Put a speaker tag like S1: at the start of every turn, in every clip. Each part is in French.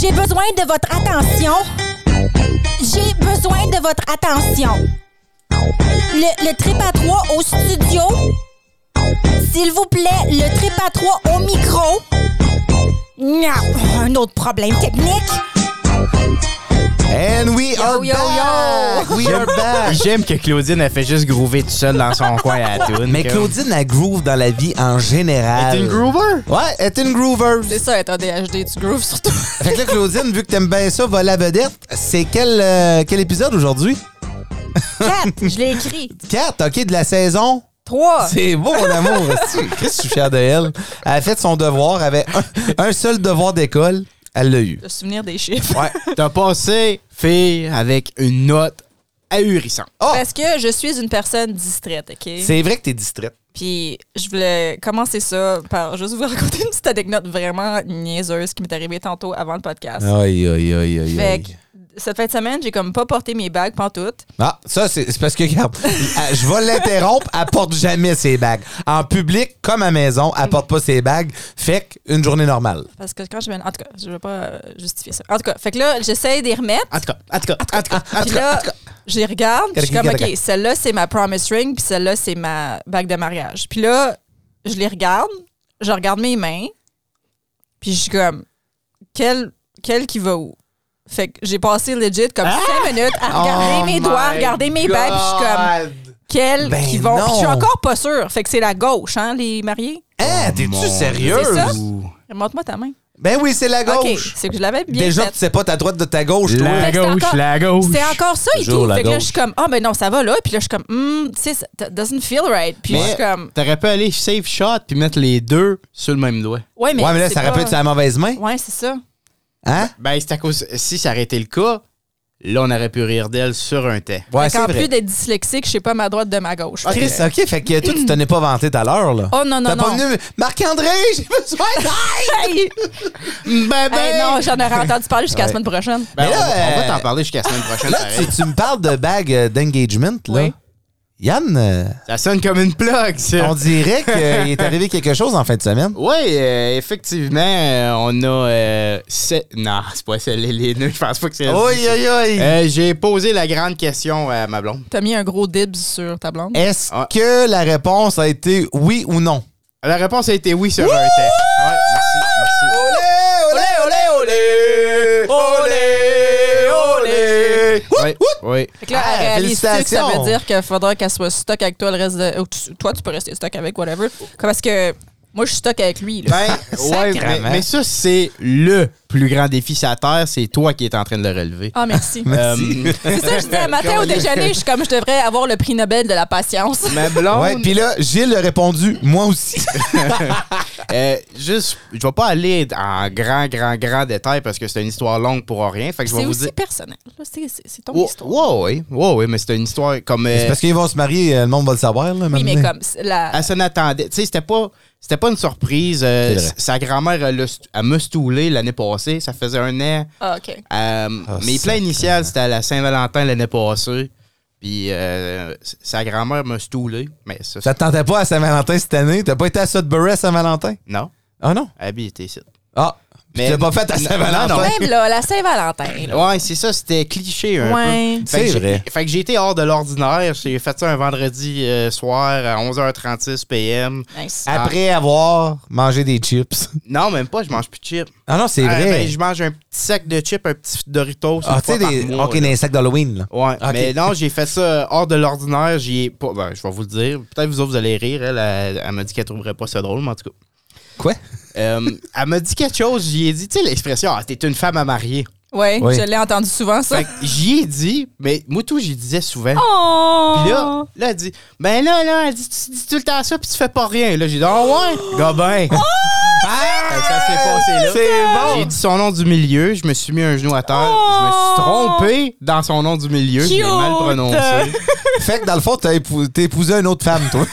S1: J'ai besoin de votre attention. J'ai besoin de votre attention. Le, le trip à trois au studio. S'il vous plaît, le trip à trois au micro. Non, un autre problème technique.
S2: And we are
S1: yo,
S2: back! We are back!
S3: J'aime que Claudine, elle fait juste groover toute seule dans son coin à la toune.
S2: Mais
S3: Comme-
S2: Claudine, elle groove dans la vie en général.
S3: T'es une groover?
S2: Ouais, elle est une groover.
S4: C'est ça, être un DHD, tu grooves surtout.
S2: Fait que là, Claudine, vu que t'aimes bien ça, va la vedette. C'est quel, euh, quel épisode aujourd'hui?
S1: Quatre, je l'ai écrit.
S2: 4, OK, de la saison?
S1: Trois.
S2: C'est beau, mon amour. Esti. Qu'est-ce que je suis fier de elle? Elle a fait son devoir, avait un, un seul devoir d'école. Elle l'a eu.
S4: Le souvenir des chiffres.
S3: Ouais. T'as passé, fille, avec une note ahurissante.
S2: Oh!
S4: Parce que je suis une personne distraite, OK?
S2: C'est vrai que t'es distraite.
S4: Puis je voulais commencer ça par juste vous raconter une petite anecdote vraiment niaiseuse qui m'est arrivée tantôt avant le podcast.
S2: Aïe, aïe, aïe, aïe,
S4: Fait que cette fin de semaine, j'ai comme pas porté mes bagues pantoute.
S2: Ah, ça, c'est c'est parce que, regarde, elle- je vais l'interrompre, elle porte jamais ses bagues. En public, comme à maison, elle porte pas ses bagues. Fait qu'une journée normale.
S4: Parce que quand je vais. En tout cas, je veux pas euh, justifier ça. En tout cas, fait que là, j'essaie d'y remettre.
S3: En tout cas, en tout cas, en tout cas, en tout
S4: Puis
S3: cas.
S4: là, je les regarde, puis je suis comme,
S2: Regarde,
S4: OK,
S2: regarde.
S4: celle-là, c'est ma promise ring, puis celle-là, c'est ma bague de mariage. Puis là, je les regarde, je regarde mes mains, puis je suis comme, quelle, quelle qui va où? Fait que j'ai passé legit comme 5 minutes à regarder
S3: Ah! Oh
S4: mes doigts,
S3: my
S4: regarder mes bagues, puis je suis comme,
S3: God.
S4: quelles
S2: Ben
S4: qui vont? Puis je suis
S2: non.
S4: encore pas sûre. Fait que c'est la gauche, hein, les mariés?
S2: Hein, t'es-tu
S4: C'est ça?
S2: sérieuse?
S4: Montre-moi ta main.
S2: Ben oui, c'est la
S4: OK,
S2: gauche.
S4: c'est que je l'avais bien
S2: Déjà,
S4: faite.
S2: tu sais pas ta droite de ta gauche, toi.
S3: La
S4: Fait que c'est
S3: gauche,
S4: encore-
S3: la gauche.
S4: C'était encore ça et
S2: Toujours
S4: tout.
S2: la
S4: Fait que là,
S2: gauche.
S4: je suis comme, ah, ben non, ça va là. Puis là, je suis comme, hum, tu sais, ça that doesn't feel right. Puis je
S2: Mais-
S4: suis comme,
S3: T'aurais pu aller save shot puis mettre les deux sur le même doigt.
S4: ouais, mais.
S2: ouais, mais là,
S4: c'est
S2: ça
S4: pas-
S2: rappelle que c'est la mauvaise main.
S4: Ouais, c'est ça.
S2: Hein?
S3: Ben, c'est à cause. Si ça aurait été le cas, là, on aurait pu rire d'elle sur un thé.
S2: Ouais,
S4: fait
S2: c'est
S4: qu'en plus
S2: vrai.
S4: d'être dyslexique, je sais pas ma droite de ma gauche. Fait
S2: Chris,
S4: que-
S2: OK, fait que toi, tu t'en es pas vanté tout à l'heure, là.
S4: Oh non, non,
S2: T'as pas
S4: non.
S2: venu. Marc-André, j'ai besoin d'aide!
S4: Hey!
S3: Ben,
S4: Hey, non, j'en aurais entendu parler jusqu'à la semaine prochaine.
S3: Ben,
S2: Mais là,
S3: on, va- on va
S2: euh,
S3: t'en parler jusqu'à la semaine prochaine.
S2: Là,
S3: pareil.
S2: tu, tu me parles de bagues euh, d'engagement, là.
S4: Oui.
S2: Yann, euh,
S3: Ça sonne comme une plug, ça.
S2: on dirait qu'il est arrivé quelque chose en fin de semaine.
S3: Oui, effectivement, euh, on a. euh, c'est- Non, c'est pas celle les nœuds, je pense pas que c'est.
S2: Aïe, aïe, aïe!
S3: Euh, J'ai posé la grande question à ma blonde.
S4: T'as mis un gros dibs sur ta blonde.
S2: Est-ce
S3: Ah.
S2: que la réponse a été oui ou non?
S3: La réponse a été oui sur un thé. Ouais, merci, merci.
S2: Olé, olé, olé! Olé,
S3: Oui, oui.
S4: Fait que là,
S2: Ah,
S4: elle réalise que ça
S2: félicitations.
S4: veut dire qu'il faudra qu'elle soit stock avec toi le reste de. ou tu- toi, tu peux rester stock avec, whatever. Comme Parce que moi, je suis stock avec lui. Là.
S3: Ben, ouais, mais,
S2: Sacrément.
S3: mais ça, c'est le plus grand défi sur la Terre. C'est toi qui es en train de le relever.
S4: Ah, merci.
S3: Euh,
S4: C'est ça, je dis un matin au déjeuner, je suis comme, je devrais avoir le prix Nobel de la patience.
S3: ma blonde,
S2: Ouais, puis là, Gilles a répondu, moi aussi.
S3: euh, juste, je vais pas aller en grand, grand, grand détail parce que c'est une histoire longue pour rien. Fait que je vais
S4: C'est
S3: vous
S4: aussi
S3: dire. Oh,
S4: personnel. là. C'est- C'est c'est ton
S3: Ouais,
S4: histoire.
S3: ouais, ouais, ouais, mais c'est une histoire comme. euh,
S2: C'est parce qu'ils vont se marier, euh, le monde va le savoir, là.
S4: Oui, mais
S2: maintenant.
S4: comme c'est la.
S3: elle s'en attendait. Tu sais, c'était pas, c'était pas une surprise. Euh,
S2: C'est vrai.
S3: s- sa grand-mère, elle, l'a stu- elle m'a stoulé l'année passée. Ça faisait un an.
S4: Ah, OK.
S3: Euh,
S2: Ah,
S3: mes plans
S2: sacrément.
S3: initiales, c'était à la Saint-Valentin l'année passée. Puis euh, s- sa grand-mère m'a stoulé. Mais ça,
S2: Ça te tentait pas à Saint-Valentin cette année? T'as pas été à Sudbury à Saint-Valentin?
S3: non.
S2: Ah non?
S3: Abby était ici.
S2: Ah!
S3: Mais-
S2: Tu l'as pas fait à
S3: Non,
S2: Saint-Valentin?
S3: non, non.
S4: Même là, la Saint-Valentin. là.
S3: Ouais, c'est ça, c'était cliché un
S4: Ouais.
S3: peu. Fait que
S2: C'est
S3: j'ai-
S2: vrai.
S3: Fait que j'ai été hors de l'ordinaire. J'ai fait ça un vendredi euh, soir à 11h36 p.m.
S4: Nice.
S2: Après avoir mangé des chips.
S3: Non, même pas, je mange plus de chips.
S2: Ah non, c'est
S3: Ah,
S2: vrai.
S3: ben, je mange un petit sac de chips, un petit Doritos. une
S2: ah, tu
S3: fois
S2: sais,
S3: par
S2: des.
S3: mois,
S2: ok,
S3: là.
S2: des sacs d'Halloween, là.
S3: Ouais,
S2: Ok.
S3: mais non, j'ai fait ça hors de l'ordinaire. J'y ai pas. Ben, je vais vous le dire. Peut-être vous autres, vous allez rire. Elle, elle, elle m'a dit qu'elle trouverait pas ça drôle, mais en tout cas.
S2: Quoi?
S3: Euh, elle m'a dit quelque chose. J'y ai dit, tu sais, l'expression, ah, t'es une femme à marier.
S4: Ouais,
S2: Oui.
S4: je l'ai entendu souvent, ça.
S3: Fait que j'y ai dit, mais moi, tout, j'y disais souvent.
S4: Oh!
S3: Puis là, là, elle dit, ben là, là, elle dit, tu dis tout le temps ça, puis tu fais pas rien. Là, j'ai dit, ah ouais, Gobin. Fait que ça s'est passé là.
S2: C'est
S3: J'ai dit son nom du milieu, je me suis mis un genou à terre,
S4: Oh!
S3: je me suis trompé dans son nom du milieu, je l'ai mal
S4: Cute!
S3: prononcé.
S2: Fait que dans le fond, t'as épou- t'as épousé une autre femme, toi.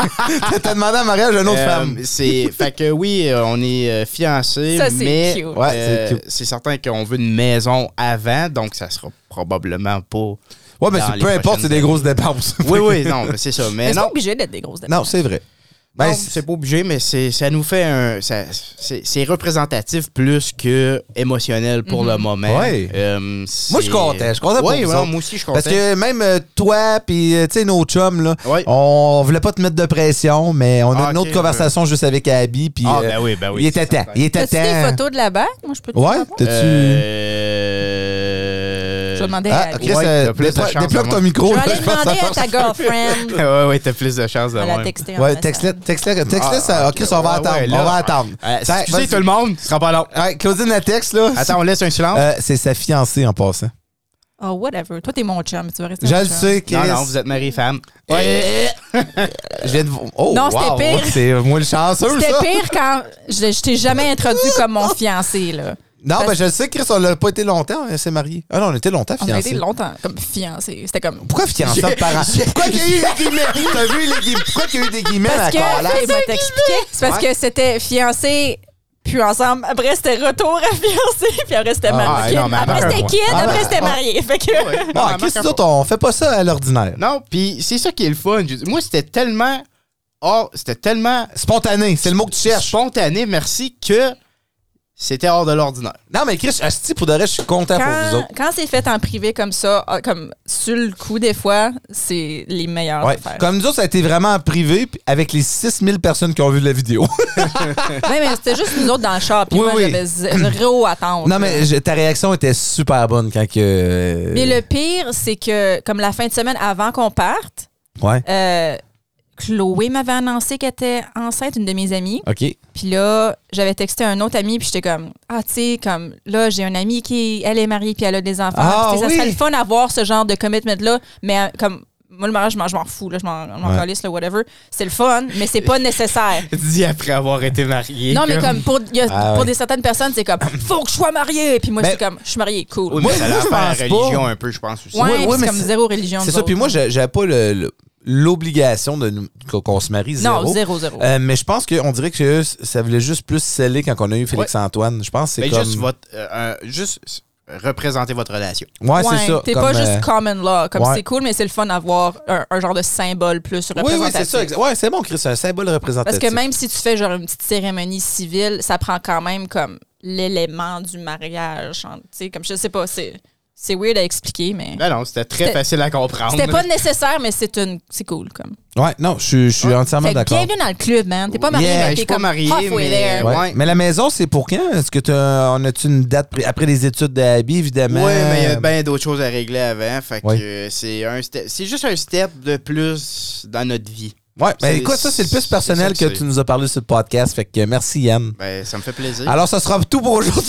S2: t'as demandé en mariage une autre
S3: Euh,
S2: femme.
S3: C'est, fait que oui, euh, on est euh, fiancés,
S4: Ça, c'est
S3: mais
S4: cute.
S2: Ouais, c'est
S3: euh,
S2: cute.
S3: c'est certain qu'on veut une maison avant, donc ça sera probablement pas.
S2: Ouais, mais
S3: dans
S2: c'est-
S3: les
S2: peu importe,
S3: prochaines
S2: c'est des grosses dépenses.
S3: Oui, oui, non, mais c'est ça. Mais
S4: Mais c'est pas
S3: non,
S4: obligé d'être des grosses
S2: Non,
S4: dépenses.
S2: c'est vrai. Ben,
S3: Non,
S2: c'est-
S3: c'est pas obligé, mais c'est, ça nous fait un. ça- c'est, c'est représentatif plus que émotionnel pour
S4: Mhm.
S3: le moment.
S2: Ouais.
S3: Euh,
S2: Moi, je
S3: c'est-
S2: suis content. Je suis content pour
S3: Ouais,
S2: vous
S3: ouais,
S2: autres.
S3: moi aussi, je suis content.
S2: Parce que même euh, toi, puis euh, tu sais, nos chums, là,
S3: Ouais.
S2: on voulait pas te mettre de pression, mais on a
S3: Ah,
S2: une
S3: ok,
S2: autre conversation juste avec Abby. Puis,
S3: Ah,
S2: euh,
S3: ben oui, ben oui,
S2: Il était
S3: c'est
S2: temps.
S3: certain.
S2: Il était
S4: T'as-tu des
S2: temps.
S4: photos de la bague? Moi, je peux te
S2: Ouais,
S4: savoir?
S2: t'as-tu.
S3: Euh...
S4: Je vais demander à
S2: Ah,
S4: Abby.
S2: Chris,
S3: Ouais,
S2: euh,
S3: t'as plus de
S2: dépla-
S3: chance
S2: déploque ton
S3: à moi.
S2: micro.
S4: Je vais
S2: là,
S4: aller
S2: je pense que ça
S4: demander à ta
S2: marche.
S4: girlfriend.
S3: ouais, ouais, t'as plus de chance de
S4: Elle a
S3: même.
S4: texté en
S2: Ouais,
S4: message.
S2: texte-le, texte-le, texte-le,
S3: Ah,
S2: ça. Ok, ça, on va
S3: ouais,
S2: attendre.
S3: ouais,
S2: on
S3: là.
S2: va attendre.
S3: Euh,
S2: Ça,
S3: excusez
S2: vas-y.
S3: tout le monde, ce sera pas long.
S2: Ouais, Claudine, la texte, là.
S3: Attends, on laisse un silence.
S2: Euh, c'est sa fiancée en passant.
S4: Oh, whatever. Toi, t'es mon chum. Tu vas rester
S2: Je
S4: mon
S2: le
S4: chum.
S2: sais, Chris.
S3: non, non, vous êtes mari et femme. Euh,
S2: Ouais. Je viens de vous- Oh,
S4: Non, c'était
S2: wow,
S4: pire.
S2: C'est moi le chanceux,
S4: C'était
S2: ça.
S4: pire quand je, je t'ai jamais introduit comme mon fiancé. Là.
S2: Non, ben
S4: Parce-
S2: je le sais, Chris, on l'a pas été longtemps, on s'est mariés. Ah non, on était longtemps
S4: On a été
S2: fiancés.
S4: longtemps comme fiancé. C'était comme.
S2: Pourquoi fiancé de parents? Pourquoi qu'il y a eu des guillemets? T'as vu les guillemets? Pourquoi qu'il y a eu des guillemets
S4: Parce
S2: à
S4: que
S2: la là?
S4: c'est moi t'expliquer. C'est parce que c'était fiancé puis ensemble. Après c'était retour à fiancé puis après c'était
S3: ah,
S4: marié.
S3: non, mais
S4: après
S3: après,
S4: c'était
S3: ouais.
S4: kid,
S2: Ah,
S4: après
S2: ben,
S4: c'était
S2: ah.
S4: marié. Fait que
S3: Non,
S2: Ah,
S3: elle
S2: Chris,
S3: marque
S2: nous autres, on fait pas ça à l'ordinaire.
S3: Non, puis c'est ça qui est le fun. Je- Moi, c'était tellement. Oh, c'était tellement
S2: Spontané, c'est le mot que tu cherches.
S3: spontané, merci, que c'était hors de l'ordinaire.
S2: Non, mais Chris, asti, pour de vrai, je suis content pour vous
S4: quand,
S2: autres.
S4: quand c'est fait en privé comme ça, ah, comme sur le coup des fois, c'est les meilleurs
S2: Ouais.
S4: affaires.
S2: Comme nous autres, ça a été vraiment en privé puis avec les 6000 personnes qui ont vu la vidéo.
S4: Ouais, mais c'était juste nous autres dans le char. Puis
S2: Oui,
S4: moi
S2: oui.
S4: j'avais zéro attente.
S2: non, mais je- ta réaction était super bonne quand que.
S4: Mais le pire, c'est que comme la fin de semaine avant qu'on parte,
S2: Ouais.
S4: euh, Chloé m'avait annoncé qu'elle était enceinte, une de mes amies.
S2: OK.
S4: Puis là, j'avais texté un autre ami, puis j'étais comme, ah, tu sais, comme, là, j'ai un ami qui, elle est mariée, puis elle a des enfants.
S2: Ah,
S4: Puis, tu sais, Ça
S2: oui.
S4: serait le fun d'avoir ce genre de commitment-là, mais euh, comme, moi, le mariage, je m'en- je m'en fous, là, je m'en je m'en
S2: Ouais.
S4: calisse, là, whatever. C'est le fun, mais c'est pas nécessaire.
S3: Dit après avoir été marié.
S4: Non, mais comme, pour, il y a-
S2: Ah,
S4: pour
S2: ouais.
S4: des certaines personnes, c'est comme, faut que je sois mariée. Puis moi,
S2: Ben-
S4: je suis comme, je suis mariée, cool.
S3: Oui,
S4: Ouais,
S2: Moi,
S3: mais ça
S2: moi,
S3: l'a
S2: je
S3: fait à la
S2: pense pas.
S3: religion un peu, je pense aussi.
S2: Ouais, ouais,
S4: puis c'est
S2: mais
S4: comme
S2: c'est-
S4: zéro religion.
S2: C'est
S4: nous
S2: ça. Puis
S4: autres.
S2: moi, j'a- j'avais pas le- le- l'obligation de nous- qu'on qu'on se marie zéro.
S4: Non, zéro, zéro.
S2: Euh, mais je pense qu'on dirait que ça voulait juste plus sceller quand on a eu Félix-Antoine. Je pense que c'est
S3: Mais
S2: comme...
S3: juste, votre, euh, euh, juste représenter votre relation.
S2: Ouais,
S4: Ouais,
S2: c'est ça.
S4: T'es
S2: comme,
S4: pas
S2: euh,
S4: juste common law. Comme
S2: ouais.
S4: c'est cool, mais c'est le fun d'avoir un, un genre de symbole plus
S2: Oui,
S4: représentatif.
S2: oui, c'est ça. exa- Ouais, c'est bon, Chris, c'est un symbole
S4: Parce
S2: représentatif.
S4: que même si tu fais genre une petite cérémonie civile, ça prend quand même comme l'élément du mariage. hein, tu sais, comme je sais pas, c'est c'est weird à expliquer, mais
S3: Ben non, c'était très
S4: C'était-
S3: facile à comprendre.
S4: c'était pas nécessaire, mais c'est une c'est cool comme.
S2: Ouais, non, je suis- je suis entièrement
S4: Fait que
S2: d'accord.
S4: bienvenue dans le club, man. T'es pas marié,
S2: Yeah,
S4: mais
S2: je
S4: t'es
S3: suis pas
S4: comme
S3: marié,
S4: halfway
S3: mais-
S4: there.
S2: Ouais.
S3: Ouais.
S2: Mais la maison, c'est pour quand? Est-ce que t'as- on a-tu une date pré- après les études d'Abby, évidemment?
S3: Oui, mais il y a ben, bien d'autres choses à régler avant. Fait que
S2: Ouais.
S3: euh, c'est un step- c'est juste un step de plus dans notre vie.
S2: Ouais, mais
S3: C'est-
S2: écoute, ça, c'est le
S3: c'est
S2: plus
S3: ça
S2: personnel
S3: que
S2: que
S3: c'est.
S2: tu nous as parlé sur le podcast. Fait que merci, Yann.
S3: Ben, ça me fait plaisir.
S2: Alors, ça sera tout pour aujourd'hui.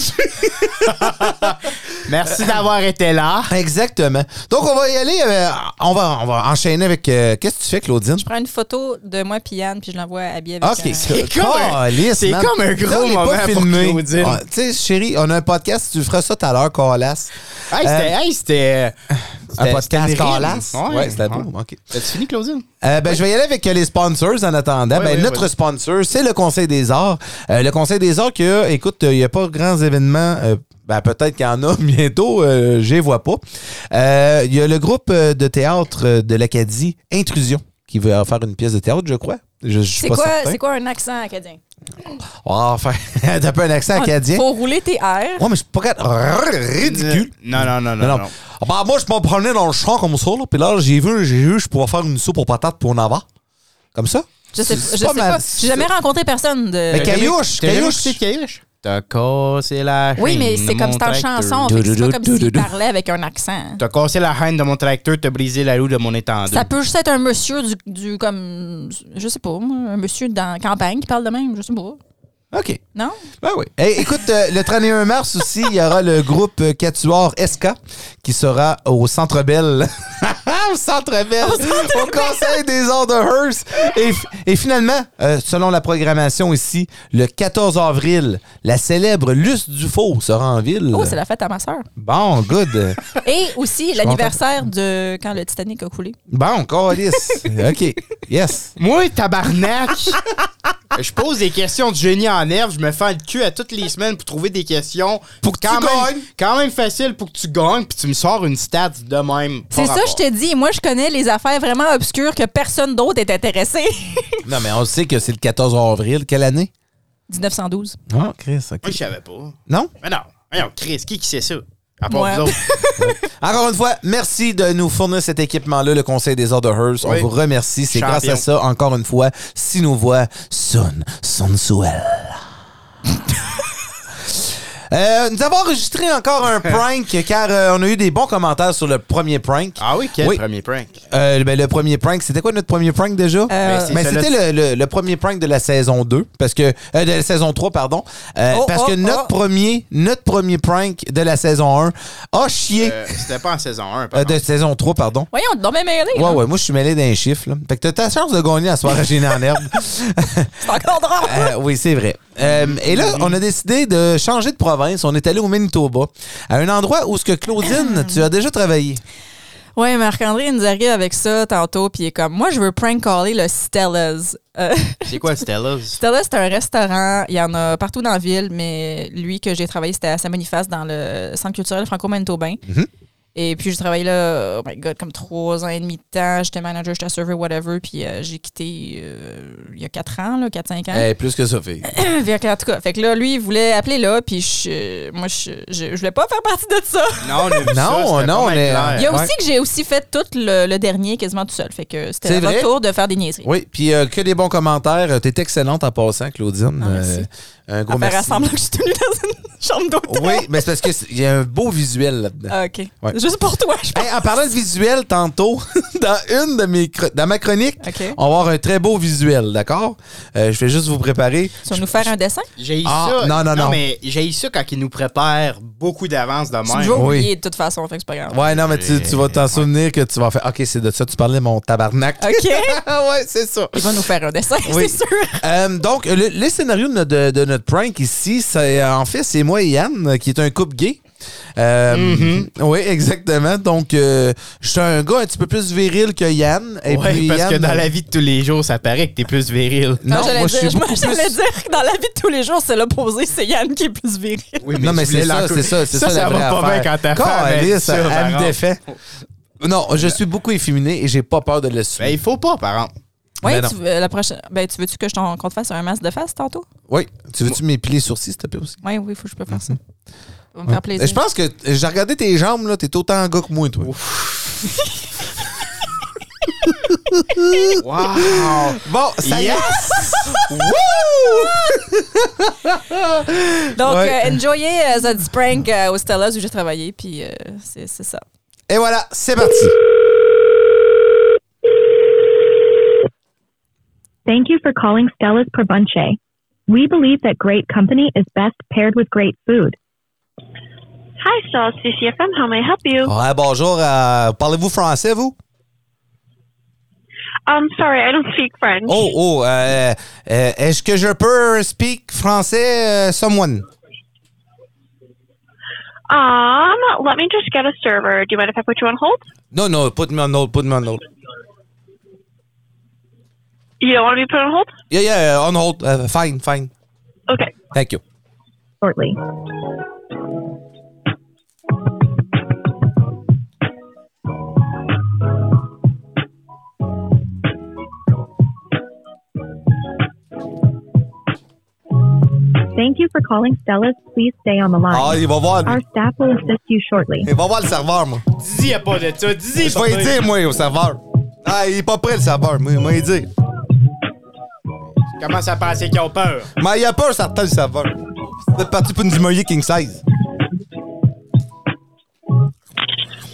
S3: Merci d'avoir été là.
S2: Exactement. Donc, on va y aller. euh, on, va, on va enchaîner avec. euh, Qu'est-ce que tu fais, Claudine?
S4: Je prends une photo de moi puis Yann, puis je l'envoie à Biel.
S2: Ah, Ok,
S3: C'est comme un-
S2: Calisse,
S3: c'est
S2: man.
S3: comme un gros
S2: Là, on est pas
S3: moment pour
S2: filmé.
S3: Claudine.
S2: Ah, Tu sais, chérie, on a un podcast, tu feras ça tout à l'heure, Calas.
S3: Hey, c'était. hey, c'était-
S2: Euh, Un
S3: c'était-
S2: podcast
S3: c'était une rime.
S2: Calas.
S3: Ouais,
S2: Ouais, c'était
S3: ouais.
S2: beau. OK.
S3: T'as-tu fini, Claudine?
S2: Euh, ben, Je vais y aller avec euh, les sponsors en attendant.
S3: Oui,
S2: ben,
S3: oui,
S2: notre
S3: oui.
S2: sponsor, c'est le Conseil des arts. Euh, le Conseil des arts, que, écoute, euh, il n'y a pas grands événements. euh, ben, Peut-être qu'il y en a bientôt, euh, je les vois pas. Euh, Il y a le groupe euh, de théâtre euh, de l'Acadie, Intrusion, qui va faire une pièce de théâtre, je crois. Je, je suis
S4: C'est
S2: pas
S4: quoi,
S2: certain.
S4: c'est quoi un accent acadien?
S2: On va faire un peu un accent acadien.
S4: Ah, Faut rouler tes R.
S2: Ouais, mais je suis pas capable. Ridicule.
S3: Euh, Non, non, non, non.
S2: Non,
S3: non.
S2: non. Ah, bah, moi, je me promenais dans le champ comme ça, là, puis là, j'ai vu, j'ai vu, je pouvais faire une soupe aux patates pour Nava. Comme ça.
S4: Je sais, je
S2: C'est
S4: sais
S2: pas mal.
S4: pas. J'ai jamais rencontré personne de.
S2: Mais Caillouche,
S3: T'as jamais
S2: Caillouche.
S3: écouté de Euh, Caillouche? T'as cassé la
S4: Oui,
S3: chaîne
S4: mais
S3: de
S4: c'est comme
S3: mon
S4: c'est en
S3: tracteur.
S4: chanson. fait que C'est pas comme s'il parlait avec un accent.
S3: T'as cassé la haine de mon tracteur, t'as brisé la roue de mon étendue.
S4: Ça peut juste être un monsieur du, du comme je sais pas, moi, un monsieur dans la campagne qui parle de même, je sais pas.
S2: OK.
S4: Non?
S2: Ben oui. Eh, écoute, euh, le 31 mars aussi, il y aura le groupe euh, Quatuor SK qui sera au Centre Bell. au Centre Bell. Au Conseil des Arts de Hearst. Et, fi- et finalement, euh, selon la programmation ici, le 14 avril, la célèbre Luce Dufault sera en ville.
S4: Oh, c'est la fête à ma soeur.
S2: Bon, good.
S4: Et aussi l'anniversaire de quand le Titanic a coulé.
S2: Bon, calice. OK. Yes.
S3: Moi, tabarnak! Euh, Je pose des questions de génie en herbe. Je me fais le cul à toutes les semaines pour trouver des questions.
S2: Pour que
S3: quand
S2: tu
S3: même,
S2: gagnes.
S3: Quand même facile pour que tu gagnes, puis tu me sors une stat de même.
S4: C'est ça, je te dis. Moi, je connais les affaires vraiment obscures que personne d'autre est intéressé.
S2: Non, mais on sait que c'est le 14 avril. Quelle année?
S4: 1912.
S2: Non, Ah, Chris,
S3: Moi,
S2: OK.
S3: je savais pas.
S2: Non?
S3: Mais non. Voyons, Chris, qui qui sait ça? À part
S4: Moi.
S3: vous autres.
S2: Encore une fois, merci de nous fournir cet équipement-là, le Conseil des ordres Hearst.
S3: Oui.
S2: On vous remercie. C'est
S3: Champion.
S2: grâce à ça, encore une fois, si nos voix sonnent, sonnent souelles. Euh, nous avons enregistré encore un prank car euh, on a eu des bons commentaires sur le premier prank.
S3: Ah oui, quel
S2: Oui.
S3: premier prank?
S2: Euh, ben, le premier prank, c'était quoi notre premier prank déjà?
S4: Euh,
S3: c'est
S2: Mais
S3: celui-là-
S2: c'était le, le- le premier prank de la saison 2, parce que euh, de la saison 3, pardon. Euh,
S4: Oh,
S2: parce
S4: oh,
S2: que notre,
S4: oh.
S2: premier, notre premier prank de la saison 1 a chié.
S3: Euh, C'était pas en saison 1,
S2: Euh,
S3: par
S2: de
S3: contre.
S2: saison 3, pardon.
S4: Voyons, non, mais mêlé.
S2: Ouais, ouais, moi je suis mêlé d'un chiffre. Là. Fait que t'as ta chance de gagner à soirée gênée en herbe.
S4: C'est encore drôle.
S2: Euh, oui, c'est vrai. Euh, et là, on a décidé de changer de province. On est allé au Manitoba, à un endroit où ce que Claudine, tu as déjà travaillé.
S4: Ouais, Marc-André il nous arrive avec ça tantôt, puis il est comme, moi, je veux prank caller le Stella's. Euh,
S3: C'est quoi le Stella's?
S4: Stella's, c'est un restaurant, il y en a partout dans la ville, mais lui que j'ai travaillé, c'était à Saint-Boniface, dans le centre culturel franco-manitobain.
S2: Mhm.
S4: Et puis, j'ai travaillé là, oh my God, comme trois ans et demi de temps. J'étais manager, j'étais serveur, whatever. Puis, euh, j'ai quitté euh, il y a quatre ans, là, quatre, cinq ans.
S2: Eh, plus que ça, fait.
S4: Fait que, en tout cas, fait que là, lui, il voulait appeler là, puis je, moi, je, je, je voulais pas faire partie de ça.
S3: Non, on a vu ça,
S2: Non,
S3: c'était
S2: non,
S3: pas
S2: on
S3: mal
S2: est-
S3: clair.
S4: Il y a
S2: Ben, Ouais.
S4: aussi que j'ai aussi fait tout le, le dernier quasiment tout seul. Fait que
S2: C'est
S4: c'était le
S2: vrai?
S4: retour de faire des niaiseries.
S2: Oui, puis euh, que des bons commentaires. Euh, T'es excellente en passant, Claudine.
S4: Ah, merci.
S2: Euh, un gros
S4: À faire
S2: merci.
S4: semblant que je suis tenue dans une chambre d'hôtel.
S2: Oui, mais c'est parce qu'il y a un beau visuel là-dedans.
S4: Ah, OK.
S2: Ouais.
S4: Juste pour toi, je pense.
S2: Hey, en parlant de visuel, tantôt, dans une de mes chro- dans ma chronique,
S4: OK.
S2: on va avoir un très beau visuel, d'accord? Euh, je vais juste vous préparer.
S4: Tu vas nous faire un dessin?
S3: J'ai eu
S2: Ah,
S3: ça.
S2: non, non, non.
S3: mais j'ai eu ça quand ils nous préparent beaucoup d'avance de
S4: Tu
S3: même.
S4: vas
S2: Oui.
S4: oublier de toute façon, fait que c'est pas grave.
S2: Ouais, non, mais tu, tu vas t'en souvenir que tu vas faire. Ok, c'est de ça, tu parlais mon tabarnak.
S4: OK.
S2: Ah ouais, c'est ça.
S4: Il va nous faire un dessin,
S2: Oui.
S4: c'est sûr.
S2: Euh, donc, le, le scénario de, notre- de- de notre prank ici, c'est, euh, en fait, c'est moi et Yann, euh, qui est un couple gay. Euh,
S3: Mm-hmm.
S2: Oui, exactement. Donc, euh, je suis un gars un petit peu plus viril que Yann. Et
S3: Ouais,
S2: puis,
S3: parce
S2: Yann,
S3: que dans la vie de tous les jours, ça paraît que t'es plus viril.
S2: Non,
S4: Ah, j'allais
S2: moi, je suis
S4: dire, moi,
S2: beaucoup
S4: j'allais
S2: plus-
S4: dire que dans la vie de tous les jours, c'est l'opposé, c'est Yann qui est plus viril.
S3: Oui,
S2: non, mais
S3: tu voulais
S2: c'est ça,
S3: l'encou-
S2: c'est ça, c'est ça,
S3: ça,
S2: la vraie
S3: va pas bien
S2: affaire.
S3: quand t'as
S2: Caliste,
S3: fait
S2: elle me défait. Non, je suis beaucoup efféminé et j'ai pas peur de le suivre.
S3: Ben, il faut pas, par exemple.
S4: Ouais,
S2: Mais
S4: tu, veux- la prochaine, ben, tu veux-tu que je t'en qu'on te fasse un masque de face tantôt?
S2: Oui. Tu veux-tu m'épiler les sourcils, s'il te plaît, aussi?
S4: Oui, oui, faut que je peux faire ça. Ça va me faire plaisir.
S2: Mhm. Je pense que j'ai regardé tes jambes, là, t'es autant un gars que moi, toi.
S3: Wow!
S2: Bon, ça y est.
S4: Donc,
S2: Ouais.
S4: euh, enjoyez euh, cette prank euh, au Stella's où j'ai travaillé, puis euh, c'est c'est ça.
S2: Et voilà, c'est parti.
S5: Thank you for calling Stella's Probunche. We believe that great company is best paired with great food.
S6: Hi, Stella CCFM. How may I help you?
S2: Ouais, bonjour. euh, Parlez-vous français, vous?
S6: Um, sorry, I don't speak French.
S2: Oh, oh. euh, euh, Est-ce que je peux speak français, euh, someone?
S6: Um, let me just get a server. Do you mind if I put you on hold?
S2: Non, non, put me on hold, put me on hold.
S6: You don't want to be put on hold?
S2: Yeah, yeah, on hold. Uh, fine, fine.
S6: Okay.
S2: Thank you.
S5: Shortly. Thank you for calling Stella's. Please stay on the
S2: Ah,
S5: line.
S2: il va voir, lui.
S5: Our staff will assist you shortly.
S2: Il va voir le serveur, moi.
S3: Dis, y a pas de ça. Dis,
S2: Je vais lui dire, moi, au serveur. Ah, il est pas prêt, le serveur. Moi, moi, il dit.
S3: Comment ça penser qu'ils ont peur?
S2: Mais il a peur, certain, le serveur. C'est parti pour nous diminuer King Size.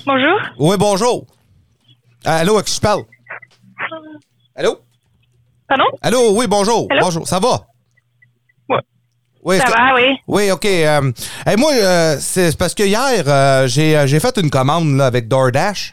S6: Bonjour.
S2: Oui, bonjour. Ah, Allô, à qui je parle? Allô?
S6: Pardon?
S2: Allô, oui, bonjour.
S6: Allô?
S2: Bonjour, ça va?
S6: Ouais.
S2: Oui,
S6: Ça
S2: est-ce que-
S6: va, oui.
S2: Oui, OK. euh, hey, moi, euh, c'est c'est parce que hier, euh, j'ai euh, j'ai fait une commande là, avec DoorDash.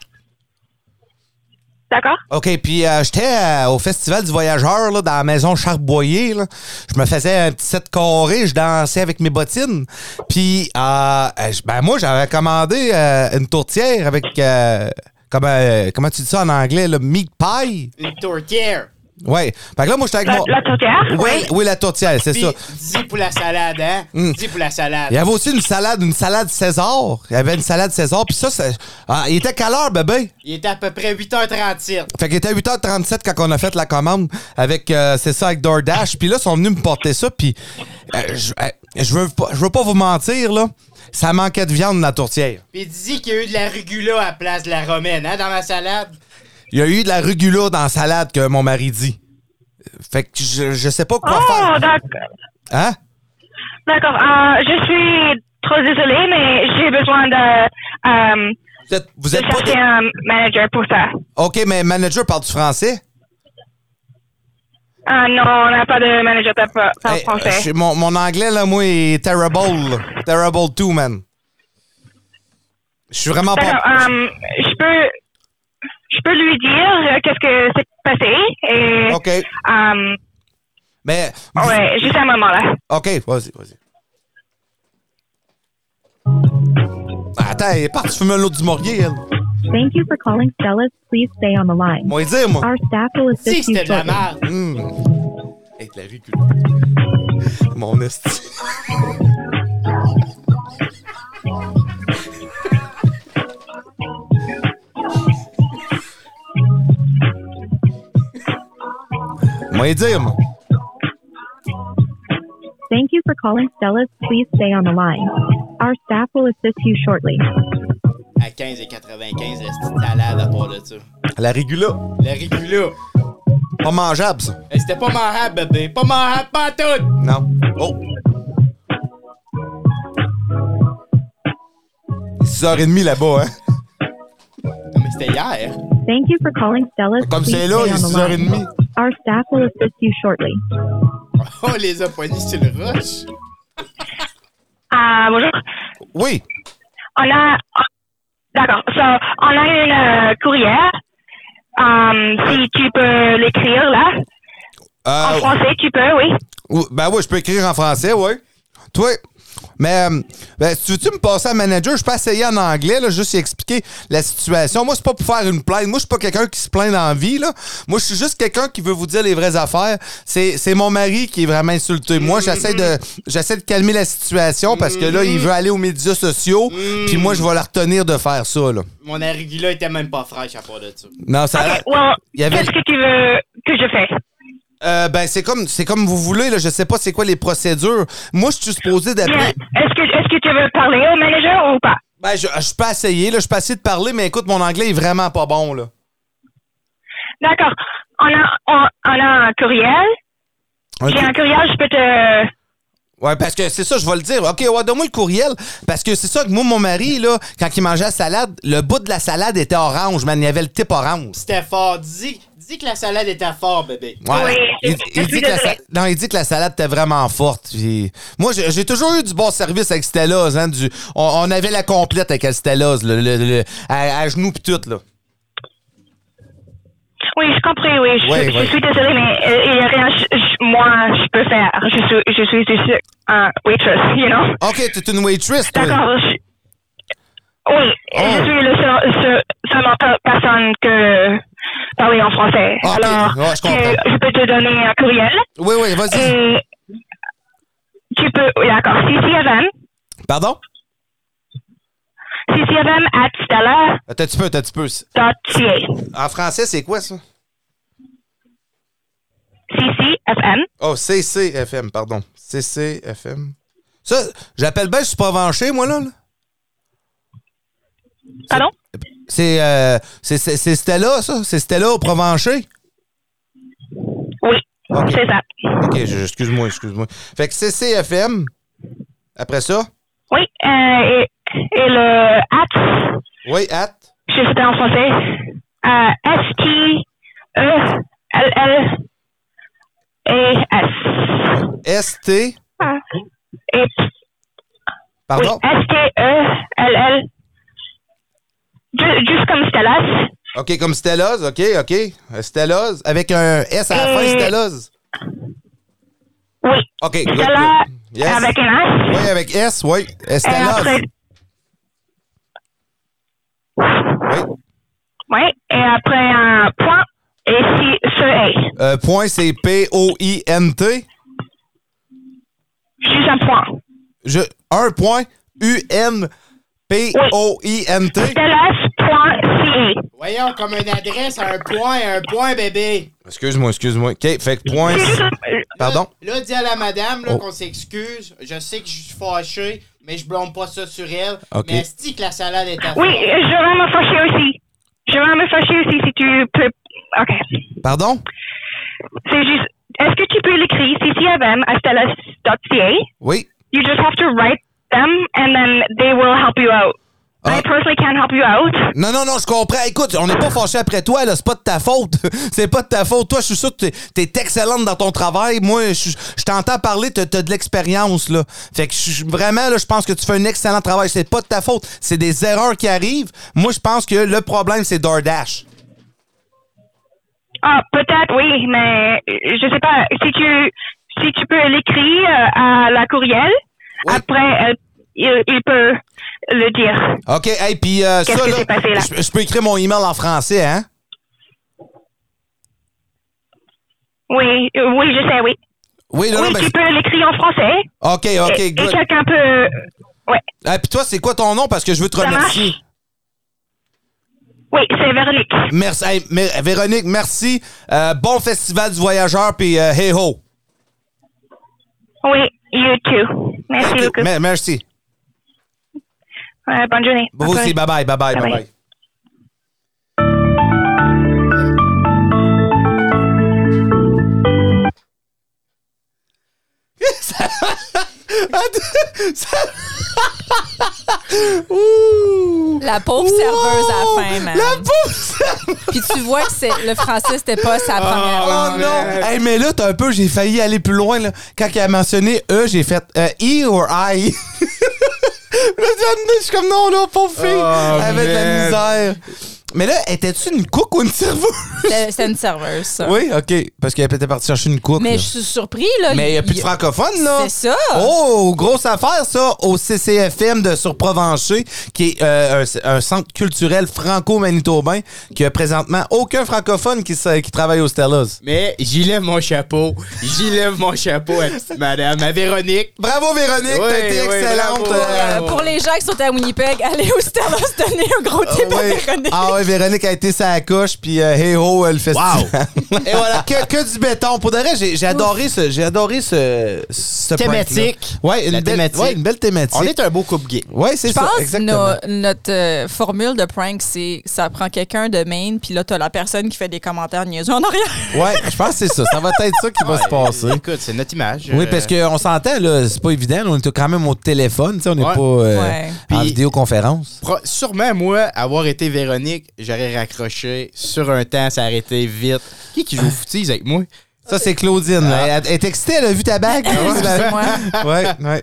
S6: D'accord.
S2: OK, puis euh, j'étais euh, au Festival du Voyageur, là, dans la maison Charboyer. Là. Je me faisais un petit set carré, je dansais avec mes bottines. Puis, euh, euh, je- ben moi, j'avais commandé euh, une tourtière avec... euh, comment, euh, comment tu dis ça en anglais? Le meat pie?
S3: Une tourtière.
S2: Ouais. Fait que là, moi, j'étais avec
S6: La,
S2: mon.
S6: la tourtière?
S2: Oh. Oui, oui, la tourtière, c'est ça. Mm.
S3: 10 pour la salade, hein? 10 pour la salade.
S2: Il y avait aussi une salade, une salade César. Il y avait une salade César. Puis ça, ça... Ah, il était quelle heure, bébé?
S3: Il était à peu près 8h37.
S2: Fait qu'il était 8h37 quand on a fait la commande avec, euh, c'est ça, avec DoorDash. Puis là, ils sont venus me porter ça. Puis euh, je, euh, je veux pas, je veux pas vous mentir, là. Ça manquait de viande dans la tourtière.
S3: Puis Dizzy qu'il y a eu de la rugula à la place de la romaine, hein, dans ma salade.
S2: Il y a eu de la rugula dans la salade que mon mari dit. Fait que je, je sais pas quoi
S6: Oh,
S2: faire.
S6: d'accord.
S2: Hein?
S6: D'accord. Euh, je suis trop désolée, mais j'ai besoin de, euh,
S2: Vous êtes, vous
S6: de
S2: êtes pas
S6: chercher
S2: des-
S6: un manager pour ça.
S2: OK, mais manager parle du français?
S6: Euh, non, on n'a pas de manager par, par
S2: Hey, euh,
S6: français.
S2: je- mon, mon anglais, là, moi, est terrible. là. Terrible too, man. Je suis vraiment
S6: D'accord.
S2: pas...
S6: euh, je peux, je peux lui dire euh, qu'est-ce que c'est passé et,
S2: OK.
S6: euh,
S2: Mais...
S6: ouais, juste un moment là.
S2: OK, vas-y, vas-y. Ben, Attends, elle est partie fumer l'eau du Maurier, elle.
S5: Thank you for calling Stella's. Please stay on the line.
S2: Moi, dire, moi.
S5: Our staff will
S3: Si,
S5: assist
S3: c'était
S5: you
S3: de la
S5: shortly.
S3: merde.
S2: Hey, de la rue, cul. Mon esti. Moi, y dire, moi.
S5: Thank you for calling Stella's. Please stay on the line. Our staff will assist you shortly.
S3: À 15,95, la petite salade à part de ça.
S2: La régula.
S3: La rugula,
S2: Pas mangeable, ça.
S3: euh, c'était pas mangeable, bébé. Pas mangeable, pas tout.
S2: Non. Oh. 6h30 là-bas, hein?
S3: Non, mais c'était hier.
S5: Thank you for calling Stella's.
S2: Comme
S5: Please
S2: c'est là,
S5: stay
S2: il est
S5: on the
S2: 6h30.
S5: line. Our staff will assist you shortly.
S3: On les a poignés sur le roche.
S6: Ah, bonjour.
S2: Oui.
S6: On a, d'accord. So, on a une euh, courrière. Euh, si tu peux l'écrire là, en
S2: Euh,
S6: français, tu peux, oui.
S2: ou- ben oui, je peux écrire en français, oui. Toi, mais euh, ben, si tu veux-tu me passer à manager, je peux essayer en anglais, là, juste y expliquer la situation. Moi, c'est pas pour faire une plainte. Moi, je suis pas quelqu'un qui se plaint dans la vie, là. Moi, je suis juste quelqu'un qui veut vous dire les vraies affaires. C'est c'est mon mari qui est vraiment insulté. Moi, j'essaie de j'essaie de calmer la situation parce que là, il veut aller aux médias sociaux, puis moi, je vais la retenir de faire ça, là.
S3: Mon arugula était même pas fraîche à part de ça.
S2: Non, ça...
S6: Ok, well,
S2: Ah, il y avait-
S6: qu'est-ce que tu veux que je fasse?
S2: Euh, ben c'est comme c'est comme vous voulez là, je sais pas c'est quoi les procédures. Moi je suis supposé
S6: Bien,
S2: d'appeler.
S6: est-ce que, est-ce que tu veux parler au manager ou pas?
S2: Ben je, je peux essayer là, je peux essayer de parler mais écoute mon anglais est vraiment pas bon là.
S6: D'accord. On a, on, on a un courriel. J'ai un courriel, je peux te...
S2: Ouais parce que c'est ça je vais le dire. OK, ouais, donne-moi le courriel parce que c'est ça que moi mon mari là quand il mangeait la salade, le bout de la salade était orange, mais il y avait le type orange.
S3: C'était fort. Dis, dis que la salade était fort, bébé.
S2: Ouais.
S6: Oui,
S2: il,
S6: je
S2: il
S6: suis
S2: dit que la, sa-
S6: désolée.
S2: non, il dit que la salade était vraiment forte. puis- moi, j'ai j'ai toujours eu du bon service avec Stella's. Hein, du, on, on avait la complète avec Stella's, le, le- le- à, à genoux pis tout. Là.
S6: Oui, je comprends, oui. Je,
S2: Ouais,
S6: je
S2: ouais.
S6: suis désolée, mais euh, il n'y a rien je- je- moi je peux faire. Je suis, je suis juste un waitress, you know?
S2: OK, t'es une waitress, toi.
S6: D'accord. je- Oui,
S2: Ah.
S6: je suis le seul, seul, seulement per- personne que parler en français.
S2: Ah, Ok,
S6: Alors,
S2: ouais, je
S6: tu-
S2: comprends.
S6: je peux te donner un courriel.
S2: Oui, oui, vas-y.
S6: Et tu peux, oui, d'accord, CCFM,
S2: Pardon?
S6: CCFM at
S2: Attends un petit Euh, peu, attends un petit peu. C'est-
S6: stella.ca.
S2: En français, c'est quoi ça?
S6: CCFM.
S2: Oh, CCFM, pardon. CCFM. Ça, j'appelle bien, je suis provencher, moi, là. là.
S6: Pardon?
S2: C'est euh, c'est- c'est- c'est Stella, ça? C'est Stella au provencher?
S6: Oui,
S2: Ok.
S6: c'est ça.
S2: OK, je- excuse-moi, excuse-moi. Fait que CCFM, après ça,
S6: Oui, euh, et, et le at,
S2: oui, at,
S6: je sais pas en français, euh, E S-T-E-L-L-E-S. E
S2: ST,
S6: Ah. Et, oui,
S2: pardon?
S6: S-T-E-L-L. E Ju- Juste comme Stellas.
S2: OK, comme Stella's, OK, OK. Stella's, avec un S à la fin,
S6: Euh,
S2: Stella's.
S6: Oui.
S2: Ah, OK, good,
S6: Stella
S2: good. Yes.
S6: avec un S.
S2: Oui, avec S, oui.
S6: Et
S2: Stella's.
S6: après-
S2: Oui.
S6: Oui, et après un point, Et si ce est,
S2: Euh, point, c'est P-O-I-N-T.
S6: juste un point.
S2: Je, un point, U-N-P-O-I-N-T.
S6: Stellas.ca.
S3: Voyons, comme une adresse, un point, un point, bébé.
S2: Excuse-moi, excuse-moi. OK, fait que point. Pardon?
S3: Là, dis à la madame là,
S2: Oh.
S3: qu'on s'excuse. Je sais que je suis fâché, mais je blâme pas ça sur elle.
S2: Ok.
S3: Mais est que la salade est à
S6: Oui,
S3: faire?
S6: je vais me fâcher aussi. Je vais me fâcher aussi si tu peux. OK.
S2: Pardon?
S6: C'est juste. Est-ce que tu peux l'écrire CCFM à Stellas.ca?
S2: Oui.
S6: You just have to write them and then they will help you out. I
S2: Ah.
S6: personally can't help you out.
S2: Non, non, non, je comprends. Écoute, on n'est pas fâché après toi, là. C'est pas de ta faute. C'est pas de ta faute. Toi, je suis sûr que t'es- t'es excellente dans ton travail. Moi, je, je t'entends parler, t'as t'as de l'expérience, là. Fait que je suis- vraiment, là, je pense que tu fais un excellent travail. C'est pas de ta faute. C'est des erreurs qui arrivent. Moi, je pense que le problème, c'est DoorDash.
S6: Ah, peut-être, oui, mais euh, je sais pas. Si tu, si tu peux l'écrire euh, à la courriel,
S2: Oui.
S6: après, euh, il, il peut le dire.
S2: OK, hey, puis euh,
S6: Qu'est-ce
S2: ça,
S6: qui
S2: là,
S6: s'est passé, là?
S2: je- je peux écrire mon email en français, hein?
S6: Oui, euh, oui, je sais, oui.
S2: Oui, là,
S6: oui,
S2: non, ben,
S6: tu peux l'écrire en français. hein.
S2: OK, OK,
S6: et et
S2: good.
S6: quelqu'un peut. Ouais,
S2: Ah, puis toi, c'est quoi ton nom? Parce que je veux te
S6: ça marche.
S2: remercier.
S6: Oui, c'est Véronique.
S2: Merci. Hey, Mé- Véronique, merci. Euh, bon festival du voyageur, puis euh, hey ho.
S6: Oui, you too. Merci beaucoup.
S2: Me- merci.
S6: Ouais, bonne journée.
S2: Vous aussi, bye bye, bye bye, bye
S6: Bye-bye.
S2: bye. Ça- Attends, ça- Ouh.
S4: La pauvre serveuse à la fin, man.
S2: La pauvre
S4: Puis tu vois que c'est- le français, c'était pas sa première
S2: Oh
S4: langue.
S2: non! Hey, mais là, t'as un peu, j'ai failli aller plus loin. Là. Quand il a mentionné E, j'ai fait euh, E or I. Là, je suis comme non, là, pauvre fille.
S3: Oh,
S2: avec
S3: man.
S2: la misère. Mais là, étais-tu une cook ou une serveuse?
S4: C'était c'était une serveuse, ça.
S2: oui, OK. Parce qu'elle était partie chercher une cook.
S4: Mais
S2: là.
S4: je suis surpris, là.
S2: Mais il n'y a plus de
S4: français.
S2: francophones, là.
S4: C'est ça.
S2: Oh, grosse affaire, ça, au CCFM de Surprovencher, qui est euh, un, un centre culturel franco-manitobain, qui a présentement aucun francophone qui, se- qui travaille au Stellas.
S3: Mais j'y lève mon chapeau. J'y lève mon chapeau à petite madame, à Véronique.
S2: Bravo Véronique,
S3: Oui,
S2: t'as été
S3: oui,
S2: excellente.
S3: bravo.
S2: Euh,
S4: pour les gens qui sont à Winnipeg, allez au Starbucks donner un gros tip à
S2: oui.
S4: Véronique.
S2: Ah ouais, Véronique a été sa coche, puis euh, hey ho, elle fait
S3: Wow.
S2: Et voilà, que, que du béton. Pour de vrai, j'ai j'ai adoré ce, j'ai adoré ce, ce prank-là.
S3: Thématique.
S2: Ouais, une
S3: La
S2: belle,
S3: thématique.
S2: ouais, une belle thématique.
S3: On est un beau couple gay.
S2: Ouais, c'est
S4: Je
S2: ça,
S4: pense que
S2: exactement.
S4: no- notre euh, formule de prank, c'est ça prend quelqu'un de Maine, puis là, t'as la personne qui fait des commentaires niaiseux en arrière.
S2: Ouais, je pense que c'est ça. Ça va être Ah, ça qui va se passer.
S3: Écoute, c'est notre image.
S2: Oui,
S3: euh,
S2: parce qu'on s'entend, là, c'est pas évident. là, On est quand même au téléphone, tu sais, on n'est
S3: Ouais.
S2: pas euh,
S4: Ouais.
S2: en
S3: Puis-
S2: vidéoconférence.
S3: Pro- Sûrement, moi, avoir été Véronique, j'aurais raccroché sur un temps, s'arrêter vite. Qui qui joue au footies avec moi?
S2: Ça, c'est Claudine. là.
S3: Ah.
S2: Elle, elle est excitée, elle a vu ta bague.
S4: Excuse-moi.
S2: ouais, ouais.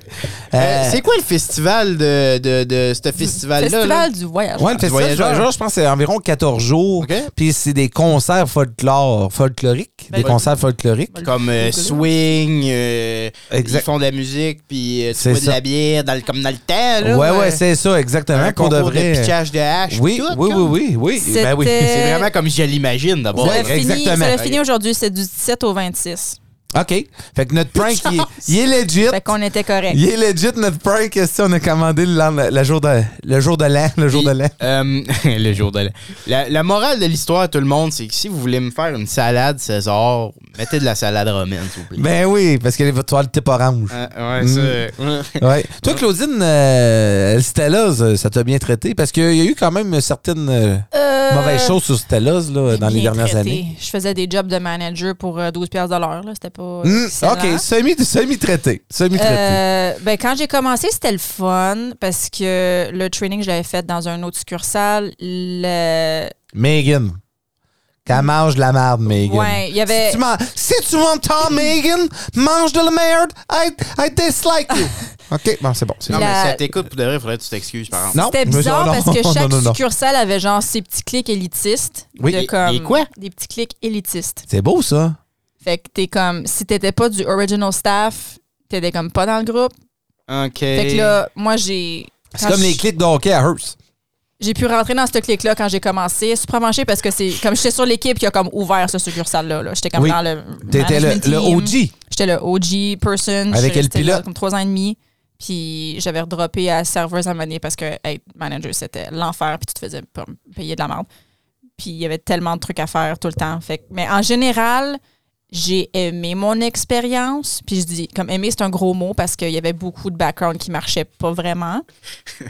S3: Euh,
S2: Euh,
S3: c'est quoi le festival de, de, de ce festival-là?
S4: Festival
S3: là?
S4: du voyage.
S2: Ouais, le festival du
S3: voyageur.
S2: voyageur, je pense que c'est environ 14 jours.
S3: OK.
S2: Puis c'est des concerts folklore, folkloriques. des
S3: Ben,
S2: concerts folkloriques.
S3: Comme euh, swing, euh,
S2: Exact.
S3: ils font de la musique, puis euh, tu
S2: C'est
S3: bois de
S2: ça.
S3: la bière dans le- comme dans le temps. Là, euh,
S2: Ouais, ouais, c'est ça, exactement.
S3: un
S2: qu'on
S3: concours
S2: devrait. euh,
S3: de pitchage de hache.
S2: oui,
S3: tout,
S2: oui, oui,
S3: comme.
S2: oui, oui, Ben oui.
S4: C'était-
S3: C'est vraiment comme je l'imagine d'abord.
S4: Ça a
S2: Ouais,
S4: fini-
S2: exactement.
S4: ça a fini aujourd'hui, c'est du 17 au 26.
S2: OK. Fait que notre prank, il est- il est legit.
S4: Fait qu'on était correct.
S2: Il est legit, notre prank. Si on a commandé le, lendemain- le jour de le jour de l'an, le jour de l'an.
S3: Euh, le jour de l'an. La, la morale de l'histoire, tout le monde, c'est que si vous voulez me faire une salade César, mettez de la salade romaine, s'il vous plaît.
S2: Ben Mm. oui, parce qu'elle va te faire le type orange.
S3: Euh, ouais, ça.
S2: Ouais. Toi, Claudine, euh, le Stellas, euh, ça t'a bien traité parce qu'il y a eu quand même certaines euh,
S4: Euh,
S2: mauvaises choses sur Stellas là, euh, dans les
S4: bien
S2: dernières
S4: traité.
S2: années.
S4: Je faisais des jobs de manager pour euh, 12 piastres de l'heure. là. C'était pas euh,
S2: Hmm,
S4: excellent.
S2: OK, semi- semi-traité. Semi-traité.
S4: Euh, ben, quand j'ai commencé, c'était le fun parce que le training, je l'avais fait dans un autre succursale. Le...
S2: Megan. Qu'elle mange de la merde, Megan.
S4: hum. Ouais, euh, il y avait-
S2: Si tu m'en- si tu m'entends, Megan, mange de la merde, I, I dislike you. OK, bon, c'est bon. c'est
S3: Non,
S2: bon.
S3: mais
S4: La-
S3: si elle t'écoute, pour de vrai, faudrait que tu t'excuses, par exemple.
S2: Non,
S4: C'était
S2: mais ça,
S4: bizarre
S2: non,
S4: parce que
S2: non,
S4: chaque
S2: non, non.
S4: succursale avait genre ses petits clics élitistes.
S3: Oui,
S4: de
S3: et-
S4: comme-
S3: et quoi?
S4: Des petits clics élitistes.
S2: C'est beau, ça.
S4: Fait que t'es comme, si t'étais pas du original staff, t'étais comme pas dans le groupe.
S3: OK. Ah,
S4: Fait que là, moi, j'ai.
S2: C'est
S4: quand
S2: comme
S4: je-
S2: les clics de hockey à Hearst.
S4: J'ai pu rentrer dans ce clic-là quand j'ai commencé. Supermarché, parce que c'est comme j'étais sur l'équipe qui a comme ouvert ce succursale-là. là. J'étais comme
S2: Oui.
S4: dans le.
S2: T'étais le,
S4: management
S2: le
S4: team.
S2: OG.
S4: J'étais le OG person.
S2: Avec
S4: J'étais
S2: le
S4: restée
S2: pilote.
S4: là comme trois ans et demi. Puis j'avais redroppé à serveuse à monnaie parce que être manager, c'était l'enfer. Puis tu te faisais comme, payer de la merde. Puis il y avait tellement de trucs à faire tout le temps. Fait, que- mais en général, j'ai aimé mon expérience. Puis je dis, comme aimer, c'est un gros mot parce qu'il y avait beaucoup de background qui marchait pas vraiment.
S3: Ah,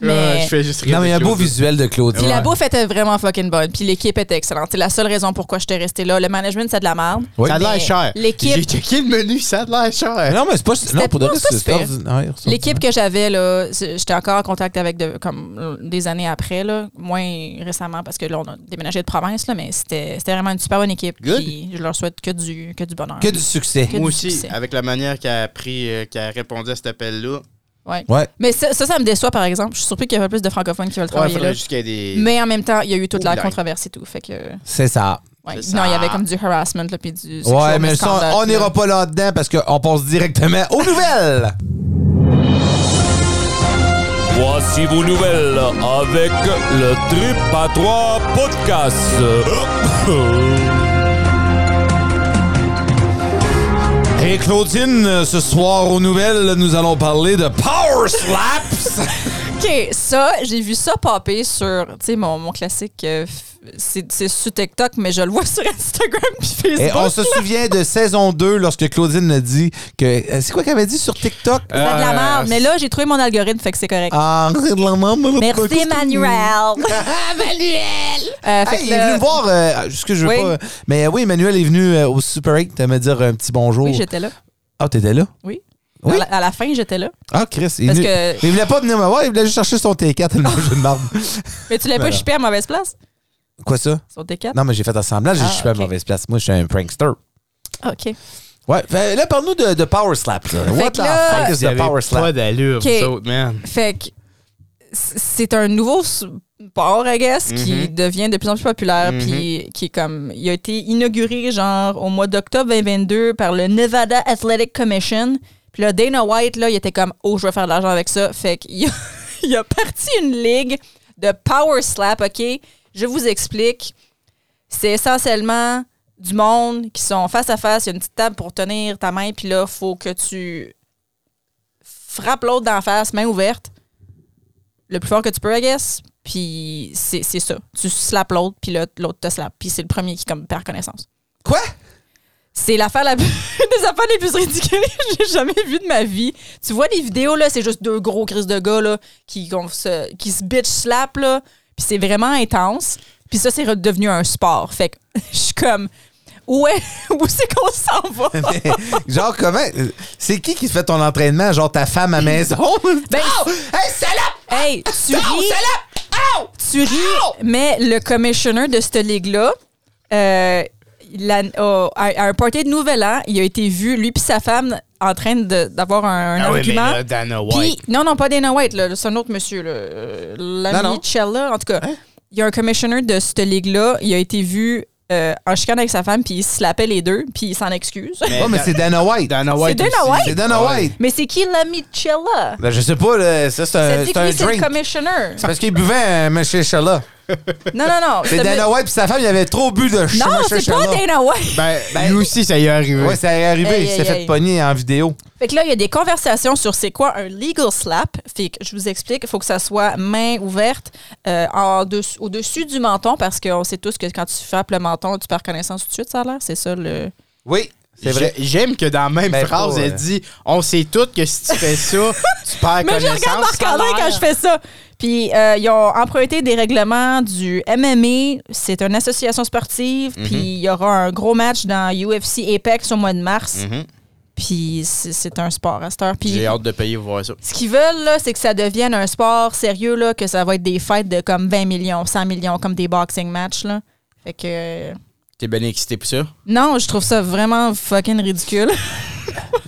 S4: mais-
S3: je fais juste rire
S2: Non, mais il y a un
S3: de
S2: beau
S3: Claude.
S2: visuel de Claude.
S4: Puis la bouffe était vraiment fucking bonne. Puis l'équipe était excellente. C'est la seule raison pourquoi j'étais restée là. Le management, c'est de la merde.
S2: Oui.
S3: Ça a de l'air
S4: Mais
S3: cher.
S4: l'équipe-
S3: J'ai checké le menu, ça a de l'air cher.
S2: Non, mais c'est pas. Non, pour de
S4: pas-
S2: vrai,
S4: c'est pas
S2: c'est
S4: super.
S2: ordinaire. c'est
S4: L'équipe que j'avais, là, c'est- j'étais encore en contact avec de- comme euh, des années après, là, moins récemment parce que là, on a déménagé de province, là, mais c'était c'était vraiment une super bonne équipe.
S3: Good.
S4: Puis je leur souhaite que du, que du bonheur.
S2: Que du succès.
S4: que
S3: Moi
S4: du
S3: aussi,
S4: succès.
S3: avec la manière qu'elle a pris, euh, qu'elle a répondu à cet appel-là.
S4: Ouais.
S2: Ouais.
S4: Mais ça, ça, ça me déçoit, par exemple. Je suis surpris qu'il y avait plus de francophones qui veulent
S3: Ouais, il
S4: travailler là.
S3: faudrait juste qu'il y ait des.
S4: Mais en même temps, il y a eu toute
S3: Oh
S4: la
S3: là.
S4: controverse et tout. Fait que, ouais.
S2: C'est ça.
S4: Non,
S3: ça.
S4: il y avait comme du harassment, là, puis du.
S2: Ouais,
S4: sexual
S2: mais ça,
S4: misconduct,
S2: on
S4: là.
S2: n'ira pas là-dedans parce qu'on passe directement aux nouvelles.
S7: Voici vos nouvelles avec le Trip à 3 podcast.
S2: Et Claudine, ce soir aux nouvelles, nous allons parler de Power Slaps.
S4: OK, ça, j'ai vu ça popper sur, tu sais, mon, mon classique, euh, f- c'est c'est sur TikTok, mais je le vois sur Instagram puis Facebook.
S2: Et on se souvient de saison 2 lorsque Claudine a dit que. euh, C'est quoi qu'elle avait dit sur TikTok?
S4: C'est de la merde, mais là, j'ai trouvé mon algorithme, fait que c'est correct.
S2: Euh, Ah, bah, c'est de la merde.
S4: Merci, Manuel. Euh, Ah, fait
S2: Hey,
S4: que
S2: il est
S4: là-
S2: venu me voir, euh, ce que je veux
S4: Oui.
S2: pas. euh, Mais euh, oui, Emmanuel est venu euh, au Super 8 euh, me dire un petit bonjour.
S4: Oui, j'étais là.
S2: ah, t'étais là?
S4: Oui.
S2: Oui?
S4: À, la, à la fin, j'étais là.
S2: Ah, Chris. Il,
S4: Parce
S2: venu-
S4: que-
S2: il voulait pas venir me voir, il voulait juste chercher son T4, le jeu de marde.
S4: Mais tu l'as pas
S2: Voilà.
S4: chipé à mauvaise place,
S2: Quoi ça?
S4: sur T4?
S2: Non, mais j'ai fait assemblage,
S4: Ah,
S2: je suis pas à
S4: ok.
S2: mauvaise place. Moi, je suis un prankster.
S4: Ah, OK.
S2: Ouais, fait, là, parle-nous de, de Power Slap. là. What
S4: que
S2: the
S4: là-
S2: fuck is
S3: Vous
S2: the
S3: avez
S2: Power
S3: Pas
S2: Slap?
S3: d'allure,
S4: Ok.
S3: vous autres, man.
S4: Fait que c- c'est un nouveau sport, I guess, qui devient de plus en plus populaire, puis qui est comme, il a été inauguré genre au mois d'octobre 2022 par le Nevada Athletic Commission. Puis là, Dana White, là, il était comme, oh, je vais faire de l'argent avec ça. Fait qu'il a, il a parti une ligue de power slap, OK? Je vous explique. C'est essentiellement du monde qui sont face à face. Il y a une petite table pour tenir ta main, puis là, faut que tu frappe l'autre d'en face, main ouverte, le plus fort que tu peux, I guess. Puis c'est c'est ça. Tu slaps l'autre, puis là, l'autre te slap. Puis c'est le premier qui comme, perd connaissance.
S2: Quoi?
S4: C'est l'affaire la plus, une des affaires les plus ridicules que j'ai jamais vues de ma vie. Tu vois les vidéos, là, c'est juste deux gros crises de gars, là, qui, qu'on se, qui se bitch slap, là. Puis c'est vraiment intense. Puis ça, c'est redevenu un sport. Fait que je suis comme, ouais, où c'est qu'on s'en va?
S2: Genre, comment? euh, C'est qui qui fait ton entraînement? Genre, ta femme à maison?
S4: Ben,
S2: Oh! Hey, salope!
S4: Hey, tu ris.
S2: Oh, salope! Oh!
S4: tu ris, mais le commissioner de cette ligue-là, euh, il a- oh, a- à un party de Nouvel An, il a été vu, lui puis sa femme, en train de- d'avoir un, un
S3: Ah oui, mais
S4: argument.
S3: là, Dana
S4: Puis,
S3: White.
S4: non, non, pas Dana White, là, c'est un autre monsieur, là, euh,
S2: Non, Hein?
S4: l'ami
S2: non.
S4: Chella, en tout cas. Il y a un commissioner de cette ligue-là, il a été vu euh, en chicane avec sa femme, puis il se l'appelle les deux, puis il s'en excuse. Mais,
S2: Oh, mais
S3: Dan-
S2: c'est Dana White.
S3: Dana
S4: C'est
S3: White.
S4: Dana
S3: aussi.
S4: White?
S2: C'est Dana
S3: Ouais.
S2: White.
S4: c'est qui l'ami Chella?
S2: Ben, je sais pas, là, ça, c'est
S4: Ça
S2: un,
S4: dit
S2: c'est
S4: que
S2: un
S4: lui, c'est le
S2: drink.
S4: commissioner.
S2: C'est parce qu'il buvait un Monsieur Chala.
S4: Non, non, non.
S2: C'est
S4: ce
S2: Dana
S4: me-
S2: White puis sa femme, il avait trop bu de ch-
S4: Non,
S2: Monsieur
S4: c'est pas
S2: Chala.
S4: Dana White.
S3: Ben, lui aussi, ça y est arrivé.
S2: Ouais, ça est arrivé.
S4: Hey,
S2: il s'est
S4: hey,
S2: fait
S4: hey.
S2: pogner en vidéo.
S4: Fait que là, il y a des conversations sur c'est quoi un legal slap. Fait que je vous explique, il faut que ça soit main ouverte euh, en dessous- au-dessus du menton parce qu'on sait tous que quand tu frappes le menton, tu perds connaissance tout de suite, ça a l'air. C'est ça le.
S2: Oui, c'est vrai.
S3: J'ai- J'aime que dans la même
S2: Ben,
S3: phrase,
S2: pas,
S3: elle
S2: euh,
S3: dit On sait toutes que si tu fais ça, tu perds
S4: Mais
S3: connaissance.
S4: je regarde
S3: ça a
S4: Marc-André
S3: l'air.
S4: quand je fais ça. Puis euh, ils ont emprunté des règlements du MMA. C'est une association sportive.
S3: Mm-hmm.
S4: Puis il y aura un gros match dans UFC Apex au mois de mars. Puis c'est c'est un sport à cette heure. Puis
S3: Mm-hmm. J'ai hâte de payer pour voir ça.
S4: Ce qu'ils veulent, là, c'est que ça devienne un sport sérieux, là, que ça va être des fêtes de comme 20 millions, 100 millions, comme des boxing matchs. Là. Fait que.
S3: T'es bien excité pour ça?
S4: Non, je trouve ça vraiment fucking ridicule.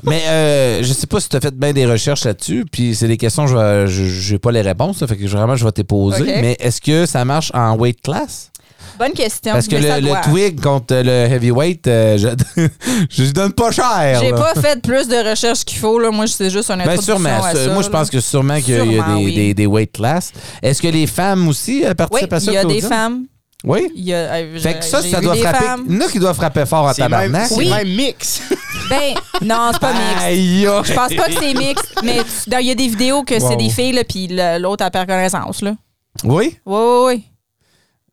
S2: Mais euh, je sais pas si tu as fait bien des recherches là-dessus, puis c'est des questions, je vais- je- j'ai pas les réponses, là, fait que vraiment, je vais t'y poser.
S4: Ok.
S2: Mais est-ce que ça marche en weight class?
S4: Bonne question.
S2: Parce que
S4: mais ça
S2: le, le
S4: doit.
S2: twig contre le heavyweight, euh, je, je lui donne pas cher.
S4: J'ai
S2: là.
S4: pas fait plus de recherches qu'il faut. Là. Moi, c'est juste un
S2: Ben sûrement.
S4: à
S2: ça.
S4: ça,
S2: Moi, je
S4: là.
S2: pense que sûrement qu'il y a- il y a
S4: Sûrement,
S2: des,
S4: oui.
S2: des- des weight class. Est-ce que les femmes aussi euh,
S4: Oui,
S2: participent à ça?
S4: il y a des
S2: Claudia?
S4: femmes.
S2: Oui.
S4: Il y a, euh,
S2: Fait que ça,
S4: j'ai
S2: ça
S4: vu
S2: doit
S4: des
S2: frapper.
S4: femmes.
S2: Il y en a qui doivent frapper fort à
S3: C'est même,
S2: tabarnak.
S3: c'est
S4: Oui.
S3: même mix.
S4: Ben, non, c'est pas mixte.
S2: Aïe, aïe.
S4: Je pense pas que c'est mixte, mais tu- dans- il y a des vidéos que
S2: Wow.
S4: c'est des filles, là, puis le- l'autre, elle perd connaissance. Là.
S2: Oui?
S4: Oui, oui, oui.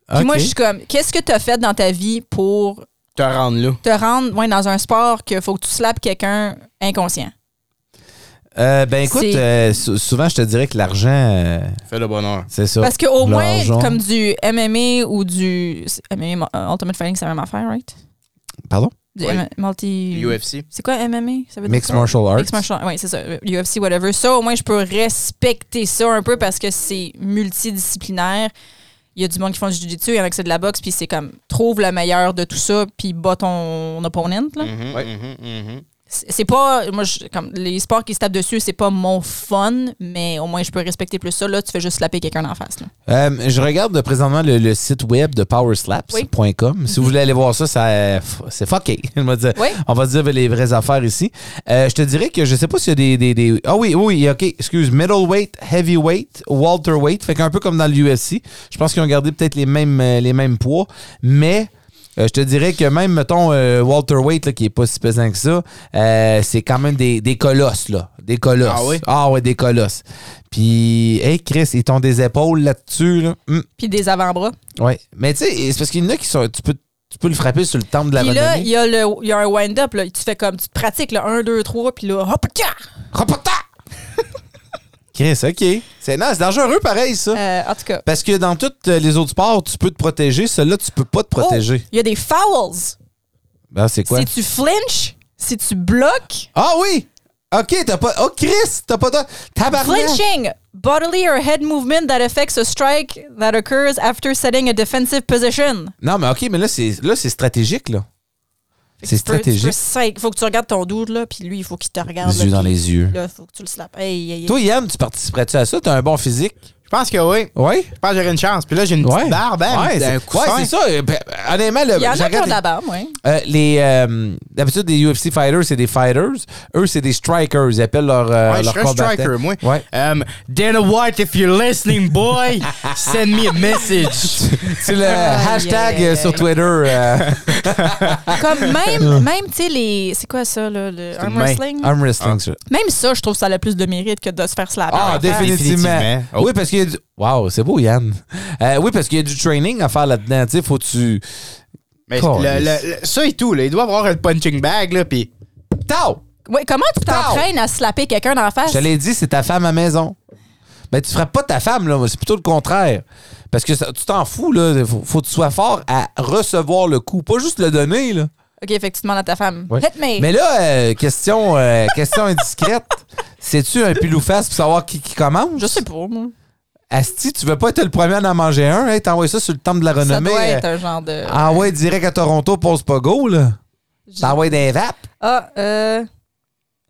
S4: Puis
S2: OK.
S4: moi, je suis comme, qu'est-ce que t'as fait dans ta vie pour
S3: Te rendre là.
S4: te rendre ouais, dans un sport qu'il faut que tu slappes quelqu'un inconscient?
S2: Euh, ben écoute,
S4: C'est-
S2: euh, sou- souvent, je te dirais que l'argent, euh,
S3: Fais le bonheur.
S2: c'est ça.
S4: Parce qu'au moins,
S2: L'argent.
S4: comme du MMA ou du. c'est- MMA, euh, Ultimate Fighting, c'est la même affaire, right?
S2: Pardon?
S4: Du
S3: Oui.
S4: M-
S2: Mm.
S4: multi.
S3: UFC.
S4: C'est quoi MMA? Ça veut dire
S2: Mixed
S4: quoi?
S2: martial arts.
S4: Mixed martial arts, oui, c'est ça. euh, UFC, whatever. Ça, au moins, je peux respecter ça un peu parce que c'est multidisciplinaire. Il y a du monde qui font du jiu-jitsu, il y en a qui c'est de la boxe, puis c'est comme trouve le meilleur de tout ça, puis bat ton opponent. Là. C'est c'est pas. Moi, je- comme les sports qui se tapent dessus, c'est pas mon fun, mais au moins, je peux respecter plus ça. Là, tu fais juste slapper quelqu'un en face. là.
S2: Euh, je regarde présentement le, le site web de powerslaps.com. Si vous voulez aller voir ça, ça euh, f- c'est fucké. On va dire,
S4: Oui.
S2: on va dire les vraies affaires ici. Euh, je te dirais que je sais pas s'il y a des. des- des- Ah oui, oui, OK. Excuse. Middleweight, heavyweight, welterweight. Fait qu'un peu comme dans l'UFC. Je pense qu'ils ont gardé peut-être les mêmes, euh, les mêmes poids. Mais. euh, je te dirais que même, mettons, euh, Walter Waite, là, qui est pas si pesant que ça, euh, c'est quand même des, des colosses, là. Des colosses.
S3: Ah oui?
S2: Ah ouais, des colosses. Puis, hey Chris, ils t'ont des épaules là-dessus, là. Hum.
S4: Puis des avant-bras.
S2: Ouais. Mais tu sais, c'est parce qu'il y en a qui sont. Tu peux, tu peux le frapper sur le temple de la
S4: Puis là, il
S2: renommée.
S4: y, a le- il y a un wind-up. là. Tu fais comme, tu te pratiques le 1, 2, 3, puis là, hop, tcha!
S2: Reporter! Chris, OK. C'est non, c'est dangereux pareil, ça.
S4: Euh, En tout cas.
S2: Parce que dans tous euh, les autres sports, tu peux te protéger. Celui-là, tu peux pas te protéger.
S4: Oh, Il y a des fouls. Oh!
S2: Ben, c'est quoi?
S4: Si tu flinches, si tu bloques,
S2: Ah oui! OK, t'as pas. Oh, Chris, t'as pas. de- Tabarnak!
S4: flinching, bodily or head movement that affects a strike that occurs after setting a defensive position.
S2: Non, mais OK, mais là, c'est là, c'est stratégique, là.
S4: Fait que
S2: C'est
S4: tu peux- tu
S2: stratégique.
S4: peux cinq- faut que tu regardes ton dude, là, puis lui, il faut qu'il te regarde.
S2: Les
S4: là,
S2: yeux dans
S4: puis
S2: les yeux.
S4: Là, faut que tu le slappes. Hey, hey, hey.
S2: Toi, Yann, tu participerais-tu à ça? T'as un bon physique?
S3: Je pense que oui.
S2: Oui?
S3: Je pense que j'aurais une chance. Puis là, j'ai une petite barbe, hein,
S2: ouais,
S3: d'un
S2: c'est
S3: coussin.
S2: ouais, c'est ça. Euh, ben, Honnêtement, le,
S4: Il y en a qui ont
S2: j'arrête-
S4: de la barbe, oui.
S2: Euh, les euh, d'habitude des UFC fighters c'est des fighters eux c'est des strikers ils appellent leur euh,
S3: Ouais, je
S2: leur
S3: serais un
S2: combattant.
S3: striker, moi.
S2: ouais.
S3: Um, Dana White, if you're listening, boy, send me a message.
S2: c'est le hashtag
S4: yeah.
S2: euh, sur Twitter euh, Ah.
S4: Comme même, même tu sais, les. C'est quoi ça, là, le arm
S3: main.
S4: wrestling?
S2: arm wrestling ça.
S4: Même ça, je trouve que ça a le plus de mérite que de se faire slapper.
S2: ah définitivement,
S3: Définitivement. Oh.
S2: oui parce qu'il y a du wow c'est beau Yann Euh, oui parce qu'il y a du training à faire là-dedans tu sais faut que tu
S3: Mais
S2: Calisse.
S3: le- le- le- ça et tout, là, il doit avoir un punching bag, là, puis
S2: Tao!
S4: Ouais, comment tu t'entraînes à slapper quelqu'un d'en face?
S2: je te l'ai dit c'est ta femme à maison mais tu frappes pas ta femme là c'est plutôt le contraire parce que ça- tu t'en fous là faut, faut que tu sois fort à recevoir le coup pas juste le donner là
S4: OK, fait que tu demandes à ta femme.
S2: Ouais.
S4: Hit me.
S2: Mais là, euh, question, euh, question indiscrète. Sais-tu un pilou face pour savoir qui, qui commence?
S4: Je sais pas, moi.
S2: Asti, tu veux pas être le premier à en manger un? Hey, T'envoies ça sur le temple de la
S4: Ça
S2: renommée.
S4: doit être
S2: euh,
S4: un genre de.
S2: Envoie direct à Toronto, pose pas go, là. T'envoies des vapes.
S4: Ah, euh.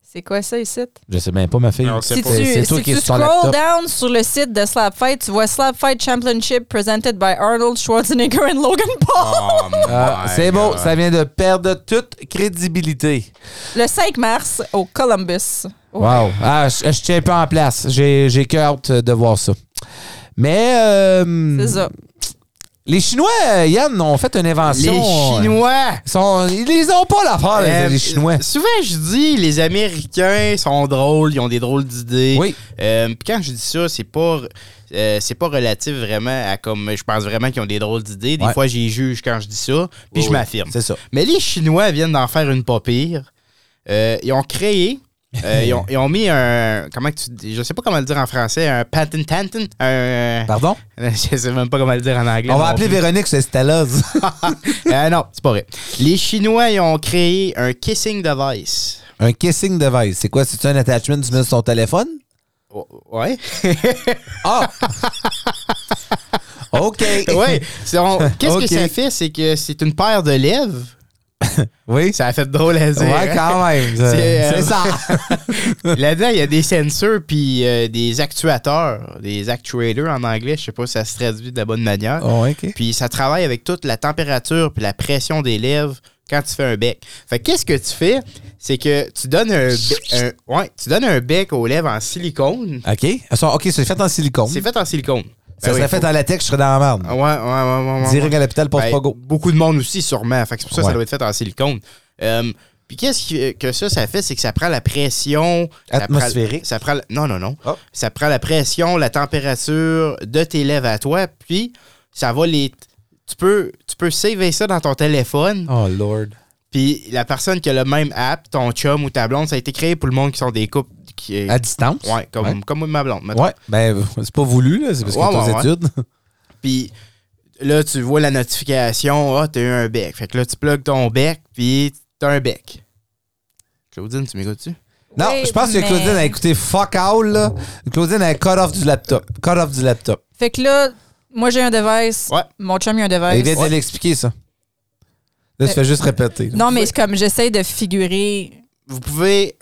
S4: C'est quoi ça ici?
S2: Je sais bien pas, ma fille.
S4: Si tu,
S2: C'est c'est toi
S4: si
S2: qui es
S4: tu
S2: sur ton
S4: scroll
S2: laptop.
S4: down sur le site de Slap Fight, tu vois Slap Fight Championship presented by Arnold Schwarzenegger and Logan Paul.
S2: Ah,
S3: Oh
S2: c'est beau, ça vient de perdre toute crédibilité.
S4: Le 5 mars au Columbus. Oh.
S2: Wow. Ah, je, je tiens pas en place. J'ai j'ai que hâte de voir ça. Mais euh,
S4: C'est ça.
S2: les Chinois, euh, Yann, ont fait une
S3: les
S2: invention. euh,
S3: Chinois.
S2: Ils sont- ils les ont pas l'affaire,
S3: Euh,
S2: les, les Chinois.
S3: Souvent, je dis, les Américains sont drôles, ils ont des drôles d'idées.
S2: Oui.
S3: Euh, puis quand je dis ça, c'est pas, euh, c'est pas relatif vraiment à comme. Je pense vraiment qu'ils ont des drôles d'idées. Des
S2: Ouais.
S3: fois, j'y juge quand je dis ça, puis je m'affirme.
S2: C'est ça.
S3: Mais les Chinois viennent d'en faire une pas pire. Euh, ils ont créé. euh, ils, ont, ils ont mis un. Comment que tu dis Je sais pas comment le dire en français. Un patent. patent un,
S2: Pardon?
S3: je sais même pas comment le dire en anglais.
S2: On va
S3: non
S2: appeler
S3: plus.
S2: Véronique sur Stellas.
S3: Euh, non, c'est pas vrai. Les Chinois, ils ont créé un kissing device.
S2: un kissing device. C'est quoi? C'est un attachment que tu mets sur ton téléphone?
S3: O- Ouais.
S2: Ah! OK.
S3: ouais. C'est- on- Qu'est-ce
S2: Ok.
S3: que ça fait? C'est que c'est une paire de lèvres
S2: Oui.
S3: Ça a fait drôle à dire.
S2: Ouais, quand même. ça-
S3: C'est, euh,
S2: C'est ça.
S3: Là-dedans, il y a des sensors puis euh, des actuateurs, des actuators en anglais, je sais pas si ça se traduit de la bonne manière.
S2: Oh, OK.
S3: Puis ça travaille avec toute la température puis la pression des lèvres quand tu fais un bec. Fait que qu'est-ce que tu fais, c'est que tu donnes un, be- un- ouais, tu donnes un bec aux lèvres en silicone.
S2: OK. Elles sont- OK, c'est fait en silicone.
S3: C'est fait en silicone.
S2: Ça
S3: Ben oui,
S2: serait fait en latex, je serais dans la merde.
S3: faut- Ouais, ouais, ouais, ouais, ouais, ouais.
S2: Direct à l'hôpital pour
S3: Ben,
S2: Pogo.
S3: Beaucoup de monde aussi, sûrement. Fait que c'est pour ça que
S2: Ouais.
S3: ça doit être fait en silicone. Euh, puis qu'est-ce que, que ça, ça fait, c'est que ça prend la pression... ça prend-
S2: Atmosphérique.
S3: Ça prend, la- non, non, non.
S2: Ah.
S3: Ça prend la pression, la température de tes lèvres à toi, puis ça va les... Tu peux, tu peux saver ça dans ton téléphone,
S2: Oh, Lord.
S3: puis la personne qui a le même app, ton chum ou ta blonde, ça a été créé pour le monde qui sont des couples... Qui,
S2: À distance?
S3: ouais, comme,
S2: Ouais.
S3: comme ma blonde, mettons.
S2: Ouais. Ben, c'est pas voulu, là. C'est parce que
S3: Ouais,
S2: t'es aux
S3: ouais, ouais.
S2: études.
S3: Puis là, tu vois la notification, ah, t'as eu un bec. Fait que là, tu plugues ton bec, puis t'as un bec. Claudine, tu m'écoutes-tu?
S2: Non,
S4: Oui,
S2: je pense que
S4: mais-
S2: Claudine a écouté fuck out, là. Claudine a cut off du laptop. Cut off du laptop.
S4: Fait que là, moi j'ai un device.
S3: Ouais.
S4: Mon chum il a un
S2: Elle
S4: device.
S2: vient de l'expliquer, ça. Là, tu fais juste répéter. là.
S4: Euh, Non, mais c'est comme j'essaie de figurer.
S3: Vous pouvez.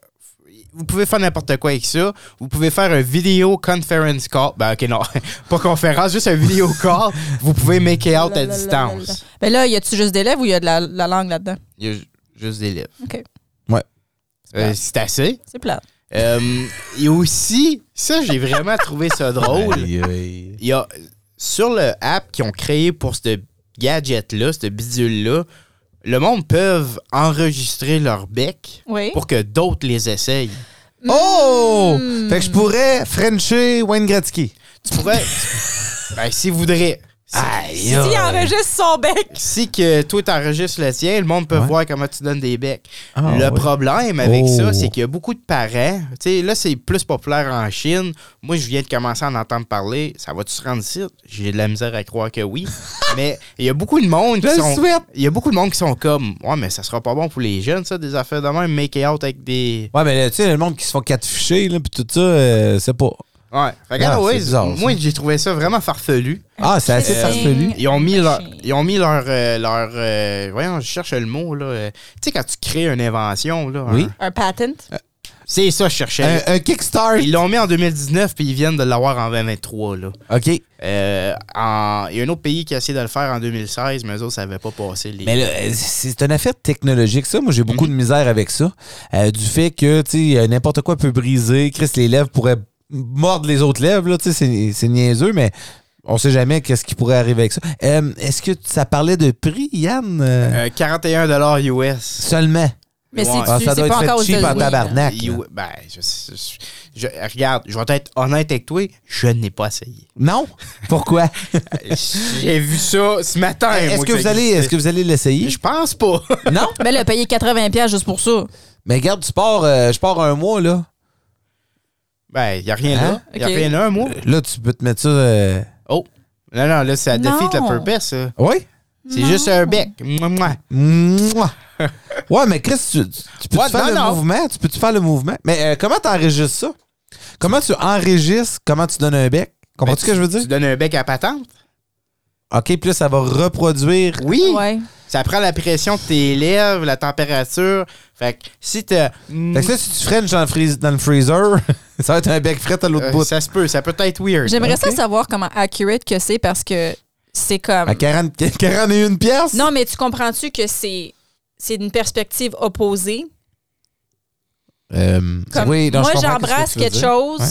S3: Vous pouvez faire n'importe quoi avec ça. Vous pouvez faire un vidéo conference call. Ben, ok, non. Pas conférence, juste un vidéo call. Vous pouvez make it out à distance.
S4: Ben là, y a-tu juste des lèvres ou y a de la, la langue là-dedans?
S3: Il y a ju- juste des livres.
S4: OK.
S2: Ouais.
S3: Euh, c'est assez.
S4: C'est plat.
S3: Euh, et aussi, ça, j'ai vraiment trouvé ça drôle. Il y a sur le app qu'ils ont créé pour ce gadget-là, ce bidule-là, le monde peuvent enregistrer leur bec
S4: Oui.
S3: pour que d'autres les essayent.
S2: Oh!
S4: Hmm.
S2: Fait que je pourrais Frencher Wayne Gretzky.
S3: Tu pourrais. ben, s'ils voudraient. Si-
S2: Ah,
S4: Si il enregistre son bec.
S3: Si que toi t'enregistres le tien, le monde peut
S2: Ouais.
S3: voir comment tu donnes des becs.
S2: Ah,
S3: le
S2: ouais.
S3: problème avec
S2: Oh.
S3: ça, c'est qu'il y a beaucoup de parents. Tu sais, là, c'est plus populaire en Chine. Moi, je viens de commencer à en entendre parler. Ça va-tu se rendre ici? J'ai de la misère à croire que oui. mais il y a beaucoup de monde qui
S2: Je le
S3: sont.
S2: souhaite.
S3: Il y a beaucoup de monde qui sont comme Ouais, mais ça sera pas bon pour les jeunes, ça, des affaires de même, make it out avec des.
S2: Ouais, mais là, tu sais, le monde qui se font quatre fichiers, là, pis tout ça, euh, c'est pas.
S3: Ouais. Fait que,
S2: Ah,
S3: anyways,
S2: c'est bizarre, ça.
S3: moi, j'ai trouvé ça vraiment farfelu.
S2: Ah, c'est assez
S4: Euh,
S2: farfelu.
S3: Ils ont mis leur. Ils ont mis leur. euh, leur euh, voyons, je cherche le mot, là. euh, Tu sais, quand tu crées une invention, là.
S2: Oui. Euh,
S3: hein,
S4: Un patent.
S3: c'est ça, je cherchais.
S2: Un, un Kickstart.
S3: ils l'ont mis en 2019, puis ils viennent de l'avoir en 2023, là.
S2: OK.
S3: Euh, en- Il y a un autre pays qui a essayé de le faire en 2016, mais eux autres, ça n'avait pas passé. Les...
S2: Mais là, euh, c'est c'est une affaire technologique, ça. Moi, j'ai
S3: Mhm.
S2: beaucoup de misère avec ça. Euh, du fait que, tu sais, euh, n'importe quoi peut briser. Chris, les lèvres pourraient mordre les autres lèvres, là. Tu sais, c'est- c'est niaiseux, mais on sait jamais qu'est-ce qui pourrait arriver avec ça. Euh, Est-ce que ça parlait de prix, Yann? Euh,
S3: Euh, 41 US.
S2: Seulement.
S4: Mais
S3: Ouais.
S4: c'est
S2: Ah, ça
S4: c'est
S2: doit
S4: pas
S2: être
S4: encore
S2: fait
S4: aux
S2: cheap en
S4: États-Unis, là.
S2: tabarnak. là.
S3: You- Ben, je, je- je- regarde, je vais être honnête avec toi, je n'ai pas essayé. Euh,
S2: Non? Pourquoi?
S3: J'ai vu ça ce matin.
S2: Est-ce
S3: moi,
S2: que, vous
S3: ça
S2: allez,
S3: existait.
S2: est-ce que vous allez l'essayer?
S3: Je pense pas.
S2: Non?
S4: Mais Ben là, payer 80$ piastres juste pour ça.
S2: Mais regarde, tu pars, euh, je pars un mois, là.
S3: Ben, il n'y a rien
S2: Hein?
S3: là. Il n'y
S4: Ok.
S3: a rien là, moi.
S2: Là, tu peux te mettre ça. euh,
S3: Oh. Non, non, là, ça
S4: Non.
S3: défie le purpose, ça.
S2: Oui?
S3: C'est juste un bec. Mouah, mouah.
S2: Mouah. Ouais, mais Chris, tu, tu- tu peux
S3: Ouais,
S2: faire
S3: non,
S2: le
S3: non.
S2: mouvement? Tu peux-tu faire le mouvement? Mais euh, comment tu enregistres ça? Comment tu enregistres? Comment tu donnes un bec? Comprends-tu ce
S3: Ben,
S2: que je veux
S3: Tu
S2: dire?
S3: donnes un bec à patente?
S2: OK, puis là, ça va reproduire.
S3: Oui.
S4: Ouais.
S3: Ça prend la pression de tes lèvres, la température. Fait que si t'as. mm,
S2: Fait que là, si tu freines dans le, freeze- dans le freezer, ça va être un bec frais à l'autre
S3: Euh,
S2: bout.
S3: ça se peut, ça peut être weird.
S4: J'aimerais ça
S2: Ok.
S4: savoir comment accurate que c'est parce que c'est comme.
S2: À 40, 41 pièces?
S4: Non, mais tu comprends-tu que c'est c'est une perspective opposée?
S2: Euh,
S4: Comme,
S2: oui, non, je comprends
S4: moi,
S2: qu'est-ce
S4: j'embrasse
S2: que tu veux
S4: quelque
S2: dire.
S4: chose
S2: Ouais.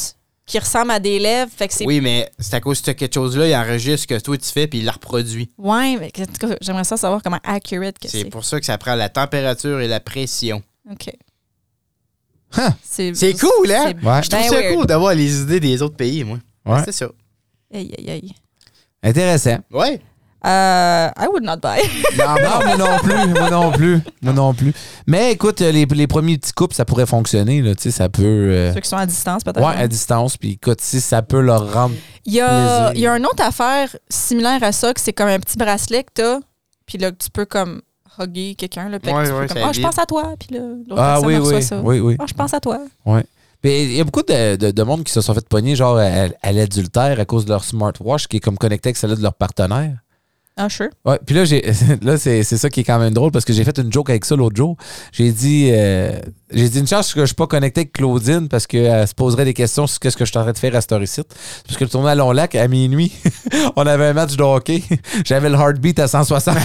S4: qui ressemble à des lèvres. Fait que c'est.
S3: Oui, mais c'est à cause de quelque chose-là, il enregistre ce que toi tu fais puis il la reproduit.
S4: Ouais, mais en tout cas, j'aimerais ça savoir comment accurate que
S3: C'est
S4: c'est.
S3: pour ça que ça prend la température et la pression.
S4: OK.
S2: Huh.
S3: C'est cool, hein?
S4: c'est-
S2: Ouais.
S3: Je trouve
S4: Ben
S3: ça
S4: weird.
S3: cool d'avoir les idées des autres pays, moi.
S2: Ouais.
S3: C'est ça.
S4: Aïe, aïe, aïe.
S2: Intéressant.
S3: Ouais.
S4: Euh, I would not buy.
S2: Non, moi non plus, moi non plus, moi non plus. Mais écoute, les, les premiers petits couples, ça pourrait fonctionner, là, tu sais, ça peut... euh,
S4: Ceux qui sont à distance, peut-être.
S2: ouais, à distance, puis écoute, si ça peut leur rendre...
S4: Il y a,
S2: plaisir.
S4: il y a une autre affaire similaire à ça, que c'est comme un petit bracelet que t'as, puis là, que tu peux comme hugger quelqu'un. là, puis
S3: Ouais,
S4: que tu peux
S3: ouais,
S4: comme,
S3: ça
S4: Ah, je
S3: vibre.
S4: pense à toi. Puis là, l'autre
S2: Ah
S4: personne
S2: oui,
S4: reçoit
S2: oui,
S4: ça.
S2: oui, oui.
S4: Ah, je pense à toi.
S2: Ouais. Mais il y a beaucoup de, de, de monde qui se sont fait pogner, genre, à, à l'adultère à cause de leur smartwatch qui est comme connecté avec celle-là de leur partenaire.
S4: Ah, sure.
S2: Ouais, puis là, j'ai, là c'est, c'est ça qui est quand même drôle parce que j'ai fait une joke avec ça l'autre jour. J'ai dit, euh, j'ai dit une chance que je suis pas connecté avec Claudine parce qu'elle se poserait des questions sur ce que je suis en train de faire à cette heure-ci. Parce que le tournoi à Long Lac, à minuit, on avait un match de hockey. J'avais le heartbeat à 160.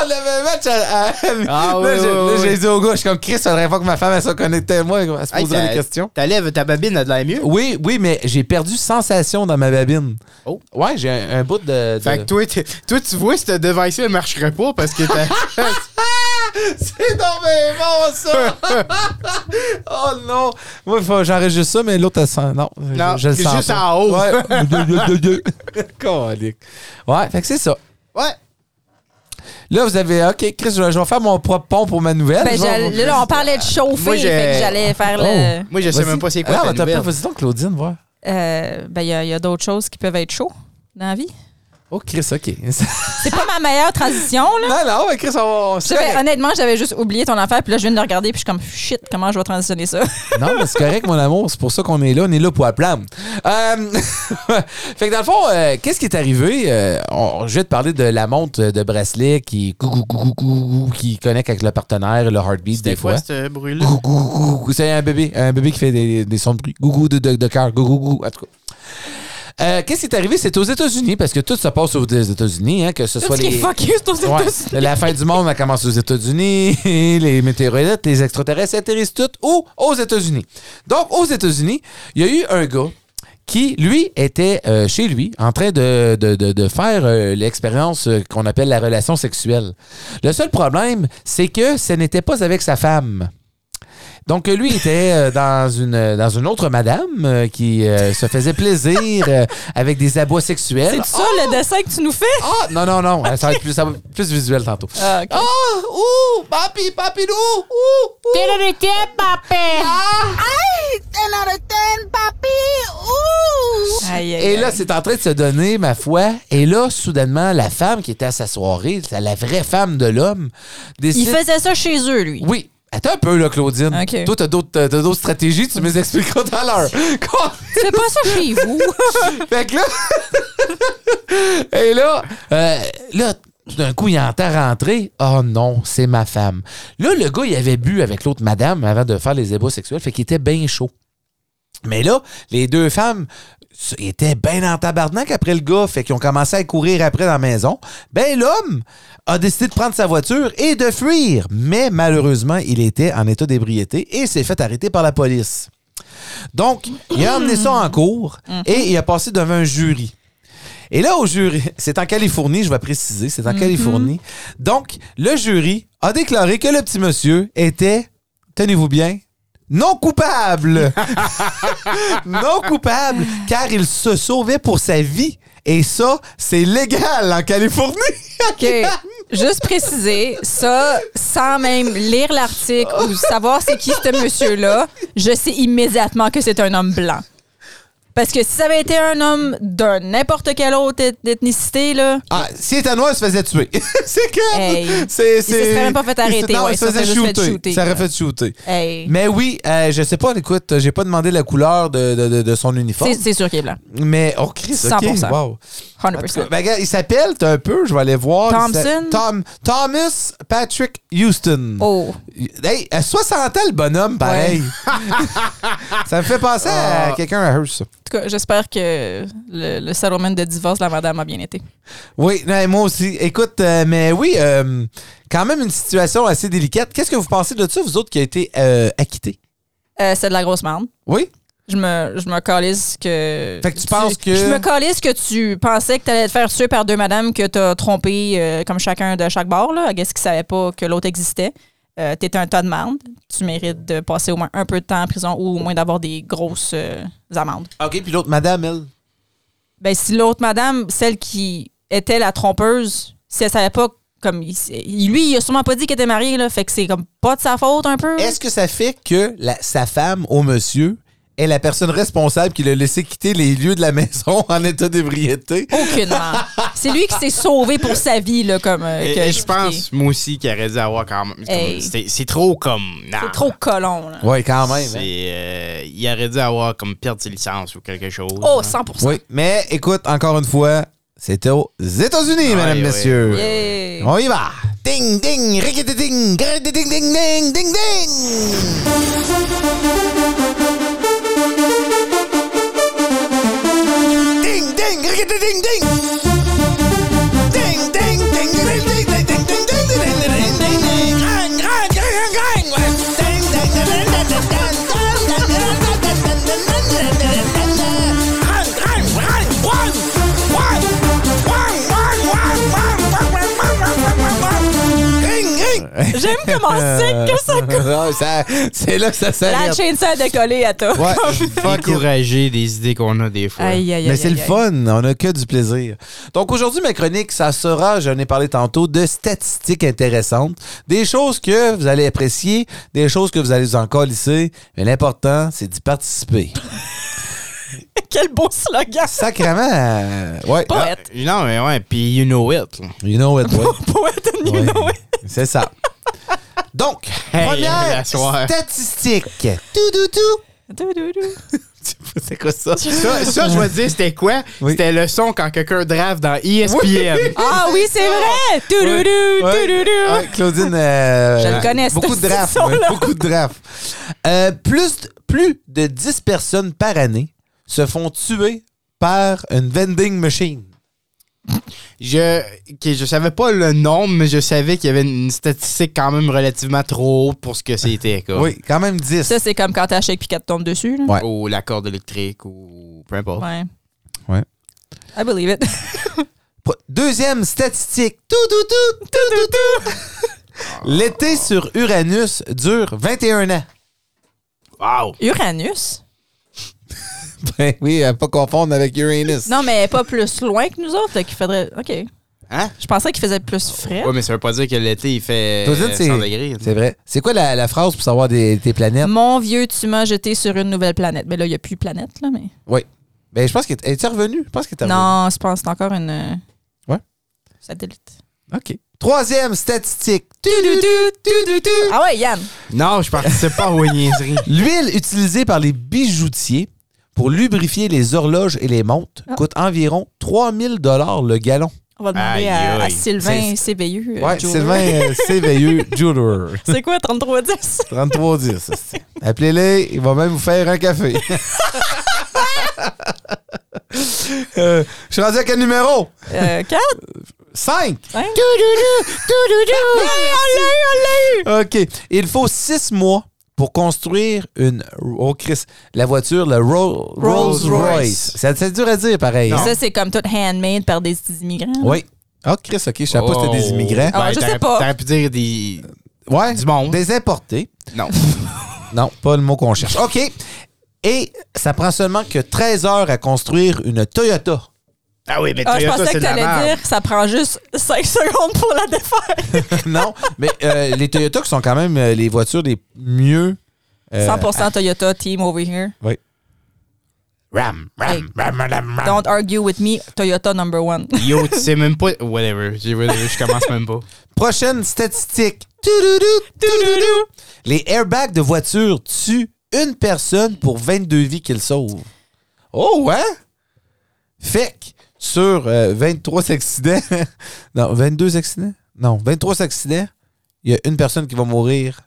S2: On avait un match à. à-
S3: Ah,
S2: là,
S3: oui,
S2: j'ai,
S3: oui,
S2: là,
S3: oui.
S2: j'ai dit au gars, je suis comme Chris, faudrait pas que ma femme elle soit connectée à moi, elle se
S3: Hey,
S2: poserait
S3: ta-
S2: des questions.
S3: Ta lèvre, ta babine a de l'air mieux.
S2: Oui, oui, mais j'ai perdu sensation dans ma babine.
S3: Oh.
S2: Ouais, j'ai un, un bout de. de-
S3: Fait que toi, t'es- toi, tu vois, ce device-là ne marcherait pas parce que t'as.
S2: C'est donc bien bon, ça! oh non! Moi, faut- j'enregistre ça, mais l'autre, elle sent. Non,
S3: Non,
S2: je, je le
S3: c'est
S2: sens.
S3: juste
S2: pas.
S3: en haut.
S2: Ouais. Colique. ouais, fait que c'est ça.
S3: ouais.
S2: Là, vous avez. OK, Chris, je vais, je vais faire mon propre pont pour ma nouvelle.
S4: Ben,
S2: Je vais-
S4: j'allais- là, on parlait de chauffer,
S3: Moi, j'ai-
S4: fait que j'allais faire le.
S3: Moi, je sais
S2: Vas-y.
S3: même pas c'est quoi
S2: Ah,
S3: ta
S2: attends,
S3: nouvelle.
S2: Vas-y donc, Claudine, voir.
S4: Euh, ben, il y a, il y a d'autres choses qui peuvent être chaudes dans la vie.
S2: Oh, Chris, OK.
S4: C'est pas ma meilleure transition, là.
S2: non, non, mais Chris, on on se
S4: J'avais-
S2: correct.
S4: honnêtement, j'avais juste oublié ton affaire, puis là, je viens de le regarder, puis je suis comme shit, comment je vais transitionner ça?
S2: Non, mais c'est correct, mon amour. C'est pour ça qu'on est là. On est là pour la plame. Euh, fait que dans le fond, euh, qu'est-ce qui est arrivé? Euh, on- je vais te parler de la montre de bracelet qui coucou, coucou, coucou, qui connecte avec le partenaire, le heartbeat des fois.
S3: ce bruit-là.
S2: Coucou, coucou, coucou, coucou. C'est un bébé, un bébé qui fait des, des sons de bruit. Gougou de, de, de cœur, gougou, gougou. En tout cas. Euh, Qu'est-ce qui est arrivé? C'est aux États-Unis, parce que tout se passe aux États-Unis, hein, que ce
S4: Tout
S2: soit
S4: ce qui est
S2: les.
S4: fuck you, c'est aux
S2: Ouais.
S4: États-Unis.
S2: La fin du monde, elle commence aux États-Unis. les météorites, les extraterrestres atterrissent toutes ou aux États-Unis. Donc, aux États-Unis, il y a eu un gars qui, lui, était euh, chez lui en train de, de- de- de faire euh, l'expérience euh, qu'on appelle la relation sexuelle. Le seul problème, c'est que ce n'était pas avec sa femme. Donc, euh, lui était euh, dans, une, euh, dans une autre madame euh, qui euh, se faisait plaisir euh, avec des abois sexuels.
S4: C'est ça
S3: Oh!
S4: le dessin que tu nous fais?
S2: Ah, non, non, non. Ça va être plus, ça va être plus visuel tantôt.
S4: Ah, ok.
S2: Ah, ouh, papi, papi, ouh, ouh, ouh.
S4: Aïe, aïe,
S2: Et
S4: aïe.
S2: là, c'est en train de se donner, ma foi. Et là, soudainement, la femme qui était à sa soirée, la- la vraie femme de l'homme,
S4: il
S2: décide.
S4: faisait ça chez eux, lui.
S2: Oui. Attends un peu, là, Claudine.
S4: Ok.
S2: Toi, t'as d'autres, t'as d'autres stratégies, tu me les expliqueras tout à l'heure. Quoi?
S4: C'est pas ça chez vous.
S2: Fait que là. Et là, euh, là, tout d'un coup, il entend rentrer. Oh non, c'est ma femme. Là, le gars, il avait bu avec l'autre madame avant de faire les ébats sexuels, fait qu'il était bien chaud. Mais là, les deux femmes s- étaient bien en tabarnak après le gars, fait qu'ils ont commencé à courir après dans la maison. Ben, l'homme a décidé de prendre sa voiture et de fuir. Mais malheureusement, il était en état d'ébriété et s'est fait arrêter par la police. Donc, il a emmené ça en cours et il a passé devant un jury. Et là, au jury, c'est en Californie, je vais préciser, c'est en
S4: Mhm.
S2: Californie. Donc, le jury a déclaré que le petit monsieur était, tenez-vous bien, non coupable. non coupable, car il se sauvait pour sa vie. Et ça, c'est légal en Californie.
S4: OK. Juste préciser, ça, sans même lire l'article ou savoir c'est qui ce monsieur-là, je sais immédiatement que c'est un homme blanc. Parce que si ça avait été un homme de n'importe quelle autre eth- ethnicité, là,
S2: Ah, si était noir, il se faisait tuer. c'est clair.
S4: Hey.
S2: C'est,
S4: se serait même pas fait arrêter,
S2: Non,
S4: ouais,
S2: il se
S4: ça
S2: faisait
S4: serait juste fait
S2: shooter.
S4: shooter,
S2: Ça aurait
S4: là.
S2: fait shooter.
S4: hey,
S2: Mais oui, euh, je sais pas, écoute, j'ai pas demandé la couleur de, de- de- de son uniforme.
S4: c'est c'est sûr qu'il est blanc.
S2: Mais, oh Chris, ok,
S4: 100%.
S2: wow. En tout
S4: 100%.
S2: cas, ben, regarde, il s'appelle, t'as un peu, je vais aller voir. il
S4: Thompson?
S2: s'appelle Tom, Thomas Patrick Houston.
S4: Oh.
S2: Hey, à 60 ans, le bonhomme, pareil. ça me fait penser
S4: Ah.
S2: à quelqu'un à Hearst.
S4: En tout cas, j'espère que le, le settlement de divorce de la madame a bien été.
S2: Oui, non, moi aussi. Écoute, euh, mais oui, euh, quand même une situation assez délicate. Qu'est-ce que vous pensez de ça, vous autres, qui a été euh, acquitté?
S4: Euh, c'est de la grosse merde.
S2: Oui?
S4: Je me, je me calisse que.
S2: Fait que tu penses que-
S4: Je me calisse que tu pensais que t'allais te faire tuer par deux madames que t'as trompé euh, comme chacun de chaque bord, là. Qu'est-ce qu'ils savaient pas que l'autre existait? Euh, T'es un tas de merde. Tu mérites de passer au moins un peu de temps en prison ou au moins d'avoir des grosses euh, amendes.
S2: OK, puis l'autre madame, elle.
S4: Ben, si l'autre madame, celle qui était la trompeuse, si elle savait pas. Comme il- il- lui, il a sûrement pas dit qu'il était marié, là. Fait que c'est comme pas de sa faute un peu.
S2: Est-ce que ça fait que la- sa femme au monsieur est la personne responsable qui l'a laissé quitter les lieux de la maison en état d'ébriété?
S4: Aucunement. c'est lui qui s'est sauvé pour sa vie, là, comme. euh,
S3: Et,
S4: que
S3: et je
S4: expliqué.
S3: pense, moi aussi, qu'il aurait dû avoir quand même. comme-
S4: Hey.
S3: C'est c'est trop comme. non.
S4: C'est trop colon, là.
S2: Oui, quand même. hein.
S3: C'est, euh, il aurait dû avoir comme perdre ses licences ou quelque chose.
S4: Oh,
S3: là.
S4: 100
S2: Oui, mais écoute, encore une fois, C'était aux États-Unis, mesdames,
S3: oui.
S2: messieurs.
S4: Yay!
S2: On y va. Ding, ding, rikiti ding, ding, ding, ding, ding, ding, ding. Ding, ding, rikiti ding, ding. Ding, ding, ding, ding, ding, ding, ding, ding, ding, ding, ding, ding, ding, ding. Grang, grang, grang, grang, grang. Ding, ding, ding, ding, ding, ding, ding, ding, ding, ding, ding, ding, ding, ding, ding, ding, ding, ding, ding, ding. Grang, grang, grang, grang, grang, grang, grang, grang, grang, grang, grang, grang, grang, grang, grang. Ring, ring.
S4: J'aime comment c'est que ça coupe.
S2: Non, ça- c'est là que ça
S4: La
S2: s'arrête.
S4: chaîne ça a décollé à toi.
S2: Ouais, fuck it.
S3: Encourager des idées qu'on a des fois.
S4: Aïe, aïe, aïe,
S2: Mais c'est
S4: aïe,
S2: le
S4: aïe.
S2: fun, on a que du plaisir. Donc aujourd'hui, ma chronique, ça sera, j'en ai parlé tantôt, de statistiques intéressantes, des choses que vous allez apprécier, des choses que vous allez vous en colisser, mais l'important, c'est d'y participer.
S4: Quel beau slogan.
S2: Sacrement, euh, ouais.
S4: Pas-
S3: Ah, Non, mais ouais, puis you know it.
S2: You know it, boy.
S4: Poète and you
S2: Ouais.
S4: know it.
S2: C'est ça. Donc,
S3: Hey,
S2: première
S3: la soirée.
S2: statistique. Tout, tout, tout.
S4: Dou, dou, dou.
S2: C'est quoi ça?
S3: Ça, ça, je vais te dire, c'était quoi?
S2: Oui.
S3: C'était le son quand quelqu'un draft dans E ESPN.
S4: Ah oui, c'est vrai! Dou, dou, dou,
S2: Ouais.
S4: dou, dou, dou.
S2: Ouais, Claudine, euh,
S4: Je le connais, ce
S2: beaucoup de drafts.
S4: son-là.
S2: ouais, beaucoup de drafts. Euh, plus, plus de 10 personnes par année se font tuer par une vending machine.
S3: Je, ok, je savais pas le nombre, mais je savais qu'il y avait une statistique quand même relativement trop haute pour ce que c'était. quoi.
S2: Oui, quand même 10.
S4: Ça, c'est comme quand ta chèque piquette tombe dessus. Là.
S2: Ouais.
S3: Ou la corde électrique, ou peu importe.
S4: Ouais.
S2: Ouais.
S4: I believe it.
S2: Pro- Deuxième statistique. Tout, tout, tout, tout, tout, tout. L'été sur Uranus dure 21 ans.
S3: Wow!
S4: Uranus?
S2: Ben oui, à pas confondre avec Uranus.
S4: Non, mais pas plus loin que nous autres. fait qu'il faudrait. OK.
S3: Hein?
S4: Je pensais qu'il faisait plus frais.
S3: Ouais, mais ça veut pas dire que l'été, il fait
S2: Claudine,
S3: euh, 100 degrés.
S2: c'est, c'est vrai. C'est quoi la, la phrase pour savoir des, tes planètes?
S4: Mon vieux, tu m'as jeté sur une nouvelle planète. Mais là, il n'y a plus de planète, là. Mais...
S2: Oui. Ben, je pense qu'elle est revenue. Je pense qu'elle est revenue.
S4: Non, je pense que c'est encore une. euh,
S2: Ah Ouais.
S4: Satellite.
S2: OK. Troisième statistique. Tu, tu, tu, tu, tu.
S4: Ah ouais, Yann.
S3: Non, je participe pas aux niaiseries.
S2: L'huile utilisée par les bijoutiers pour lubrifier les horloges et les montres
S4: Ah.
S2: coûte environ 3000 dollars le gallon.
S4: On va demander
S3: Aïe,
S4: à, à
S3: aïe.
S4: Sylvain CBU. euh,
S2: Ouais,
S4: Joe.
S2: Sylvain euh, Séveilleux, jeweler.
S4: C'est quoi, 3310?
S2: 3310. ça, c'est- Appelez-les, il va même vous faire un café. Euh, je suis rendu à quel numéro?
S4: Euh, 4?
S2: 5!
S4: Hein?
S2: OK. Il faut six mois pour construire une. Oh, Chris. La voiture, le Ro-
S4: Rolls-Royce.
S2: Rolls-Royce. Ça, c'est dur à dire, pareil. hein?
S4: Ça, c'est comme tout handmade par des immigrants. là.
S2: Oui. Ah, Chris, OK. Je savais pas que c'était des
S3: Oh.
S2: immigrants.
S4: Ah, je
S3: t'aurais-
S4: sais pas.
S3: T'aurais pu dire des.
S2: Ouais.
S3: Du monde.
S2: Des importés.
S3: Non.
S2: Non, pas le mot qu'on cherche. OK. Et ça prend seulement que 13 heures à construire une Toyota.
S3: Ah oui, mais
S4: Ah, je
S3: Toyota,
S4: pensais
S3: c'est
S4: que
S3: de la
S4: t'allais
S3: merde.
S4: dire que ça prend juste 5 secondes pour la défaire.
S2: non, mais euh, les Toyota qui sont quand même euh, les voitures les mieux. euh,
S3: ah.
S4: 100% Toyota team over here.
S3: Ram, ram,
S4: Hey.
S3: ram, ram, ram.
S4: Don't argue with me, Toyota number one.
S3: Yo, tu sais même pas. Whatever. J'ai- Je commence même pas.
S2: Prochaine statistique. Toudoudou, toudoudou. Les airbags de voiture tuent une personne pour 22 vies qu'ils sauvent. Oh, ouais? Fait que sur euh, 23 accidents, non, 22 accidents? Non, 23 accidents, il y a une personne qui va mourir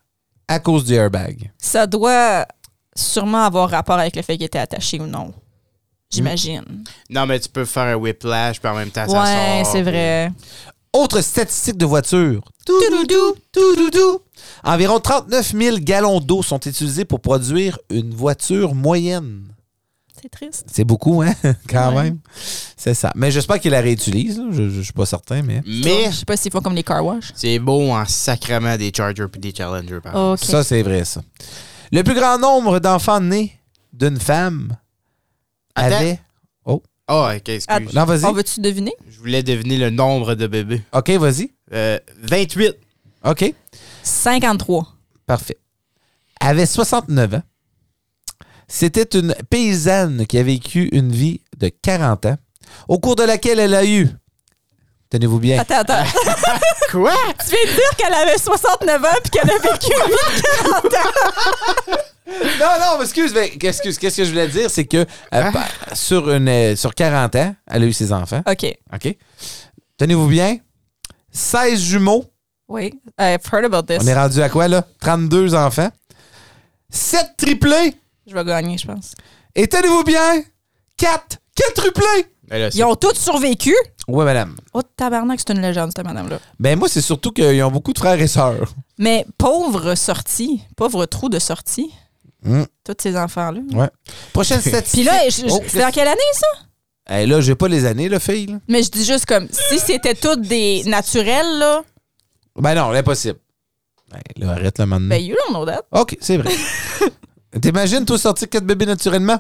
S2: à cause du airbag.
S4: Ça doit sûrement avoir rapport avec le fait qu'il était attaché ou non. J'imagine.
S3: Non, mais tu peux faire un whiplash, puis en même temps, Hmm. ça sort.
S4: Ouais, c'est vrai.
S2: Autre statistique de voiture. Toudoudou, toudoudou. Environ 39 000 gallons d'eau sont utilisés pour produire une voiture moyenne.
S4: C'est triste.
S2: C'est beaucoup, hein, quand
S4: Ouais.
S2: même. C'est ça. Mais j'espère qu'il la réutilise. là. Je, je, je suis pas certain, mais.
S3: Mais
S4: Je sais pas s'ils font comme les car wash.
S3: c'est beau en sacrement des Chargers puis des Challengers. par exemple.
S4: OK.
S2: Ça, c'est vrai, ça. Le plus grand nombre d'enfants nés d'une femme
S3: Attends.
S2: avait.
S3: Ah, ok, excuse.
S2: Non, vas-y.
S4: On veut-tu deviner?
S3: Je voulais deviner le nombre de bébés.
S2: OK, vas-y.
S3: Euh, 28.
S2: OK.
S4: 53.
S2: Parfait. Avait 69 ans. C'était une paysanne qui a vécu une vie de 40 ans, au cours de laquelle elle a eu. Tenez-vous bien.
S4: Attends, attends.
S3: Quoi?
S4: tu viens de dire qu'elle avait 69 ans puis qu'elle a vécu 40 ans.
S2: Non, non, excuse, mais qu'est-ce que, qu'est-ce que je voulais dire, c'est que euh, pa- sur, une, euh, sur 40 ans, elle a eu ses enfants.
S4: OK.
S2: OK? Tenez-vous bien. 16 jumeaux.
S4: Oui. I've heard about this.
S2: On est rendu à quoi, là? 32 enfants. 7 triplés.
S4: Je vais gagner, je pense.
S2: Et tenez-vous bien. 4 quadruplés.
S3: Mais Ben là, c'est-
S4: Ils ont tous survécu.
S2: Oui, madame.
S4: Oh, tabarnak, c'est une légende, cette madame-là.
S2: Ben moi, c'est surtout qu'ils ont beaucoup de frères et sœurs.
S4: Mais pauvre sortie, pauvre trou de sortie.
S2: Hmm.
S4: Tous ces enfants-là.
S2: Ouais. Prochaine statistique.
S4: Puis là, je- je-
S2: Oh,
S4: c'est en quelle année, ça?
S2: Hey, là, j'ai pas les années, là, fille. là.
S4: Mais je dis juste comme, si c'était toutes des naturels, là,
S2: Ben non, l'impossible. Ben, là, arrête le maintenant.
S4: ben, you don't know that.
S2: OK, c'est vrai. T'imagines, toi, sortir quatre bébés naturellement?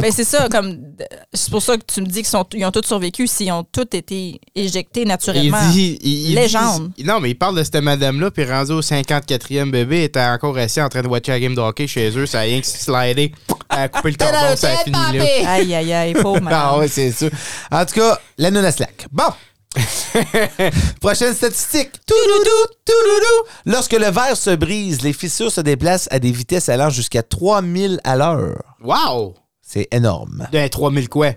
S4: Ben, c'est ça, comme, euh, c'est pour ça que tu me dis qu'ils sont- ils ont tous survécu s'ils ont tous été éjectés naturellement.
S3: Il dit, il- il
S4: Légende.
S3: dit- non, mais il parle de cette madame-là, puis rendu au 54e bébé, était encore assis en train de watcher la game de hockey chez eux, ça a rien que slidé, à couper le cordon, ça a fini là.
S4: Aïe, aïe, aïe, pauvre
S3: Ah
S4: madame.
S3: ouais, c'est sûr.
S2: En tout cas, la nonne à slack. Bon! Prochaine statistique. Touloudou, touloudou. Lorsque le verre se brise, les fissures se déplacent à des vitesses allant jusqu'à 3000 à l'heure.
S3: Wow!
S2: C'est énorme.
S3: D'un 3000 quoi?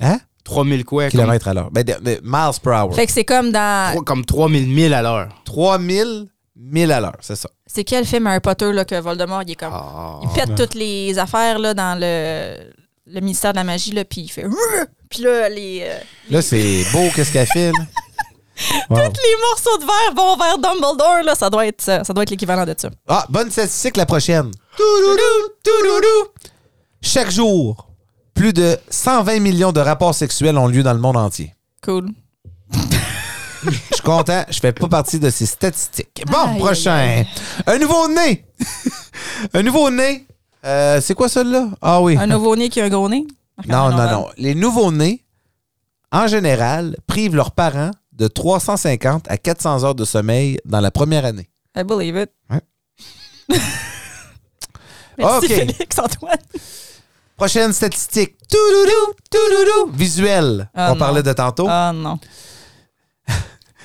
S2: Hein?
S3: 3000 quoi? Comme,
S2: Kilomètres à l'heure. Ben, de- de- miles per hour.
S4: Fait que c'est comme dans.
S3: trois- comme 3000 milles à l'heure.
S2: 3000, 1000 à l'heure, c'est ça.
S4: C'est quel film Harry Potter là, que Voldemort, il est comme. Il pète toutes les affaires là, dans le, le ministère de la magie, là, puis il fait. Puis là, les, euh,
S2: Là, c'est beau, qu'est-ce qu'elle fait, là? Wow.
S4: les morceaux de verre vont vers Dumbledore, là, ça doit être euh, ça. Ça doit être l'équivalent de ça.
S2: Ah, bonne statistique, la prochaine. Touloulou, touloulou. Chaque jour, plus de 120 millions de rapports sexuels ont lieu dans le monde entier.
S4: Cool.
S2: Je suis content, je fais pas partie de ces statistiques. Bon,
S4: Aïe,
S2: prochain.
S4: aïe,
S2: Un nouveau-né. un nouveau-né. Euh, c'est quoi celui-là? Ah oui.
S4: Un nouveau-né qui a un gros nez?
S2: Non, non, non. Les nouveaux-nés, en général, privent leurs parents de 350 à 400 heures de sommeil dans la première année.
S4: I believe it.
S2: Ouais.
S4: Merci
S2: Ok.
S4: Félix-Antoine.
S2: Prochaine statistique. Touloulou, touloulou. Visuel.
S4: Ah,
S2: on
S4: non.
S2: parlait de tantôt.
S4: Ah non.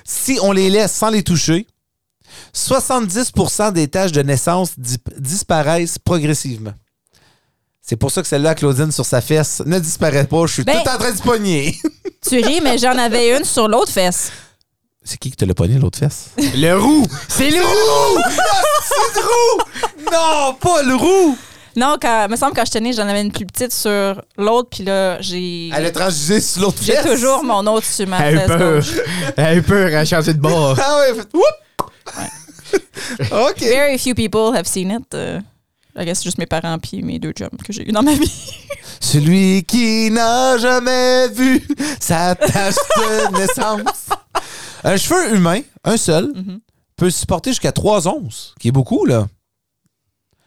S2: Si on les laisse sans les toucher, 70 des tâches de naissance di- disparaissent progressivement. C'est pour ça que celle-là, Claudine, sur sa fesse, ne disparaît pas. Je suis
S4: Ben-
S2: tout en train de pogner.
S4: Tu ris, mais j'en avais une sur l'autre fesse.
S2: C'est qui qui te l'a pogné, l'autre fesse?
S3: Le roux! C'est le roux!
S2: C'est le Oh, roux! Non, pas le roux!
S4: Non, quand, me semble que quand je tenais, j'en avais une plus petite sur l'autre, puis là, j'ai.
S2: Elle a transgé sur l'autre
S4: J'ai
S2: fesse.
S4: toujours mon autre sur ma
S3: Elle a eu
S4: fesse
S3: peur.
S4: gauche.
S3: Elle a eu peur, elle a changé de bord.
S2: Ah ouais, fait- Oups! OK.
S4: Very few people have seen it. Euh, I guess c'est juste mes parents puis mes deux jumps que j'ai eu dans ma vie.
S2: Celui qui n'a jamais vu sa tache de naissance. Un cheveu humain, un seul,
S4: Mhm.
S2: peut supporter jusqu'à 3 onces, qui est beaucoup, là.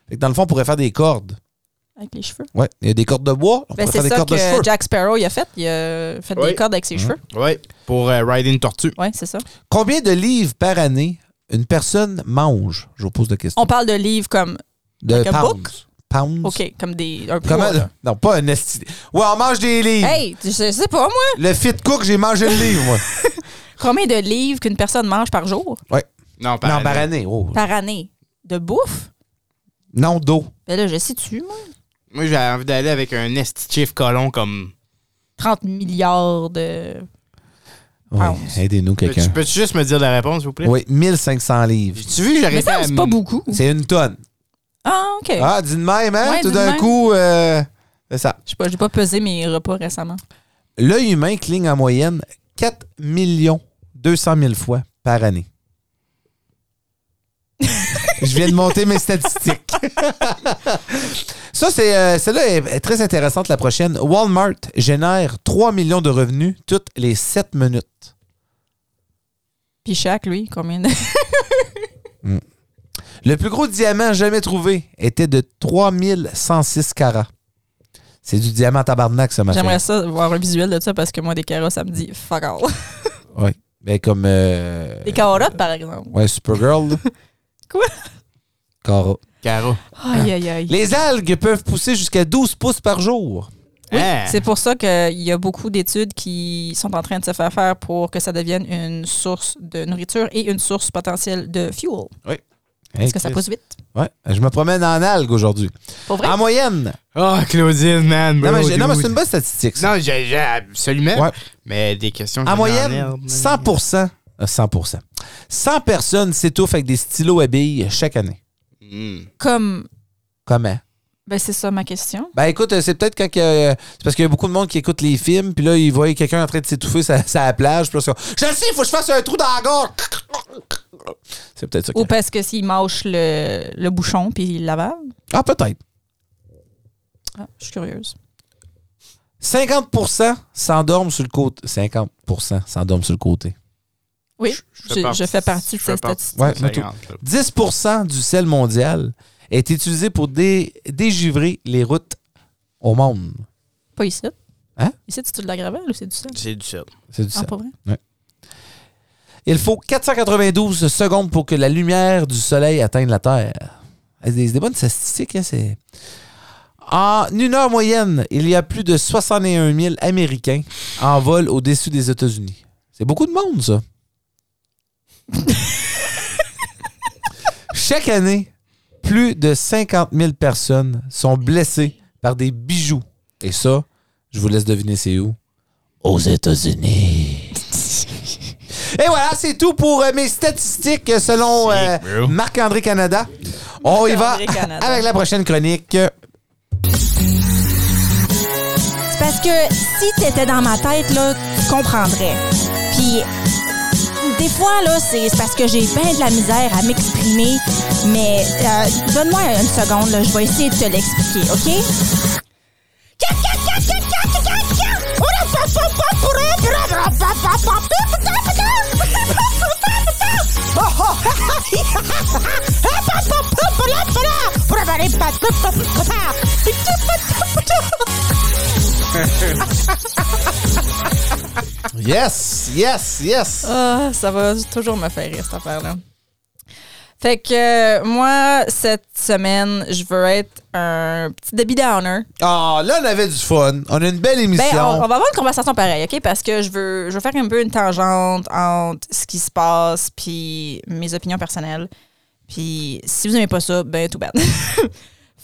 S2: Fait que dans le fond, on pourrait faire des cordes.
S4: Avec les cheveux.
S2: Ouais, il y a des cordes de bois, on pourrait
S4: Ben,
S2: faire des
S4: c'est ça
S2: cordes de
S4: que
S2: cheveux.
S4: Jack Sparrow il a fait. Il a fait
S3: Oui.
S4: des cordes avec ses cheveux.
S3: Ouais, pour euh, rider une tortue.
S4: Ouais, c'est ça.
S2: Combien de livres par année une personne mange? Je vous pose la question.
S4: On parle de livres comme.
S2: de
S4: like a book?
S2: pounds. Pounds.
S4: OK, comme des. Un poids,
S2: Comment?
S4: là.
S2: Non, pas un esti. Ouais, on mange des livres.
S4: Hey, je sais pas, moi.
S2: Le fit cook, j'ai mangé le livre, moi.
S4: Combien de livres qu'une personne mange par jour,
S3: Non,
S2: non,
S3: par
S2: par
S3: année.
S2: année. oh.
S4: par année? De bouffe?
S2: Non, d'eau.
S4: Ben là, je sais-tu, moi.
S3: Moi, j'ai envie d'aller avec un esti chief colon comme.
S4: 30 milliards de. Pounds.
S2: Aidez-nous,
S3: Peux-tu
S2: quelqu'un.
S3: peux-tu juste me dire la réponse, s'il vous plaît?
S2: Oui, 1500 livres.
S3: Tu vu, j'aurais
S4: Mais ça,
S3: fait à
S4: c'est pas beaucoup.
S2: C'est une tonne.
S4: Ah, OK.
S2: Ah, dis de même, hein?
S4: Ouais,
S2: Tout
S4: dis de
S2: d'un
S4: même.
S2: coup, euh, c'est ça.
S4: Je sais pas, j'ai pas pesé mes repas récemment.
S2: L'œil humain cligne en moyenne 4 millions 200 000 fois par année. Je viens de monter mes statistiques. ça, c'est, euh, celle-là est, est très intéressante, la prochaine. Walmart génère 3 millions de revenus toutes les 7 minutes.
S4: Puis chaque, lui, combien de.
S2: Le plus gros diamant jamais trouvé était de 3106 carats. C'est du diamant tabarnak, ça, ma
S4: J'aimerais
S2: fille.
S4: ça voir un visuel de ça parce que moi, des carats, ça me dit fuck all.
S2: Oui. Ben, comme. euh,
S4: Des carottes, par exemple.
S2: Ouais, Supergirl. là.
S4: Quoi?
S2: Cara.
S3: Caro.
S4: Aïe, aïe, aïe.
S2: Les algues peuvent pousser jusqu'à 12 pouces par jour.
S4: Oui,
S3: Ah.
S4: c'est pour ça qu'il y a beaucoup d'études qui sont en train de se faire faire pour que ça devienne une source de nourriture et une source potentielle de fuel. Est-ce que ça pousse vite?
S2: Ouais. Je me promène en algues aujourd'hui.
S4: Pour vrai?
S2: En moyenne.
S3: Oh, Claudine, man.
S2: Non,
S3: bro,
S2: mais, j'ai- non, mais c'est
S3: dude.
S2: une bonne statistique. ça.
S3: Non, j'ai, j'ai- absolument.
S2: Ouais.
S3: Mais des questions.
S2: En
S3: que j'ai
S2: moyenne,
S3: herbe,
S2: 100 euh, 100 100 personnes s'étouffent avec des stylos à billes chaque année.
S3: Mm.
S4: Comme.
S2: Comment?
S4: Ben, c'est ça ma question.
S2: Ben écoute, euh, c'est peut-être quand que, euh, c'est parce qu'il y a beaucoup de monde qui écoute les films, puis là, ils voient quelqu'un en train de s'étouffer sur sur la plage, puis là, ils sont, Je le sais, il faut que je fasse un trou dans la gorge! C'est peut-être ça. qui
S4: Ou parce que s'il mâche le, le bouchon puis il l'avale.
S2: arrive. Ah, peut-être.
S4: Ah, je suis curieuse.
S2: 50 s'endorment sur le côté. 50 s'endorment sur le côté.
S4: Oui,
S3: Je
S4: je,
S3: partie-
S4: je fais partie de
S3: je
S4: ces
S3: fais partie
S4: statistiques.
S2: Ouais,
S3: de
S2: mais
S3: la
S2: tout.
S3: grande club.
S2: 10 du sel mondial est utilisé pour dé- dégivrer les routes au monde.
S4: Pas ici.
S2: Hein?
S4: Ici, c'est de la gravelle ou c'est du sel?
S3: C'est du sel.
S2: C'est du
S4: Ah,
S2: sel.
S4: pas vrai?
S2: Il faut 492 secondes pour que la lumière du soleil atteigne la Terre. C'est des, c'est des bonnes statistiques, hein, c'est... En une heure moyenne, il y a plus de 61 000 Américains en vol au-dessus des États-Unis. C'est beaucoup de monde, ça. Chaque année, plus de 50 000 personnes sont blessées par des bijoux. Et ça, je vous laisse deviner c'est où. Aux États-Unis. Et voilà, c'est tout pour euh, mes statistiques euh, selon euh,
S3: bro.
S2: Marc-André Canada. On y va
S4: Marc-André Canada.
S2: avec la prochaine chronique.
S1: C'est parce que si t'étais dans ma tête, là, tu comprendrais. Puis, des fois, là, c'est c'est parce que j'ai bien de la misère à m'exprimer, mais euh, donne-moi une seconde, là, je vais essayer de te l'expliquer, OK?
S2: Yes, yes, yes.
S4: Ah, ça va toujours me faire rire, cette affaire-là. Fait que euh, moi, cette semaine, je veux être un petit débit downer.
S2: Ah, là, on avait du fun. On a une belle émission.
S4: Ben, on, on va avoir une conversation pareille, OK? Parce que je veux, je veux faire un peu une tangente entre ce qui se passe puis mes opinions personnelles. Puis si vous n'aimez pas ça, ben, tout bad.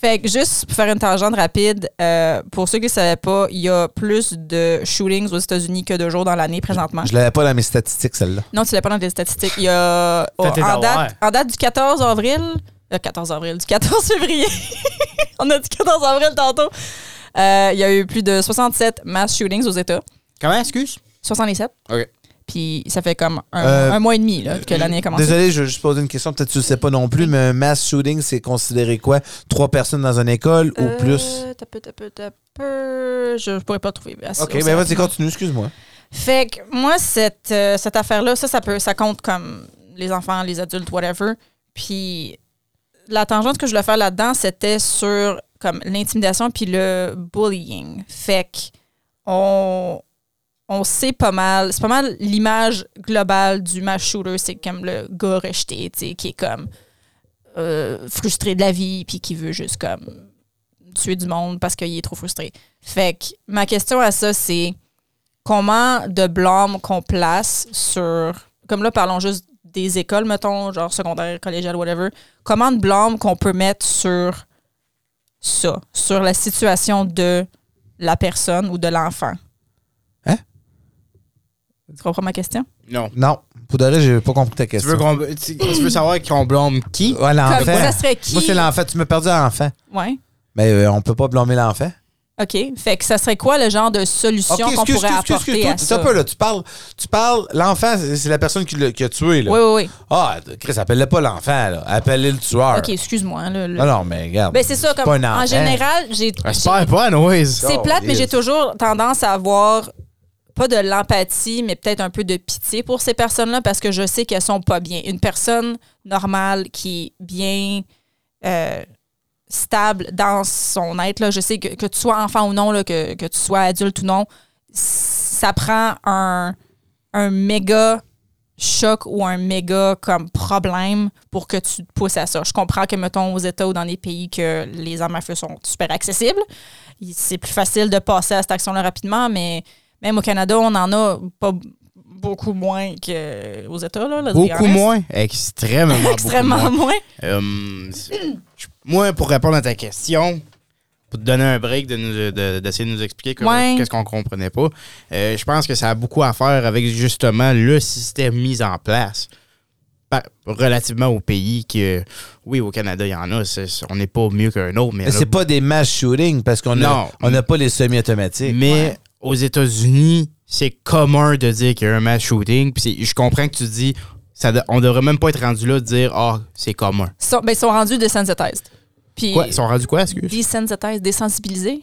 S4: fait que juste pour faire une tangente rapide, euh, pour ceux qui ne savaient pas, il y a plus de shootings aux États-Unis que de jours dans l'année présentement.
S2: Je l'avais pas dans mes statistiques, celle-là.
S4: Non, tu l'as pas dans les statistiques. Il y a. oh,
S3: T'as tes
S4: en,
S3: horaires.
S4: date, en date du 14 avril. Le 14 avril, du 14 février. On a dit 14 avril tantôt. Euh, il y a eu plus de 67 mass shootings aux États.
S3: Comment, excuse?
S4: 67.
S3: OK.
S4: Puis ça fait comme un,
S2: Euh,
S4: un mois et demi là, que l'année a commencé.
S2: Désolé, je vais juste poser une question. Peut-être que tu le sais pas non plus, mais un mass shooting, c'est considéré quoi? Trois personnes dans une école
S4: Euh,
S2: ou plus?
S4: t'as peu, t'as peu, t'as peu. Je, je pourrais pas trouver. assez-
S2: OK,
S4: aussi
S2: ben vas-y,
S4: rapidement.
S2: continue, excuse-moi.
S4: Fait que moi, cette, euh, cette affaire-là, ça, ça peut, ça compte comme les enfants, les adultes, whatever. Puis la tangente que je voulais faire là-dedans, c'était sur comme l'intimidation puis le bullying. Fait que on, on sait pas mal, c'est pas mal l'image globale du mass shooter, c'est comme le gars rejeté, tu sais, qui est comme euh, frustré de la vie puis qui veut juste comme tuer du monde parce qu'il est trop frustré. Fait que ma question à ça, c'est comment de blâme qu'on place sur. Comme là, parlons juste des écoles, mettons, genre secondaire, collégiale, whatever. Comment de blâme qu'on peut mettre sur ça, sur la situation de la personne ou de l'enfant?
S2: Hein?
S4: Tu comprends ma question?
S3: Non.
S2: Non, pour de vrai, j'ai pas compris ta
S3: Tu veux,
S2: question.
S3: qu'on- tu- tu veux savoir qu'on blâme qui?
S2: Ouais, l'enfant.
S4: Comme, ça serait qui?
S2: Moi, c'est l'enfant. Tu me perdu à l'enfant.
S4: Ouais.
S2: Mais euh, on peut pas blâmer l'enfant.
S4: OK. Fait que ça serait quoi le genre de solution
S2: OK,
S4: qu'on
S2: excuse,
S4: pourrait
S2: excuse,
S4: apporter
S2: excuse, excuse.
S4: à ça?
S2: un peu, là. Tu parles, tu parles l'enfant, c'est c'est la personne qui, l'a- qui a tué, là.
S4: oui, oui, oui.
S2: Ah, Chris, appelle-le pas l'enfant, là. Appelle-le le tueur.
S4: OK, excuse-moi. là, le-
S2: Non, non, mais regarde.
S4: Ben, c'est ça,
S2: Ah, pas
S4: comme
S2: un enfant.
S4: en général, j'ai
S3: J'espère Ah, pas, Noise.
S4: C'est
S2: Oh,
S4: plate, mais
S2: yes.
S4: j'ai toujours tendance à avoir pas de l'empathie, mais peut-être un peu de pitié pour ces personnes-là parce que je sais qu'elles sont pas bien. Une personne normale qui est bien euh, stable dans son être, là, je sais que, que tu sois enfant ou non, là, que, que tu sois adulte ou non, ça prend un, un méga choc ou un méga comme problème pour que tu te pousses à ça. Je comprends que, mettons, aux États ou dans des pays que les armes à feu sont super accessibles, il- c'est plus facile de passer à cette action-là rapidement, mais même au Canada, on en a pas beaucoup moins qu'aux États, là. Las
S3: Beaucoup
S4: Vegas.
S3: moins. Extrêmement beaucoup
S4: Extrêmement
S3: moins.
S4: moins.
S3: Euh, c'est- je- moi, pour répondre à ta question, pour te donner un break de nous- de- d'essayer de, nous expliquer que-
S4: Ouais.
S3: qu'est-ce qu'on comprenait pas, euh, je pense que ça a beaucoup à faire avec justement le système mis en place par- relativement au pays que, oui, au Canada, il y en a, c'est- on n'est pas mieux qu'un autre, mais,
S2: Mais c'est pas des mass shootings parce qu'on a,
S3: Non.
S2: on n'a pas les semi-automatiques.
S4: Mm.
S3: mais aux États-Unis, c'est commun de dire qu'il y a un mass shooting, puis c'est- je comprends que tu dis, ça, de- on devrait même pas être rendu là de dire, ah, c'est commun.
S4: Ils sont, ben, ils sont rendus désensitized. Puis,
S3: Quoi? Ils sont rendus quoi, excuse?
S4: désensitized, désensibilisés.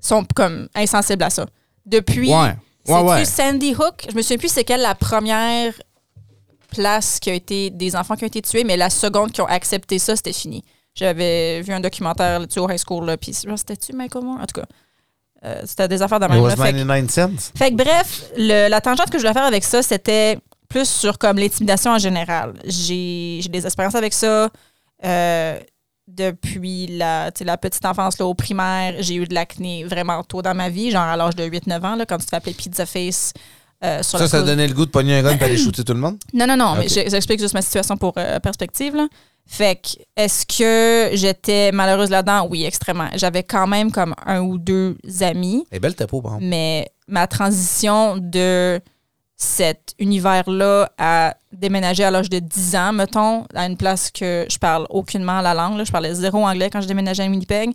S4: Ils sont comme insensibles à ça. Depuis.
S3: Ouais. Ouais,
S4: C'est-tu
S3: ouais.
S4: Sandy Hook. Je me souviens plus c'est quelle la première place qui a été des enfants qui ont été tués, mais la seconde qui ont accepté ça, c'était fini. J'avais vu un documentaire là-dessus au high school, là, puis genre, c'était-tu Michael Moore? En tout cas, euh, c'était des affaires de
S2: It
S4: même. là.
S2: was
S4: Fait que-
S2: 99 cents.
S4: fait que bref, le- la tangente que je voulais faire avec ça, c'était plus sur comme l'intimidation en général. J'ai j'ai des expériences avec ça euh, depuis la, tu sais, la petite enfance, là, au primaire. J'ai eu de l'acné vraiment tôt dans ma vie, genre à l'âge de 8-9 ans, là, quand tu te fais appeler Pizza Face. euh, sur
S2: Ça,
S4: la
S2: ça
S4: cause-
S2: donnait le goût de pogner un gun et aller shooter tout le monde?
S4: Non, non, non, mais
S2: Ok.
S4: j'ai- j'explique juste ma situation pour euh, perspective. Là. Fait que, est-ce que j'étais malheureuse là-dedans? Oui, extrêmement. J'avais quand même comme un ou deux amis
S2: Elle est belle ta peau, par contre.
S4: mais ma transition de cet univers-là à déménager à l'âge de 10 ans, mettons, à une place que je parle aucunement la langue, là. je parlais zéro anglais quand je déménageais à Winnipeg.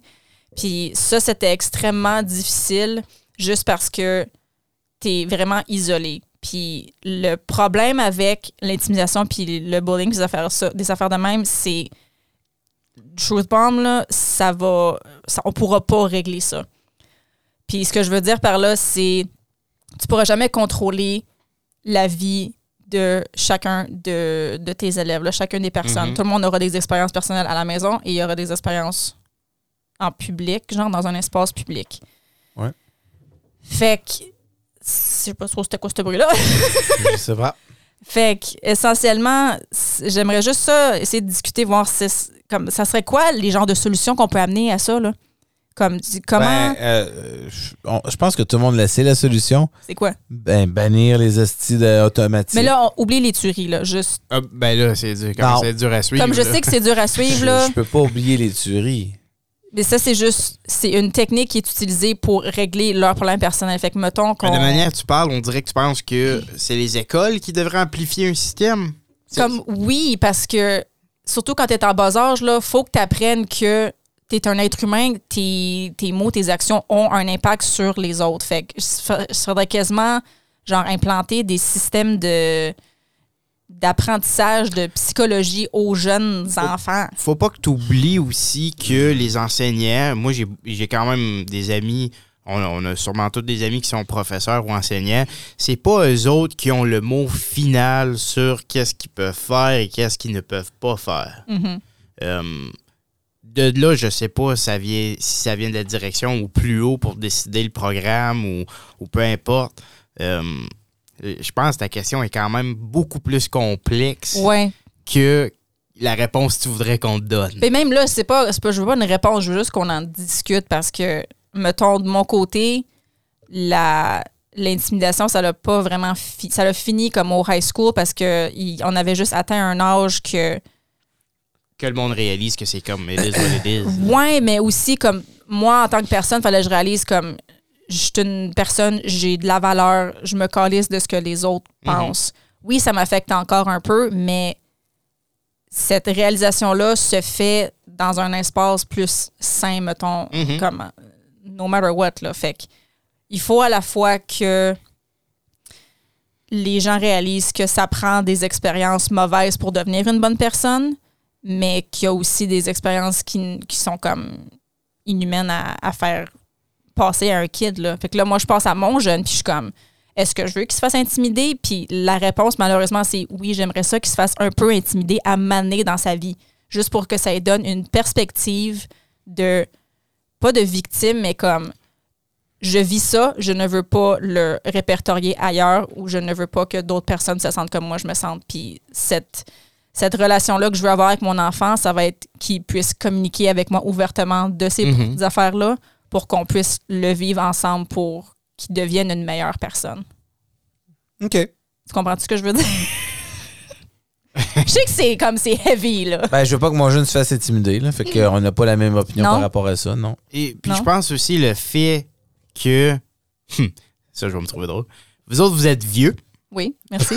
S4: Puis ça, c'était extrêmement difficile juste parce que t'es vraiment isolé. Puis le problème avec l'intimidation puis le bullying, puis des affaires, ça- des affaires de même, c'est truth bomb, là, ça va... ça- on pourra pas régler ça. Puis ce que je veux dire par là, c'est tu pourras jamais contrôler la vie de chacun de, de tes élèves, là, chacun des personnes. Tout le monde aura des expériences personnelles à la maison et il y aura des expériences en public, genre dans un espace public.
S2: Ouais.
S4: Fait que, je sais pas trop c'était quoi ce bruit-là.
S2: Je sais pas.
S4: Fait que, essentiellement, c- j'aimerais juste ça, essayer de discuter, voir si, c- comme, ça serait quoi les genres de solutions qu'on peut amener à ça, là? Comme, tu- comment,
S2: Ben, euh, je on- je pense que tout le monde le sait, la solution.
S4: c'est quoi?
S2: Ben, bannir les hosties de- automatiques.
S4: Mais là, on oublie les tueries, là, juste.
S3: Ah, ben là, c'est dur. Comme
S2: Non.
S3: c'est dur à suivre.
S4: Comme je
S3: là.
S4: sais que c'est dur à
S2: je,
S4: suivre, là,
S2: je peux pas oublier les tueries.
S4: mais ça, c'est juste, c'est une technique qui est utilisée pour régler leurs problèmes personnels. Fait que, mettons
S3: Mais
S4: qu'on...
S3: Ben, de manière que tu parles, on dirait que tu penses que c'est les écoles qui devraient amplifier un système.
S4: Comme, oui, parce que, surtout quand t'es en bas âge, là, faut que t'apprennes que t'es un être humain, tes, tes mots, tes actions ont un impact sur les autres. Fait que, il faudrait quasiment, genre, implanter des systèmes de d'apprentissage de psychologie aux jeunes enfants.
S3: Faut pas que tu oublies aussi que les enseignants, moi j'ai- j'ai quand même des amis, on, a- on a sûrement tous des amis qui sont professeurs ou enseignants, c'est pas eux autres qui ont le mot final sur qu'est-ce qu'ils peuvent faire et qu'est-ce qu'ils ne peuvent pas faire. Euh, de là, je sais pas ça vient, si ça vient de la direction ou plus haut pour décider le programme ou, ou peu importe. Euh, je pense que ta question est quand même beaucoup plus complexe
S4: Ouais.
S3: que la réponse que tu voudrais qu'on te donne.
S4: Mais même là, c'est pas, c'est pas, je veux pas une réponse, je veux juste qu'on en discute parce que, mettons, de mon côté, la, l'intimidation, ça l'a pas vraiment fi- ça l'a fini comme au high school parce que il- on avait juste atteint un âge que,
S3: Que le monde réalise que c'est comme it is what it is.
S4: ouais, mais aussi comme moi, en tant que personne, fallait que je réalise comme je suis une personne, j'ai de la valeur, je me calisse de ce que les autres pensent. Oui, ça m'affecte encore un peu, mais cette réalisation-là se fait dans un espace plus sain, mettons, comme euh, no matter what. Là. Fait que il faut à la fois que les gens réalisent que ça prend des expériences mauvaises pour devenir une bonne personne, mais qu'il y a aussi des expériences qui, qui sont comme inhumaines à, à faire passer à un kid. Là. Fait que là, moi, je passe à mon jeune, puis je suis comme, est-ce que je veux qu'il se fasse intimider? Puis la réponse, malheureusement, c'est oui, j'aimerais ça qu'il se fasse un peu intimider à maner dans sa vie, juste pour que ça lui donne une perspective de, pas de victime, mais comme, je vis ça, je ne veux pas le répertorier ailleurs ou je ne veux pas que d'autres personnes se sentent comme moi, je me sente. Puis cette, cette relation-là que je veux avoir avec mon enfant, ça va être qu'il puisse communiquer avec moi ouvertement de ces
S3: Mhm.
S4: petites affaires-là pour qu'on puisse le vivre ensemble pour qu'il devienne une meilleure personne.
S2: OK.
S4: Tu comprends-tu ce que je veux dire? je sais que c'est comme c'est heavy, là.
S2: Ben, je veux pas que mon jeune se fasse intimider, là. Fait qu'on n'a pas la même opinion
S4: Non.
S2: par rapport à ça, non.
S3: Et puis
S4: Non.
S3: je pense aussi le fait que. Hum, ça, je vais me trouver drôle. Vous autres, vous êtes vieux.
S4: Oui, merci.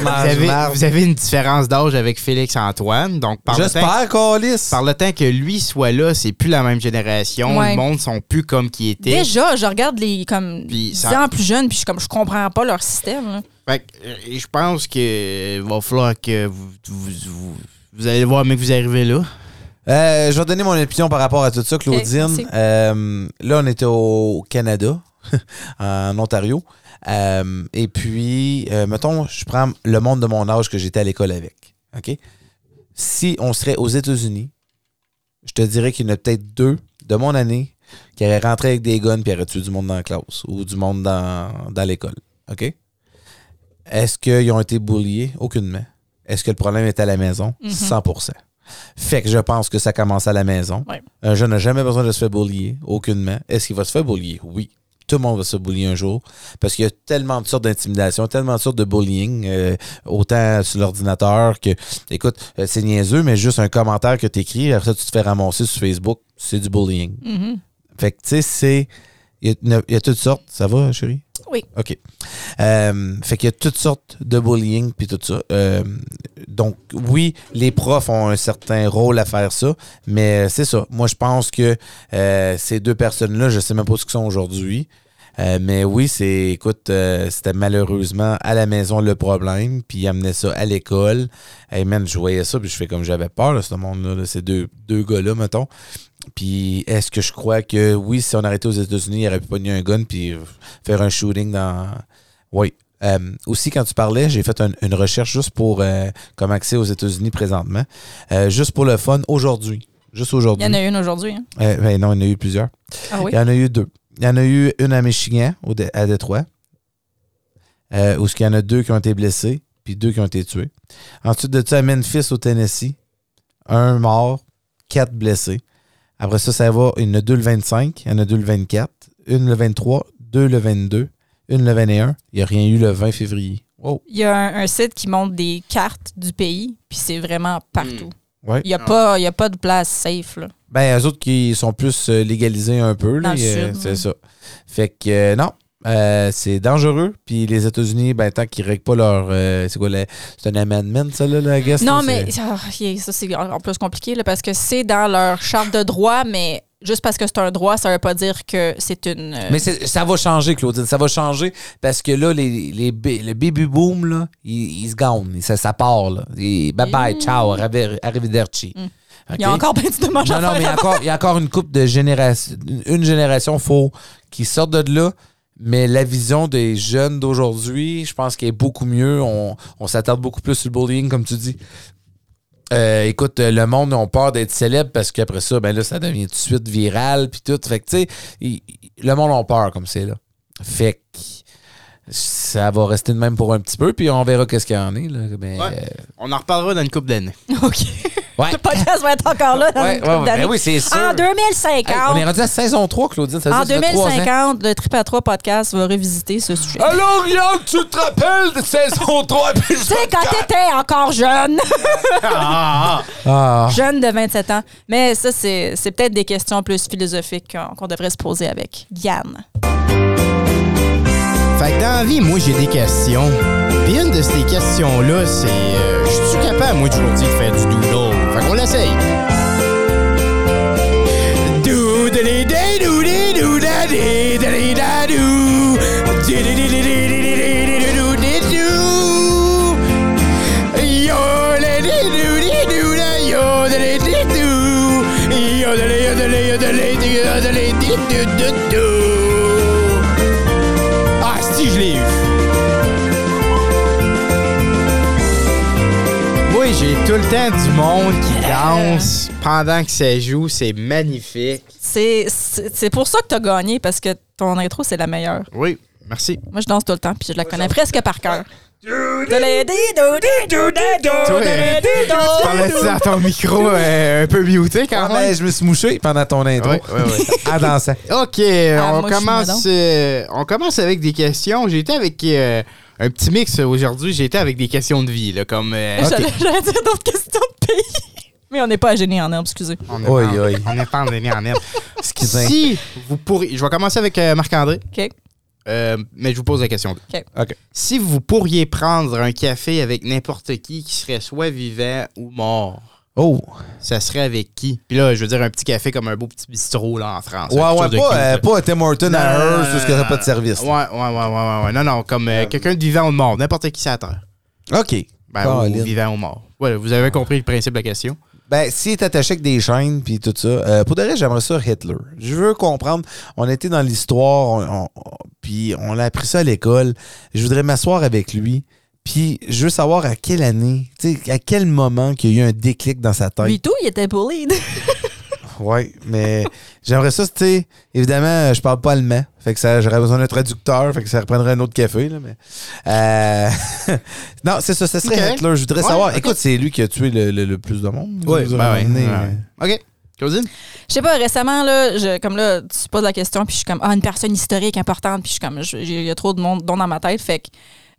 S2: Mange
S3: Vous avez,
S2: marde.
S3: vous avez une différence d'âge avec Félix Antoine. Donc, par le, temps,
S2: J'espère qu'on lisse.
S3: par le temps que lui soit là, c'est plus la même génération.
S4: Ouais.
S3: Le monde sont plus comme qui était.
S4: Déjà, je regarde les comme
S3: Puis
S4: 10
S3: ça-
S4: ans plus jeunes, puis je suis comme je comprends pas leur système. là.
S3: Fait que, euh, je pense que euh, va falloir que vous, vous, vous- vous allez voir, mais que vous arrivez là.
S2: Euh, je vais donner mon opinion par rapport à tout ça, Claudine.
S4: merci.
S2: Euh, là, on était au Canada, en Ontario. Euh, et puis, euh, mettons, je prends le monde de mon âge que j'étais à l'école avec. OK? Si on serait aux États-Unis, je te dirais qu'il y en a peut-être deux de mon année qui auraient rentré avec des guns et auraient tué du monde dans la classe ou du monde dans, dans l'école. OK? Est-ce qu'ils ont été bulliés? Aucunement. Est-ce que le problème est à la maison? 100 fait que je pense que ça commence à la maison.
S4: Ouais.
S2: Un jeune n'a jamais besoin de se faire bullier, aucunement. Est-ce qu'il va se faire bullier? Oui. Tout le monde va se bullier un jour parce qu'il y a tellement de sortes d'intimidation, tellement de sortes de bullying, euh, autant sur l'ordinateur que, écoute, euh, c'est niaiseux, mais juste un commentaire que tu écris, après ça, tu te fais ramasser sur Facebook, c'est du bullying.
S4: Mm-hmm.
S2: Fait que, tu sais, c'est. Il y, a- il y a- il y a toutes sortes. Ça va, chérie?
S4: Oui.
S2: OK. Euh, fait qu'il y a toutes sortes de bullying puis tout ça. Euh, donc, oui, les profs ont un certain rôle à faire ça, mais c'est ça. Moi, je pense que euh, ces deux personnes-là, je sais même pas ce qu'ils sont aujourd'hui. Euh, mais oui, c'est, écoute, euh, c'était malheureusement à la maison le problème, puis ils amenaient ça à l'école. Hey man, je voyais ça, puis je fais comme j'avais peur, là, ce monde-là, là, ces deux, deux gars-là, mettons. Puis est-ce que je crois que oui, si on arrêtait aux États-Unis, il aurait pu pogner un gun puis euh, faire un shooting dans. Oui. Euh, aussi, quand tu parlais, j'ai fait un- une recherche juste pour euh, comme accès aux États-Unis présentement. Euh, juste pour le fun, aujourd'hui. Juste
S4: Il
S2: aujourd'hui.
S4: y
S3: Mhm.
S4: en a une aujourd'hui. hein.
S2: Euh, ben non, il y en a eu plusieurs.
S4: Ah oui?
S2: Il y en a eu deux. Il y en a eu une à Michigan, au Dé- à Détroit, euh, où il y en a deux qui ont été blessés, puis deux qui ont été tués. Ensuite de ça, à Memphis, au Tennessee, un mort, quatre blessés. Après ça, ça va, il y en a deux le 25, il y en a deux le 24, une le 23, deux le 22, une le 21. Il n'y a rien eu le 20 février. Wow.
S4: Il y a un, un site qui montre des cartes du pays, puis c'est
S3: Mhm.
S4: vraiment partout.
S2: Ouais.
S4: Il
S3: Ah.
S4: n'y a, pas- il y a pas de place safe. Là.
S2: Ben, eux autres qui sont plus euh, légalisés un peu. là,
S4: Dans le
S2: euh,
S4: sud,
S2: c'est
S4: ouais.
S2: ça. Fait que euh, non, euh, c'est dangereux. Puis les États-Unis, ben, tant qu'ils règlent pas leur. euh, c'est quoi, la- c'est un amendment, ça, là, la guess?
S4: Non,
S2: là,
S4: mais
S2: c'est-
S4: ah, y- ça, c'est en en plus compliqué là, parce que c'est dans leur charte de droit, mais juste parce que c'est un droit, ça veut pas dire que c'est une. euh,
S2: Mais c'est- ça va changer, Claudine. Ça va changer parce que là, les, les, ba- le baby boom, là, il, il se gagne. Ça, ça part. Là. Il- bye bye,
S4: Mmh.
S2: ciao, arrive- arrivederci.
S4: Il y
S2: OK?
S4: a Mmh. encore bien du dommage
S2: Non,
S4: à
S2: non,
S4: faire
S2: mais il y a
S4: avant.
S2: encore, il y a encore une coupe de génération. Une génération, faut qu'ils sortent de là. Mais la vision des jeunes d'aujourd'hui, je pense qu'elle est beaucoup mieux. On, on s'attarde beaucoup plus sur le bullying, comme tu dis. Euh, écoute, euh, le monde a peur d'être célèbre parce qu'après ça, ben là, ça devient tout de suite viral puis tout. Fait que tu sais, il- il- le monde a peur comme c'est là. Fait que ça va rester de même pour un petit peu, puis on verra qu'est-ce qu'il y en est. Là. Mais,
S3: Ouais. On en reparlera dans une couple d'années.
S4: OK.
S2: euh, ouais.
S4: Le podcast va être encore là dans
S2: Ouais,
S4: une
S2: ouais,
S4: couple
S2: ouais. Ben
S4: d'années.
S2: oui, c'est sûr.
S4: En
S2: Hey, on
S4: 2050,
S2: est rendu à saison 3, Claudine. Ça veut
S4: en
S2: dire que ça fait trois hein. ans.
S4: 2050, le Trip à 3 podcast va revisiter ce sujet.
S2: Alors, Yann, tu te rappelles de saison 3 épisode
S4: Tu sais, quand t'étais encore jeune,
S2: Ah,
S4: jeune de 27 ans. Mais ça, c'est c'est peut-être des questions plus philosophiques qu'on qu'on devrait se poser avec Yann.
S3: Fait que dans la vie, moi, j'ai des questions. Puis une de ces questions-là, c'est euh, Je suis capable, moi, aujourd'hui, de faire du doodle. Fait qu'on l'essaye. Doodly-day-doodly-doodadee-dadee-dadoo. Doodly-doodly-doodly-doodly-doodly-doo. Yodelé-doodly-doodly-yodelé-dee-doo. Yodelé-yodelé-yodelé-yodelé-dee-doo-doo-doo. Ah, si, je l'ai eu. Oui, j'ai tout le temps du monde qui danse pendant que ça joue. C'est magnifique.
S4: C'est- C'est c'est pour ça que t'as gagné, parce que ton intro, c'est la meilleure.
S3: Oui, merci.
S4: Moi, je danse tout le temps, puis je la connais presque par cœur.
S3: Parlais-tu dans ton micro euh, un peu muté quand
S2: Ah,
S3: même?
S2: ben, je me suis mouché pendant ton intro.
S3: Ouais, ouais, ouais.
S2: à dansant.
S3: OK, on,
S4: Ah, moi, je suis
S3: commence,
S4: madon.
S3: euh, on commence avec des questions. J'ai été avec euh, un petit mix aujourd'hui. J'ai été avec des questions de vie, là, comme... euh,
S4: J'allais j'allais dire d'autres questions de pays. Mais on n'est pas à gêner en herbe, excusez.
S3: on
S2: Oi,
S3: est
S2: oi.
S3: pas- on n'est pas en dernier en herbe.
S2: Excusez.
S3: Si vous pourriez... Je vais commencer avec euh, Marc-André,
S4: OK?
S3: euh, mais je vous pose la question.
S2: OK.
S3: Si vous pourriez prendre un café avec n'importe qui qui serait soit vivant ou mort,
S2: Oh.
S3: ça serait avec qui? Puis là, je veux dire un petit café comme un beau petit bistrot là, en France.
S2: Ouais,
S3: hein,
S2: ouais,
S3: quelque chose de
S2: pas,
S3: cute,
S2: euh,
S3: là.
S2: pas un Tim Horton à
S3: Non,
S2: Hearst
S3: non,
S2: parce que
S3: non,
S2: ça n'a pas de
S3: non.
S2: service.
S3: Ouais, ouais, ouais, ouais, ouais, ouais. Non, non, comme euh, quelqu'un de vivant ou de mort, n'importe qui ça terre.
S2: OK.
S3: Ben, ou-
S2: Colin.
S3: ou vivant ou mort. Ouais, vous avez compris le principe de la question.
S2: Ben, s'il est attaché avec des chaînes puis tout ça, euh, pour de vrai, j'aimerais ça Hitler. Je veux comprendre. On était dans l'histoire, on, on- puis on a appris ça à l'école. Je voudrais m'asseoir avec lui, puis je veux savoir à quelle année, tu sais, à quel moment qu'il y a eu un déclic dans sa tête.
S4: Lui tout, il était bullied.
S2: Ouais, mais j'aimerais ça, tu sais, évidemment, euh, je parle pas allemand, fait que ça, j'aurais besoin d'un traducteur, fait que ça reprendrait un autre café, là, mais... euh, non, c'est ça, ce serait
S3: Ok.
S2: Hitler, je voudrais
S3: Ouais,
S2: savoir.
S3: ok.
S2: Écoute, c'est lui qui a tué le, le- le plus de monde.
S3: Ouais,
S2: vous
S3: ben
S2: aurez
S3: ouais,
S2: amené, euh,
S3: ouais. OK. Claudine?
S4: Je sais pas, récemment, là, je- comme là, tu poses la question, puis je suis comme, ah, une personne historique importante, puis je suis comme, je- il y a trop de monde dont dans ma tête. Fait que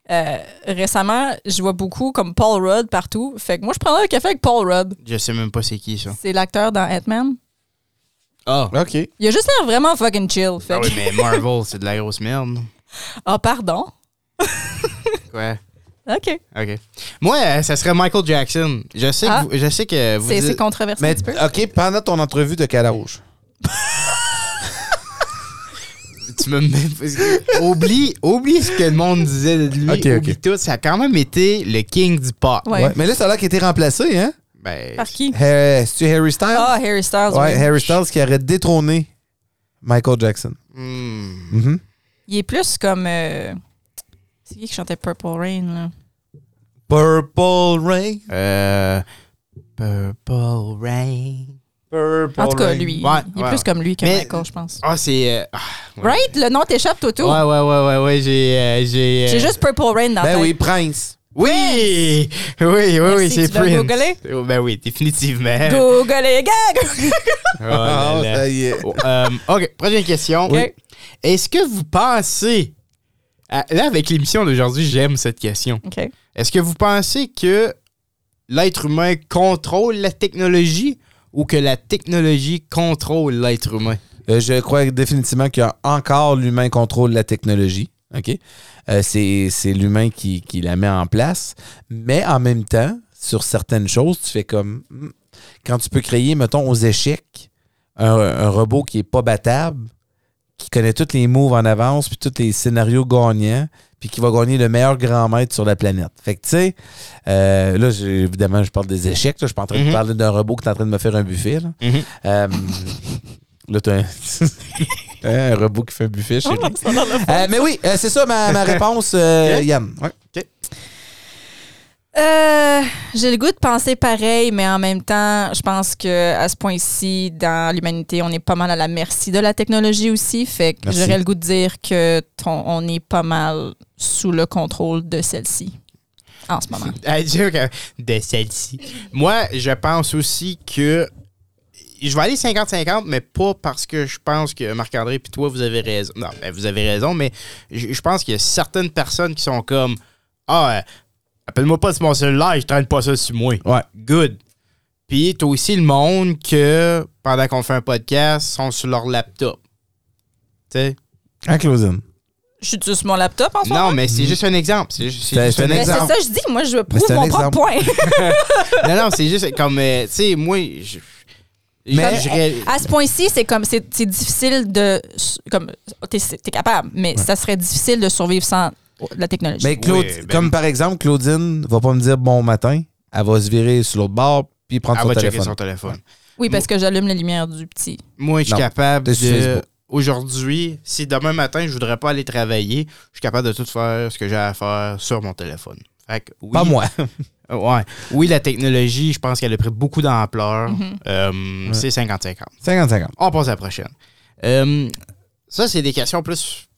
S4: euh, récemment, je vois beaucoup comme Paul Rudd partout. Fait que moi, je prendrais un café avec Paul Rudd.
S3: Je sais même pas c'est qui ça.
S4: C'est l'acteur dans Ant-Man.
S3: Ah!
S2: OK.
S4: Il a juste l'air vraiment fucking chill. Fait
S3: Ah
S4: que-
S3: oui, mais Marvel, c'est de la grosse merde.
S4: Ah, pardon.
S3: Ouais.
S4: OK.
S3: OK. Moi, euh, ça serait Michael Jackson. Je sais,
S4: Ah.
S3: que, vous, je sais que vous.
S4: C'est
S3: dites- euh,
S4: c'est controversé un
S2: Mais,
S4: petit peu.
S2: OK, pendant ton entrevue de Calauge.
S3: tu me mets- oublie, oublie ce que le monde disait de lui.
S2: Ok, ok.
S3: Oublie tout. Ça a quand même été le king du pop.
S4: Ouais.
S2: Ouais, Mais là, ça a l'air qu'il a été remplacé, hein?
S3: Ben,
S4: Par qui?
S2: Euh, C'est-tu Harry Styles?
S4: Ah, Harry Styles.
S2: ouais,
S4: oui.
S2: Harry Styles qui aurait détrôné Michael Jackson.
S3: hmm.
S2: Mhm.
S4: Il est plus comme. euh, C'est qui qui chantait Purple Rain, là?
S2: Purple Rain.
S3: Euh, Purple Rain.
S2: Purple
S4: En tout cas,
S2: Rain.
S4: lui.
S3: Ouais,
S4: il est
S3: ouais.
S4: plus comme lui que
S3: Mais-
S4: Michael, je pense.
S3: Ah, c'est. euh, ah, ouais.
S4: Right? Le nom t'échappe, Toto.
S3: Ouais, ouais, ouais, ouais, ouais, j'ai. euh, j'ai euh,
S4: J'ai juste Purple Rain dans la
S2: Ben
S4: tête.
S2: oui, Prince.
S3: Oui! Oui, oui, oui,
S4: Merci,
S3: c'est
S4: tu vas
S3: Prince.
S4: googler?
S3: Oh, Ben oui, définitivement.
S4: Google et gag!
S3: Oh là
S2: Ah,
S3: là.
S2: ça y est.
S3: Oh, euh, OK, prochaine question.
S4: Oui.
S3: Est-ce que vous pensez. à- Là, avec l'émission d'aujourd'hui, j'aime cette question.
S4: OK.
S3: Est-ce que vous pensez que l'être humain contrôle la technologie ou que la technologie contrôle l'être humain?
S2: Euh, je crois définitivement qu'il y a encore l'humain contrôle la technologie. OK? Euh, c'est c'est l'humain qui, qui la met en place. Mais en même temps, sur certaines choses, tu fais comme. hmm, Quand tu peux créer, mettons, aux échecs, un, un robot qui est pas battable, qui connaît tous les moves en avance, puis tous les scénarios gagnants, puis qui va gagner le meilleur grand maître sur la planète. Fait que, tu sais, euh, là, j'ai- évidemment, je parle des échecs. là. je suis pas en train de
S3: Mhm.
S2: parler d'un robot qui est en train de me faire un buffet. Là. Euh, là, t'as un, un robot qui fait un buffet chez lui.
S4: Oh,
S2: Euh, mais oui, euh, c'est ça ma, ma réponse, euh,
S3: Ok.
S2: Yann. Ouais.
S4: Euh, J'ai le goût de penser pareil, mais en même temps, je pense que à ce point-ci, dans l'humanité, on est pas mal à la merci de la technologie aussi. Fait que
S2: Merci.
S4: j'aurais le goût de dire que ton- on est pas mal sous le contrôle de celle-ci en ce moment.
S3: Ah, je- ok. De celle-ci. Moi, je pense aussi que. Je vais aller 50-50, mais pas parce que je pense que Marc-André puis toi, vous avez raison. Non, ben, vous avez raison, mais je, je pense qu'il y a certaines personnes qui sont comme Ah, euh, appelle-moi pas sur mon cellulaire, je traîne pas ça sur moi.
S2: Ouais.
S3: Good. Puis t'as aussi le monde que, pendant qu'on fait un podcast, sont sur leur laptop. Tu sais?
S2: En closing.
S4: Je suis dessus sur mon laptop
S2: Ah,
S4: en ce moment.
S3: Non, mais c'est juste un exemple. C'est juste, c'est
S2: Mm. C'est-
S3: juste
S2: c'est un
S4: Mais c'est
S2: exemple.
S4: ça, je dis, moi, je prouve
S2: c'est un
S4: mon propre
S2: exemple.
S4: point.
S3: Non, non, c'est juste comme, euh, tu sais, moi, je.
S2: Mais-
S3: je- je ré-
S4: À ce point-ci, c'est comme c'est c'est difficile de comme Oh, t'es t'es capable, mais ça serait difficile de survivre sans la technologie.
S2: Mais Claude,
S3: ben-
S2: comme par exemple, Claudine va pas me dire bon matin. Elle va se virer sur l'autre bord puis prendre
S3: Elle
S2: son
S3: va checker
S2: téléphone.
S3: son téléphone.
S4: oui, parce que j'allume la lumière du petit.
S3: Moi, je suis
S2: Non,
S3: capable
S2: t'es sur
S3: de.
S2: Facebook.
S3: Aujourd'hui, si demain matin, je voudrais pas aller travailler, je suis capable de tout faire ce que j'ai à faire sur mon téléphone. Fait que oui.
S2: Pas moi.
S3: Euh, Ouais. Oui, la technologie, je pense qu'elle a pris beaucoup d'ampleur. Euh, C'est 50-50.
S2: 50-50.
S3: On passe à la prochaine. Euh, ça, c'est des questions plus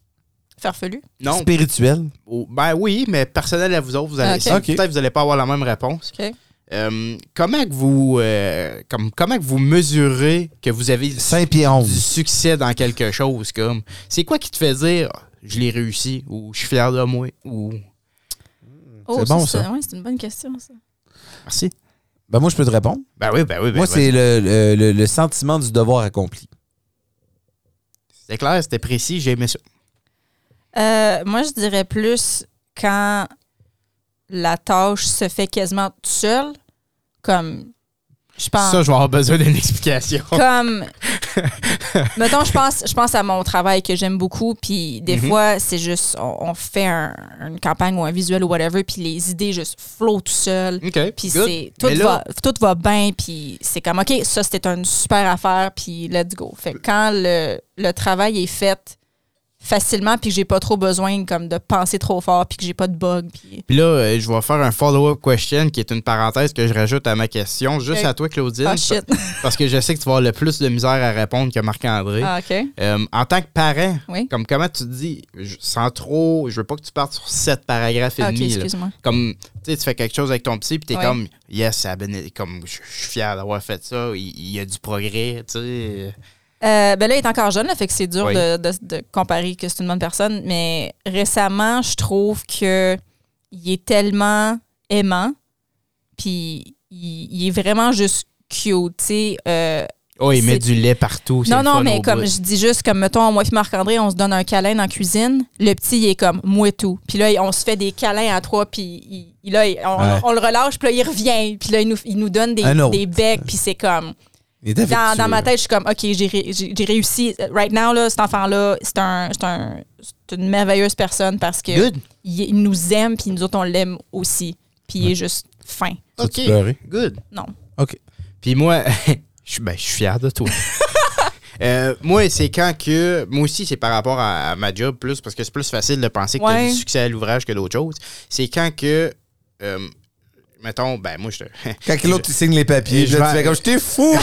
S4: Farfelu?
S3: Non.
S2: Spirituel.
S3: Oh, ben oui, mais personnel à vous autres, vous allez,
S4: Ok.
S3: ça,
S2: Ok.
S3: peut-être vous n'allez pas avoir la même réponse.
S4: OK.
S3: Euh, comment que vous euh, comme, comment que vous mesurez que vous avez du,
S2: 5 pieds 11.
S3: du succès dans quelque chose comme c'est quoi qui te fait dire je l'ai réussi ou je suis fier de moi ou
S4: Oh,
S2: C'est bon,
S4: Oui, c'est une bonne question, ça.
S3: merci.
S2: Ben, moi, je peux te répondre.
S3: Ben oui, ben oui, ben
S2: moi,
S3: oui.
S2: c'est le, le- le- le sentiment du devoir accompli.
S3: C'était clair, c'était précis, j'ai aimé ça.
S4: Euh, moi, je dirais plus quand la tâche se fait quasiment toute seule, comme je pense.
S3: Ça, je vais avoir besoin d'une explication.
S4: comme mettons je pense je pense à mon travail que j'aime beaucoup puis des
S2: Mhm.
S4: fois c'est juste on, on fait un- une campagne ou un visuel ou whatever puis les idées juste flottent tout seul
S3: OK.
S4: puis
S3: good.
S4: c'est tout
S3: Mais là-
S4: va tout va bien puis c'est comme OK ça c'était une super affaire puis let's go fait que quand le, le travail est fait facilement puis que j'ai pas trop besoin comme de penser trop fort puis que j'ai pas de bug puis
S3: Puis là, euh, je vais faire un follow-up question qui est une parenthèse que je rajoute à ma question, juste
S4: Ok.
S3: à toi, Claudine.
S4: Ah, shit.
S3: Parce que je sais que tu vas avoir le plus de misère à répondre que Marc-André.
S4: Ah, OK
S3: Euh, en tant que parent,
S4: Oui.
S3: comme comment tu te dis, je- sans trop, je veux pas que tu partes sur sept paragraphes et
S4: Ah, OK
S3: demi. là.
S4: excuse-moi
S3: Comme, tu sais, tu fais quelque chose avec ton petit, puis t'es
S4: Ouais.
S3: comme, yes, ça a béné- comme, je je suis fier d'avoir fait ça, il, il y a du progrès, tu sais.
S4: Euh, ben là, il est encore jeune, là, fait que c'est dur
S3: Oui.
S4: de, de- de comparer que c'est une bonne personne. Mais récemment, je trouve que il est tellement aimant, puis il, il est vraiment juste cute. tu sais, Euh,
S3: Oh, il met
S4: C'est-
S3: du lait partout. c'est
S4: non,
S3: le
S4: non,
S3: fun
S4: mais
S3: au
S4: comme
S3: bout.
S4: je dis juste, comme mettons, moi et Marc-André, on se donne un câlin dans la cuisine. Le petit, il est comme, moi tout. Puis là, on se fait des câlins à trois, puis il- il- là, il- on,
S2: Ouais.
S4: on le relâche, puis là, il revient. Puis là, il nous, il nous donne des,
S2: Un autre.
S4: des becs, puis c'est comme
S2: Il est
S4: dans,
S2: affectueux.
S4: dans ma tête, je suis comme, OK, j'ai ré- j'ai j'ai réussi. Right now, là, cet enfant-là, c'est un, c'est un- c'est une merveilleuse personne parce que
S3: Good.
S4: il, il nous aime, puis nous autres, on l'aime aussi. Puis il est juste fin.
S2: Faut-tu
S3: OK.
S2: pleurer?
S3: Good.
S4: Non.
S2: OK.
S3: Puis moi, je suis ben, je suis fier de toi. Euh, moi, c'est quand que. Moi aussi, c'est par rapport à, à ma job, plus, parce que c'est plus facile de penser que tu
S4: Ouais.
S3: du succès à l'ouvrage que d'autres choses. C'est quand que. euh, mettons, ben, moi, je te.
S2: Quand que l'autre, il signe les papiers,
S3: Et je
S2: là, tu
S3: vais-
S2: fais comme, je t'ai fou!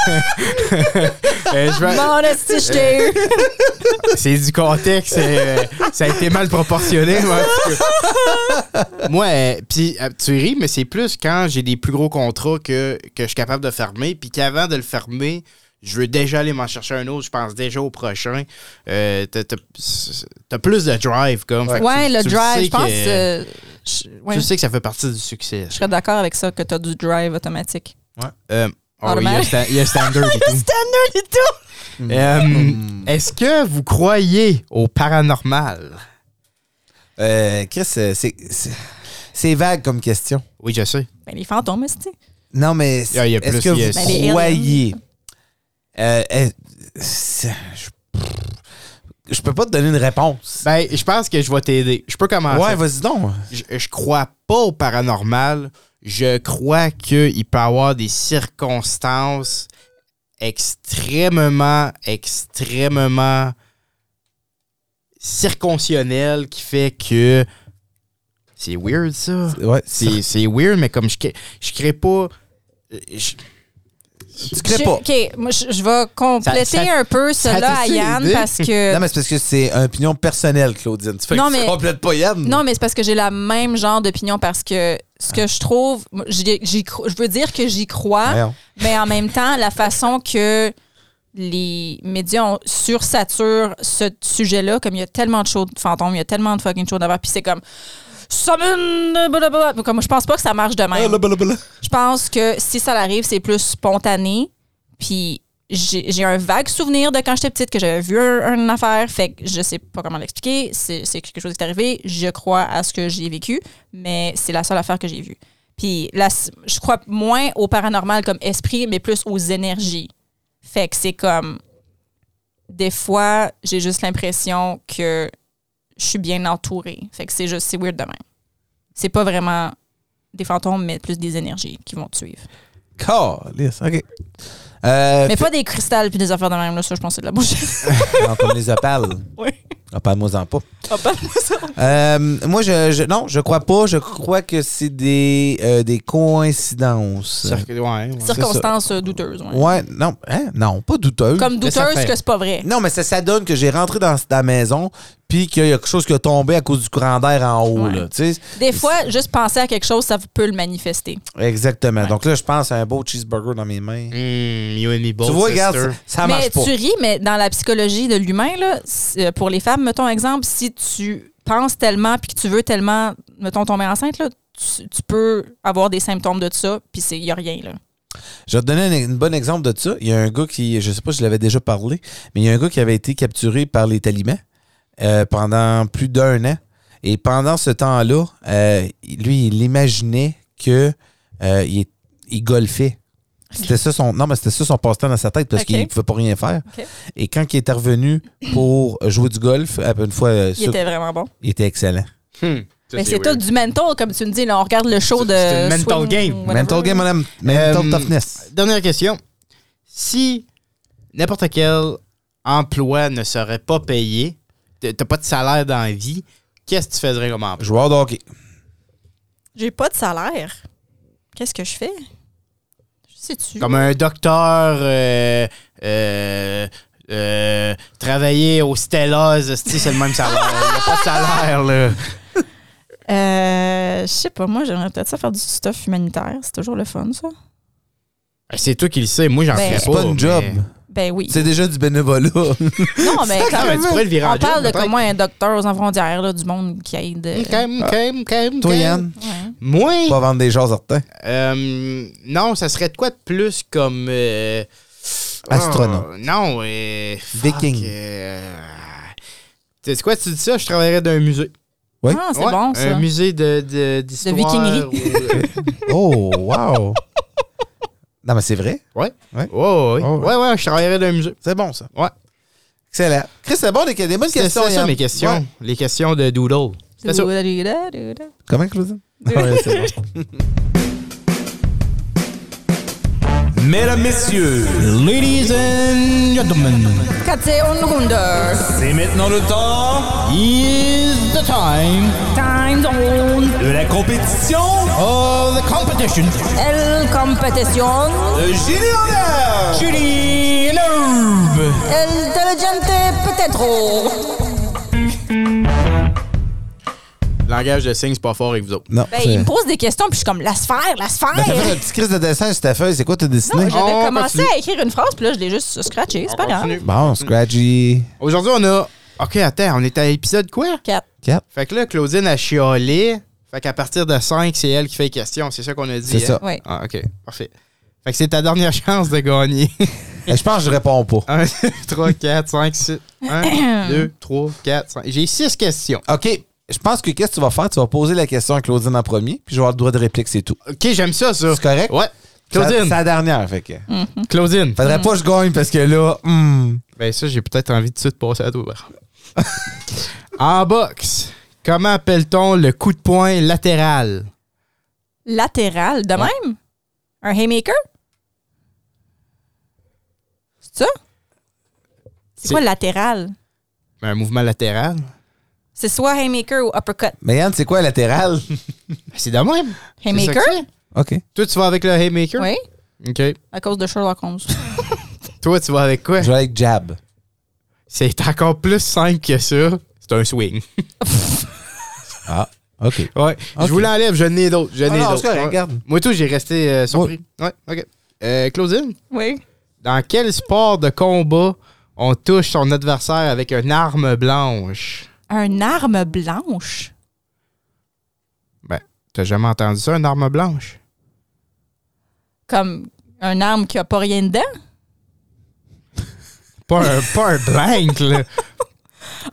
S3: Euh, je vais-
S4: Mon esti, Oh, je t'ai eu.
S3: c'est du contexte. euh, ça a été mal proportionné. mais en tout cas. Moi, euh, puis euh, tu ris, mais c'est plus quand j'ai des plus gros contrats que, que je suis capable de fermer, puis qu'avant de le fermer, je veux déjà aller m'en chercher un autre. Je pense déjà au prochain. Euh, t'as- t'as t'as plus de drive, comme. Fait que
S4: Ouais,
S3: tu-
S4: le
S3: tu
S4: drive,
S3: sais
S4: je pense.
S3: que-
S4: euh, je, ouais,
S3: Tu sais que ça fait partie du succès.
S4: je serais d'accord avec ça, que tu as du drive automatique.
S3: Euh, oh, il y a
S4: Automatique.
S3: sta- il y a standard et tout.
S4: Tanner et tout.
S3: Euh, Est-ce que vous croyez au paranormal?
S2: Euh, Chris, euh, c'est c'est- c'est vague comme question.
S3: Oui, je sais.
S4: Ben, les fantômes, esti.
S2: Non, mais
S3: Ah, il y a
S2: est-ce
S3: plus,
S2: que
S3: il y a- Ben,
S4: Bah, les
S2: vous
S4: aliens.
S2: croyez... Euh, est- c'est- je, je peux pas te donner une réponse.
S3: Ben, je pense que je vais t'aider. Je peux commencer.
S2: ouais, vas-y donc.
S3: je, je crois pas au paranormal. Je crois qu'il peut y avoir des circonstances extrêmement, extrêmement circoncionnelles qui fait que. C'est weird, ça.
S2: Ouais,
S3: C'est c'est weird, mais comme je, crée- je crée pas. euh, je-
S2: tu
S4: Je-
S2: crées pas.
S4: OK, moi, je, je vais compléter
S3: Ça- ça-
S4: un peu
S3: ça
S4: cela à
S3: t'est-tu
S4: Yann
S3: aidé?
S4: parce que.
S2: Non, mais c'est parce que c'est une opinion personnelle, Claudine. Tu fais
S4: Non,
S2: que tu
S4: mais-
S2: complètes pas Yann.
S4: Non, mais c'est parce que j'ai la même genre d'opinion parce que ce que je trouve, moi, j'y- j'y cro- je veux dire que j'y crois,
S2: Voyons.
S4: mais en même temps, la façon que les médias ont- sursaturent ce sujet-là, comme il y a tellement de shows de fantômes, il y a tellement de fucking shows d'avant, puis c'est comme. Summon, blablabla. Comme, je pense pas que ça marche de
S2: Ah,
S4: même.
S2: là, là, là, là.
S4: Je pense que si ça arrive, c'est plus spontané. Puis j'ai j'ai un vague souvenir de quand j'étais petite que j'avais vu un- une affaire. Fait que je sais pas comment l'expliquer. C'est c'est quelque chose qui est arrivé. Je crois à ce que j'ai vécu, mais c'est la seule affaire que j'ai vue. Puis là, c- je crois moins au paranormal comme esprit, mais plus aux énergies. Fait que c'est comme. Des fois, j'ai juste l'impression que je suis bien entourée. Fait que c'est juste, c'est weird de même. C'est pas vraiment des fantômes, mais plus des énergies qui vont te suivre.
S2: Calisse, OK. Euh,
S4: Mais pas des cristals puis des affaires de même, là, ça, je pense que c'est de la bouche.
S2: Non, comme les opales.
S4: Oui.
S2: Ah, Parle-moi-en pas.
S4: Ah, pas de ça.
S2: Euh, moi, je, je- non, je crois pas. Je crois que c'est des, euh, des coïncidences.
S3: Cirque- ouais, ouais.
S4: Circonstances euh, douteuses. ouais.
S2: Ouais, non, hein? non, pas douteux.
S4: Comme
S3: Mais ça
S4: douteuse
S3: fait-
S4: que c'est pas vrai.
S2: Non, mais ça, ça donne que j'ai rentré dans, dans la maison puis qu'il y a quelque chose qui a tombé à cause du courant d'air en haut.
S4: Ouais.
S2: là, tu sais.
S4: Des fois, juste penser à quelque chose, ça peut le manifester.
S2: Exactement. Donc là, je pense à un beau cheeseburger dans mes mains.
S3: Hmm, you and me both,
S2: Tu vois,
S3: sister.
S2: regarde, ça, ça
S4: mais
S2: marche pas.
S4: tu ris, mais dans la psychologie de l'humain, là, c'est- euh, pour les femmes, mettons exemple, si tu penses tellement puis que tu veux tellement, mettons, tomber enceinte, là, tu, tu peux avoir des symptômes de ça, puis il n'y a rien. Là.
S2: Je vais te donner un, un bon exemple de ça. Il y a un gars qui, je sais pas si je l'avais déjà parlé, mais il y a un gars qui avait été capturé par les talibans euh, pendant plus d'un an. Et pendant ce temps-là, euh, lui, il imaginait que euh, il, il golfait. C'était ça son non mais c'était ça son passe-temps dans sa tête parce
S4: Ok.
S2: qu'il pouvait pas rien faire.
S4: Ok.
S2: Et quand il est revenu pour jouer du golf, après une fois euh,
S4: Il
S2: sur-
S4: était vraiment bon.
S2: il était excellent.
S3: Hmm, ça,
S4: mais c'est tout
S3: weird.
S4: du mental, comme tu me dis. Là, on regarde le show
S3: C'est-
S4: de.
S3: c'est une mental
S4: swing,
S3: game.
S4: whatever.
S2: Mental game madame, mental
S3: Euh,
S2: toughness.
S3: Dernière question. Si n'importe quel emploi ne serait pas payé, t- t'as pas de salaire dans la vie, qu'est-ce que tu faisais comme emploi?
S2: Joueur de hockey.
S4: J'ai pas de salaire. Qu'est-ce que je fais? Je sais-tu?
S3: Comme un docteur euh, euh, euh, travailler au Stellas, esti, c'est le même salaire. Il a pas de salaire, là.
S4: Euh, je sais pas, moi, j'aimerais peut-être ça faire du stuff humanitaire. C'est toujours le fun, ça.
S3: C'est toi qui le sais, moi j'en
S4: Ben,
S3: ferais
S4: C'est
S2: C'est pas une
S3: mais-
S2: job.
S4: Ben oui.
S2: C'est déjà du bénévolat.
S4: Non, mais quand
S3: Ah, ben,
S4: même.
S3: tu pourrais le virer en
S4: On
S3: job,
S4: parle de
S3: peut-être.
S4: comment un docteur aux avant-frontières là, du monde qui aide. euh,
S3: Ok, ok, ok, ok.
S2: Toi, Yann,
S4: ouais.
S3: Moi,
S2: pas vendre des choses certains.
S3: Euh, non, ça serait de quoi de plus comme. euh,
S2: Astronaute.
S3: oh, non, euh, fuck,
S2: Viking.
S3: euh, tu sais quoi, tu dis ça, je travaillerais dans un musée.
S2: Oui.
S4: Ah, c'est
S3: Ouais,
S4: bon, ça.
S3: Un musée de, de, d'histoire.
S4: De vikingerie.
S3: ou-
S2: Oh, wow! non, mais c'est vrai.
S3: ouais.
S2: Ouais.
S3: Ouais, ouais, ouais.
S2: Oh, ouais.
S3: ouais, ouais, je travaillerais dans un musée.
S2: C'est bon, ça.
S3: Ouais.
S2: Excellent. Chris, c'est bon, des, des bonnes
S3: C'était
S2: questions.
S3: ça, ça,
S2: Yann.
S3: mes questions.
S2: Ouais.
S3: Les questions de Doodle. C'était ça.
S4: Doudadouda.
S2: Comment, Claudine? ouais, c'est bon.
S7: Mesdames, Messieurs,
S3: Ladies and gentlemen,
S4: Quand c'est une ronde,
S7: c'est maintenant le temps
S3: is the time
S4: time zone,
S7: de la compétition
S3: of the competition.
S4: elle compétition,
S7: de Génie en l'air.
S3: Julie Loeb.
S4: elle intelligente peut-être.
S3: Langage de signes, c'est pas fort avec vous autres.
S2: Non.
S4: Ben,
S2: c'est-
S4: il me pose des questions, puis je suis comme, la sphère, la sphère.
S2: Ben, t'as fait un petit Chris de dessin sur ta feuille. C'est quoi t'as dessiné?
S4: Non, j'avais
S3: On
S4: commencé
S3: continue.
S4: à écrire une phrase, puis là, je l'ai juste scratché. C'est pas grave.
S2: Bon, Scratchy.
S3: Aujourd'hui, on a. Ok, attends, on est à épisode quoi?
S4: Quatre.
S2: Cap.
S3: Fait que là, Claudine a chiolé. Fait qu'à partir de 5, c'est elle qui fait question. C'est ça qu'on a dit.
S2: C'est ça.
S4: Ouais.
S3: Ah, ok, parfait. Fait que c'est ta dernière chance de gagner.
S2: Eh, Je pense que je réponds pas.
S3: 1, 2, 3, 4, 5, 6. 1, 2, 3, 4, 5. J'ai 6 questions.
S2: OK. Je pense que qu'est-ce que tu vas faire? Tu vas poser la question à Claudine en premier, puis je vais avoir le droit de réplique, c'est tout.
S3: Ok, j'aime ça, ça.
S2: C'est correct?
S3: Ouais. Claudine.
S2: C'est la dernière, fait que.
S3: Claudine.
S2: Faudrait
S4: Hmm.
S2: pas que je gagne parce que là, hmm.
S3: Ben, ça, j'ai peut-être envie de tout de suite passer à toi. en boxe, comment appelle-t-on le coup de poing latéral?
S4: Latéral, de même. Un haymaker. C'est ça? C'est
S3: C'est-
S4: quoi latéral?
S3: Ben, Un mouvement latéral?
S4: C'est soit haymaker ou uppercut.
S2: Mais Yann, c'est quoi latéral?
S3: Ben, c'est de même. C'est ça que
S4: Haymaker?
S3: c'est.
S2: OK.
S3: Toi, tu vas avec le Haymaker?
S4: Oui,
S3: OK.
S4: à cause de Sherlock Holmes.
S3: Toi, tu vas avec quoi?
S2: Je vais avec Jab.
S3: C'est encore plus simple que ça. C'est un swing.
S2: Ah, OK.
S3: Ouais.
S2: Ok.
S3: Je vous l'enlève, je n'ai d'autres. Je
S2: Ah
S3: n'ai
S2: non,
S3: d'autres.
S2: c'est correct,
S3: Ouais.
S2: regarde.
S3: Moi, tout, j'ai resté euh, surpris. Ouais, OK. Euh, Claudine,
S4: oui.
S3: dans quel sport de combat on touche son adversaire avec une arme blanche?
S4: Un arme blanche?
S3: Ben, t'as jamais entendu ça, une arme blanche?
S4: Comme un arme qui a pas rien dedans?
S3: Pas un, pas un blank, là.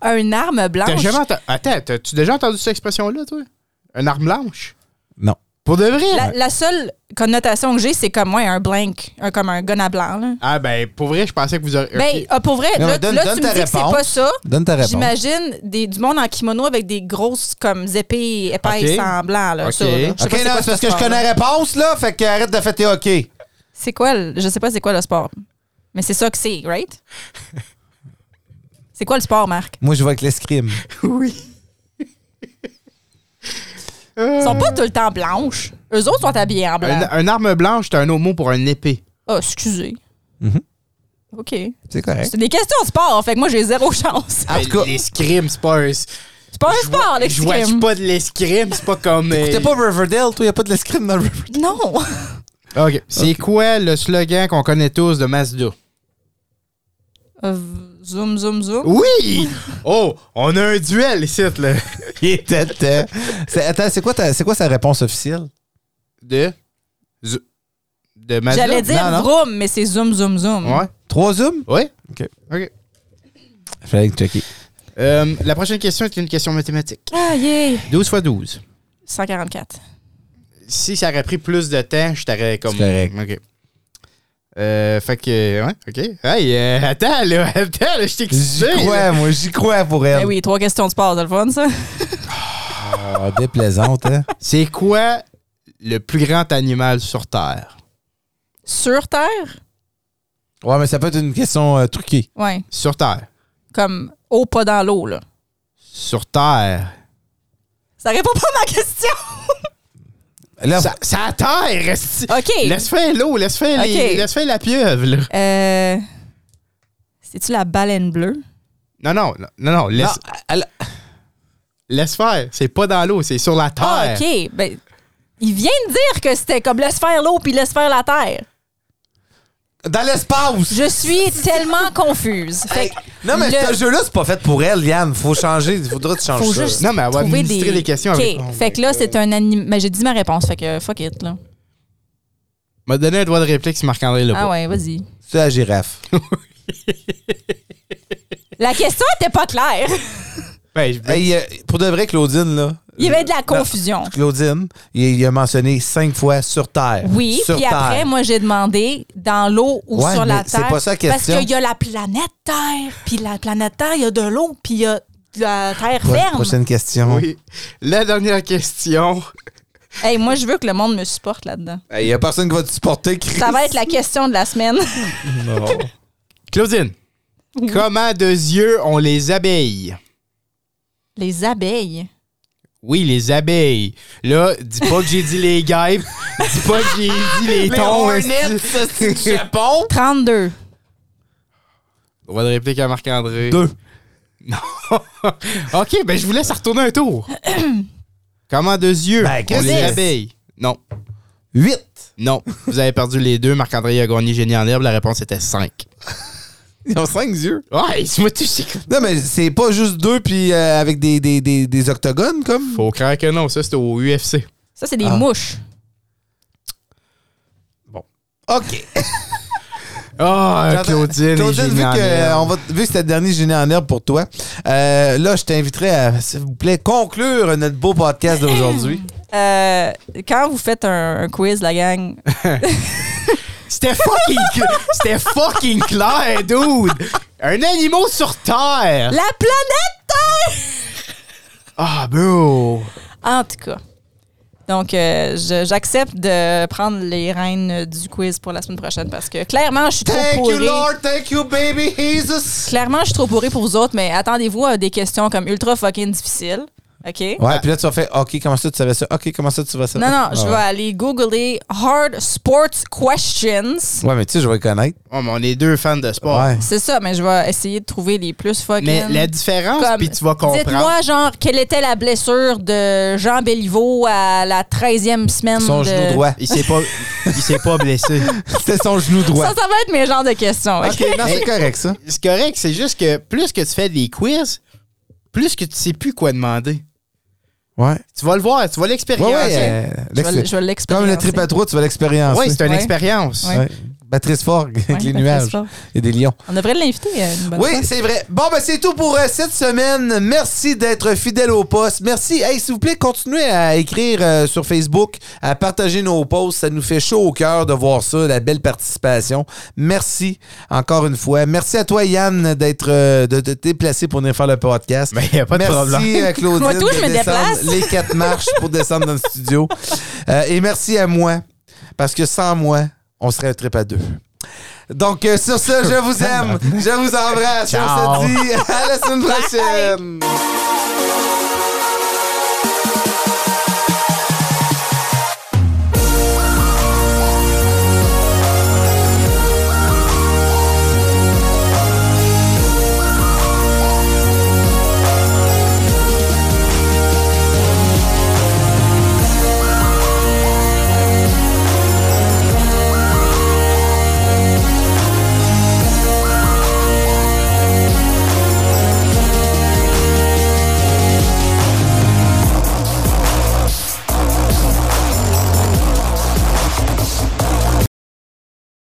S4: Un arme blanche?
S3: T'as jamais entendu. Attends, t'as-tu déjà entendu cette expression-là, toi? Une arme blanche?
S2: Non.
S3: Pour de vrai?
S2: Ah.
S4: La, la seule connotation que j'ai, c'est comme ouais, un blank, un, comme un gun à blanc. Là.
S3: Ah, ben, pour vrai, je pensais que vous auriez.
S4: Ben, ah, pour vrai,
S2: Non,
S4: là,
S2: mais donne-
S4: là,
S2: donne
S4: tu me
S2: ta
S4: dis que c'est
S2: réponse.
S4: pas ça.
S2: Donne ta réponse.
S4: J'imagine des- du monde en kimono avec des grosses comme épées
S3: Ok.
S4: épaisses en blanc. Là,
S3: Ok.
S4: ça, là. Je sais
S2: OK,
S4: pas
S2: non,
S4: quoi
S2: c'est parce
S4: ce
S2: que je
S4: sport-là.
S2: connais la réponse, là. Fait que arrête de fêter OK.
S4: C'est quoi, le- je sais pas c'est quoi le sport. Mais c'est ça que c'est, right? C'est quoi le sport, Marc?
S2: Moi, je vais avec l'escrime.
S4: Ils sont pas tout le temps blanches. Eux autres sont habillés
S2: Euh,
S4: en blanc.
S3: Un, un arme blanche, c'est un autre mot pour un épée.
S4: Ah, excusez.
S2: Mhm.
S4: OK.
S2: C'est correct.
S4: C'est des questions de sport, fait que moi, j'ai zéro chance.
S2: En tout cas,
S3: Ben, L'escrime, c'est pas un.
S4: C'est pas un sport,
S3: Je vois
S4: l'escrime.
S3: pas de l'escrime, c'est pas comme. euh,
S2: t'es pas Riverdale, toi, il a pas de l'escrime dans Riverdale.
S4: Non.
S3: Ok. C'est quoi le slogan qu'on connaît tous de Mazda?
S4: Euh, zoom, zoom, zoom.
S3: Oui! Oh, on a un duel ici, là.
S2: Il était temps. C'est- Attends, c'est quoi, ta- c'est quoi sa réponse officielle?
S3: De. Zu- De Mazda?
S4: J'allais dire
S2: non, non.
S4: vroom, mais c'est zoom, zoom, zoom.
S3: Ouais.
S2: Trois zooms?
S3: Ouais.
S2: OK.
S3: Ok.
S2: Fallait checker.
S3: Euh, la prochaine question est une question mathématique.
S4: Ah, yeah.
S3: 12 fois 12.
S4: 144.
S3: Si ça aurait pris plus de temps, je t'aurais comme.
S2: C'est
S3: Ok. Euh, fait que. Ouais, ok. Hey, euh, attends, là, attends, là, je
S2: J'y
S3: t'excuse.
S2: crois, moi, j'y crois pour elle.
S3: Euh.
S4: Ben oui, trois questions de sport, c'est le fun, ça.
S2: Ah, déplaisante, hein?
S3: C'est quoi le plus grand animal sur Terre?
S4: Sur Terre?
S2: Ouais, mais ça peut être une question euh, truquée.
S4: Ouais.
S3: Sur Terre.
S4: Comme eau, pas dans l'eau, là.
S3: Sur Terre.
S4: Ça répond pas à ma question.
S2: Là,
S3: Ça, ça à terre! esti.
S4: OK.
S3: Laisse faire l'eau, laisse faire, les-
S4: Ok.
S3: laisse faire la pieuvre, là.
S4: Euh, C'est-tu la baleine bleue?
S3: Non, non, non, non, non, laisse,
S2: non, elle-
S3: laisse faire. C'est pas dans l'eau, c'est sur la terre.
S4: Ah, OK. Ben, il vient de dire que c'était comme laisse faire l'eau puis laisse faire la terre.
S2: dans l'espace!
S4: Je suis tellement confuse. Fait que
S2: Non, mais
S4: le-
S2: ce jeu-là, c'est pas fait pour elle, Yann. Faut changer. Il faudra que tu changes
S4: faut
S2: ça.
S4: juste
S3: Non, mais elle va
S4: trouver
S3: administrer
S4: des...
S3: les questions
S4: OK.
S3: avec-
S4: Fait que là, c'est un anime. Mais j'ai dit ma réponse, fait que fuck it, là.
S3: M'a donné un droit de réplique si Marc-André l'a
S4: Ah
S3: pas.
S4: ouais, vas-y.
S2: C'est la girafe.
S4: La question était pas claire.
S3: Ouais, Ben, je-
S2: Hey, euh, pour de vrai, Claudine, là.
S4: Il y avait de la confusion.
S2: Claudine, il, il a mentionné cinq fois sur Terre.
S4: Oui,
S2: sur
S4: puis après,
S2: Terre.
S4: moi, j'ai demandé dans l'eau ou
S2: Ouais,
S4: sur la
S2: mais c'est
S4: Terre.
S2: pas ça la
S4: Parce
S2: question.
S4: qu'il y a la planète Terre, puis la planète Terre, il y a de l'eau, puis il y a de la terre
S2: Pro-
S4: ferme.
S2: Prochaine question.
S3: Oui. La dernière question.
S4: Hey, moi, je veux que le monde me supporte là-dedans.
S2: Il y a personne qui va te supporter, Chris.
S4: Ça va être la question de la semaine.
S3: Oh. Claudine, comment de yeux ont les abeilles?
S4: Les abeilles.
S3: Oui, les abeilles. Là, dis pas que j'ai dit les guêpes. dis pas que j'ai dit les thons. esti.
S2: Japon.
S4: 32.
S3: Droit de réplique à Marc-André.
S2: Deux.
S3: OK, ben je vous laisse retourner un tour. Comment deux yeux?
S2: Ben,
S3: on
S2: qu'est-ce
S3: les
S2: que-
S3: abeilles. Non,
S2: Huit.
S3: non. Vous avez perdu les deux. Marc-André a gagné Génie en herbe. La réponse était 5.
S2: Ils ont cinq yeux.
S3: Ouais, moi tu sais quoi.
S2: Non, mais c'est pas juste deux, puis euh, avec des, des, des, des octogones, comme.
S3: Faut croire que non. Ça, c'était au UFC.
S4: Ça, c'est des mouches.
S2: OK.
S3: Ah,
S2: J'entends-
S3: Claudine.
S2: Claudine,
S3: Claudine,
S2: vu que, euh, on va, vu que c'était le dernier génie en herbe pour toi, euh, là, je t'inviterai à, s'il vous plaît, conclure notre beau podcast d'aujourd'hui.
S4: Euh, quand vous faites un, un quiz, la gang,
S3: C'était fucking, cl- c'était fucking clair, dude. Un animal sur Terre.
S4: la planète Terre!
S3: Ah, bro.
S4: En tout cas. Donc, euh, je- j'accepte de prendre les rênes du quiz pour la semaine prochaine parce que clairement, je suis trop
S2: Thank you,
S4: pourrie.
S2: Lord. Thank you, baby Jesus.
S4: Clairement, je suis trop pourrie pour vous autres, mais attendez-vous à des questions comme ultra fucking difficiles. OK?
S2: Ouais, puis là, tu vas faire OK, comment ça, tu savais ça? OK, comment ça, tu vas ça?
S4: Non, non,
S2: Ah
S4: je vais
S2: ouais.
S4: aller googler Hard Sports Questions.
S2: Ouais, mais tu sais, je vais le connaître.
S3: Oh, mais on est deux fans de sport.
S2: Ouais.
S4: C'est ça, mais je vais essayer de trouver les plus fucking.
S3: Mais la différence,
S4: Comme,
S3: puis tu vas comprendre.
S4: Dites-moi, genre, quelle était la blessure de Jean Béliveau à la 13e semaine
S2: Son
S4: de...
S2: genou droit.
S3: Il s'est pas, il s'est pas blessé.
S2: C'était son genou droit.
S4: Ça, ça va être mes genres de questions. OK?
S2: OK, non, c'est correct, ça.
S3: C'est correct, c'est juste que plus que tu fais des quiz, plus que tu sais plus quoi demander.
S2: Ouais.
S3: Tu vas le voir, tu vas
S2: Ouais,
S3: l'expériencer.
S2: ouais. euh,
S4: Je vais l- je vais
S2: Comme le
S4: l'expérimenter.
S2: trip à trois, tu vas l'expériencer.
S3: euh, Ouais, c'est une
S4: Ouais.
S3: expérience.
S4: Ouais.
S2: Ouais. Patrice Forg avec
S4: Ouais,
S2: les
S4: Patrice
S2: nuages
S4: Forg.
S2: et des lions.
S4: On devrait l'inviter. euh, une bonne
S2: Oui,
S4: fois.
S2: c'est vrai. Bon, ben, c'est tout pour euh, cette semaine. Merci d'être fidèle au poste. Merci. Hey, s'il vous plaît, continuez à écrire euh, sur Facebook, à partager nos posts. Ça nous fait chaud au cœur de voir ça, la belle participation. Merci encore une fois. Merci à toi, Yann, d'être euh, de te déplacer pour venir faire le podcast.
S3: Mais y a pas de
S2: Merci,
S3: problème.
S2: euh, Claudine,
S4: Moi, tout, je
S2: de
S4: me
S2: descendre
S4: déplace.
S2: les quatre marches pour descendre dans le studio. Euh, et merci à moi, parce que sans moi, on serait un trip à deux. Donc, euh, sur ce, je vous aime. Je vous embrasse. On se dit à la semaine prochaine.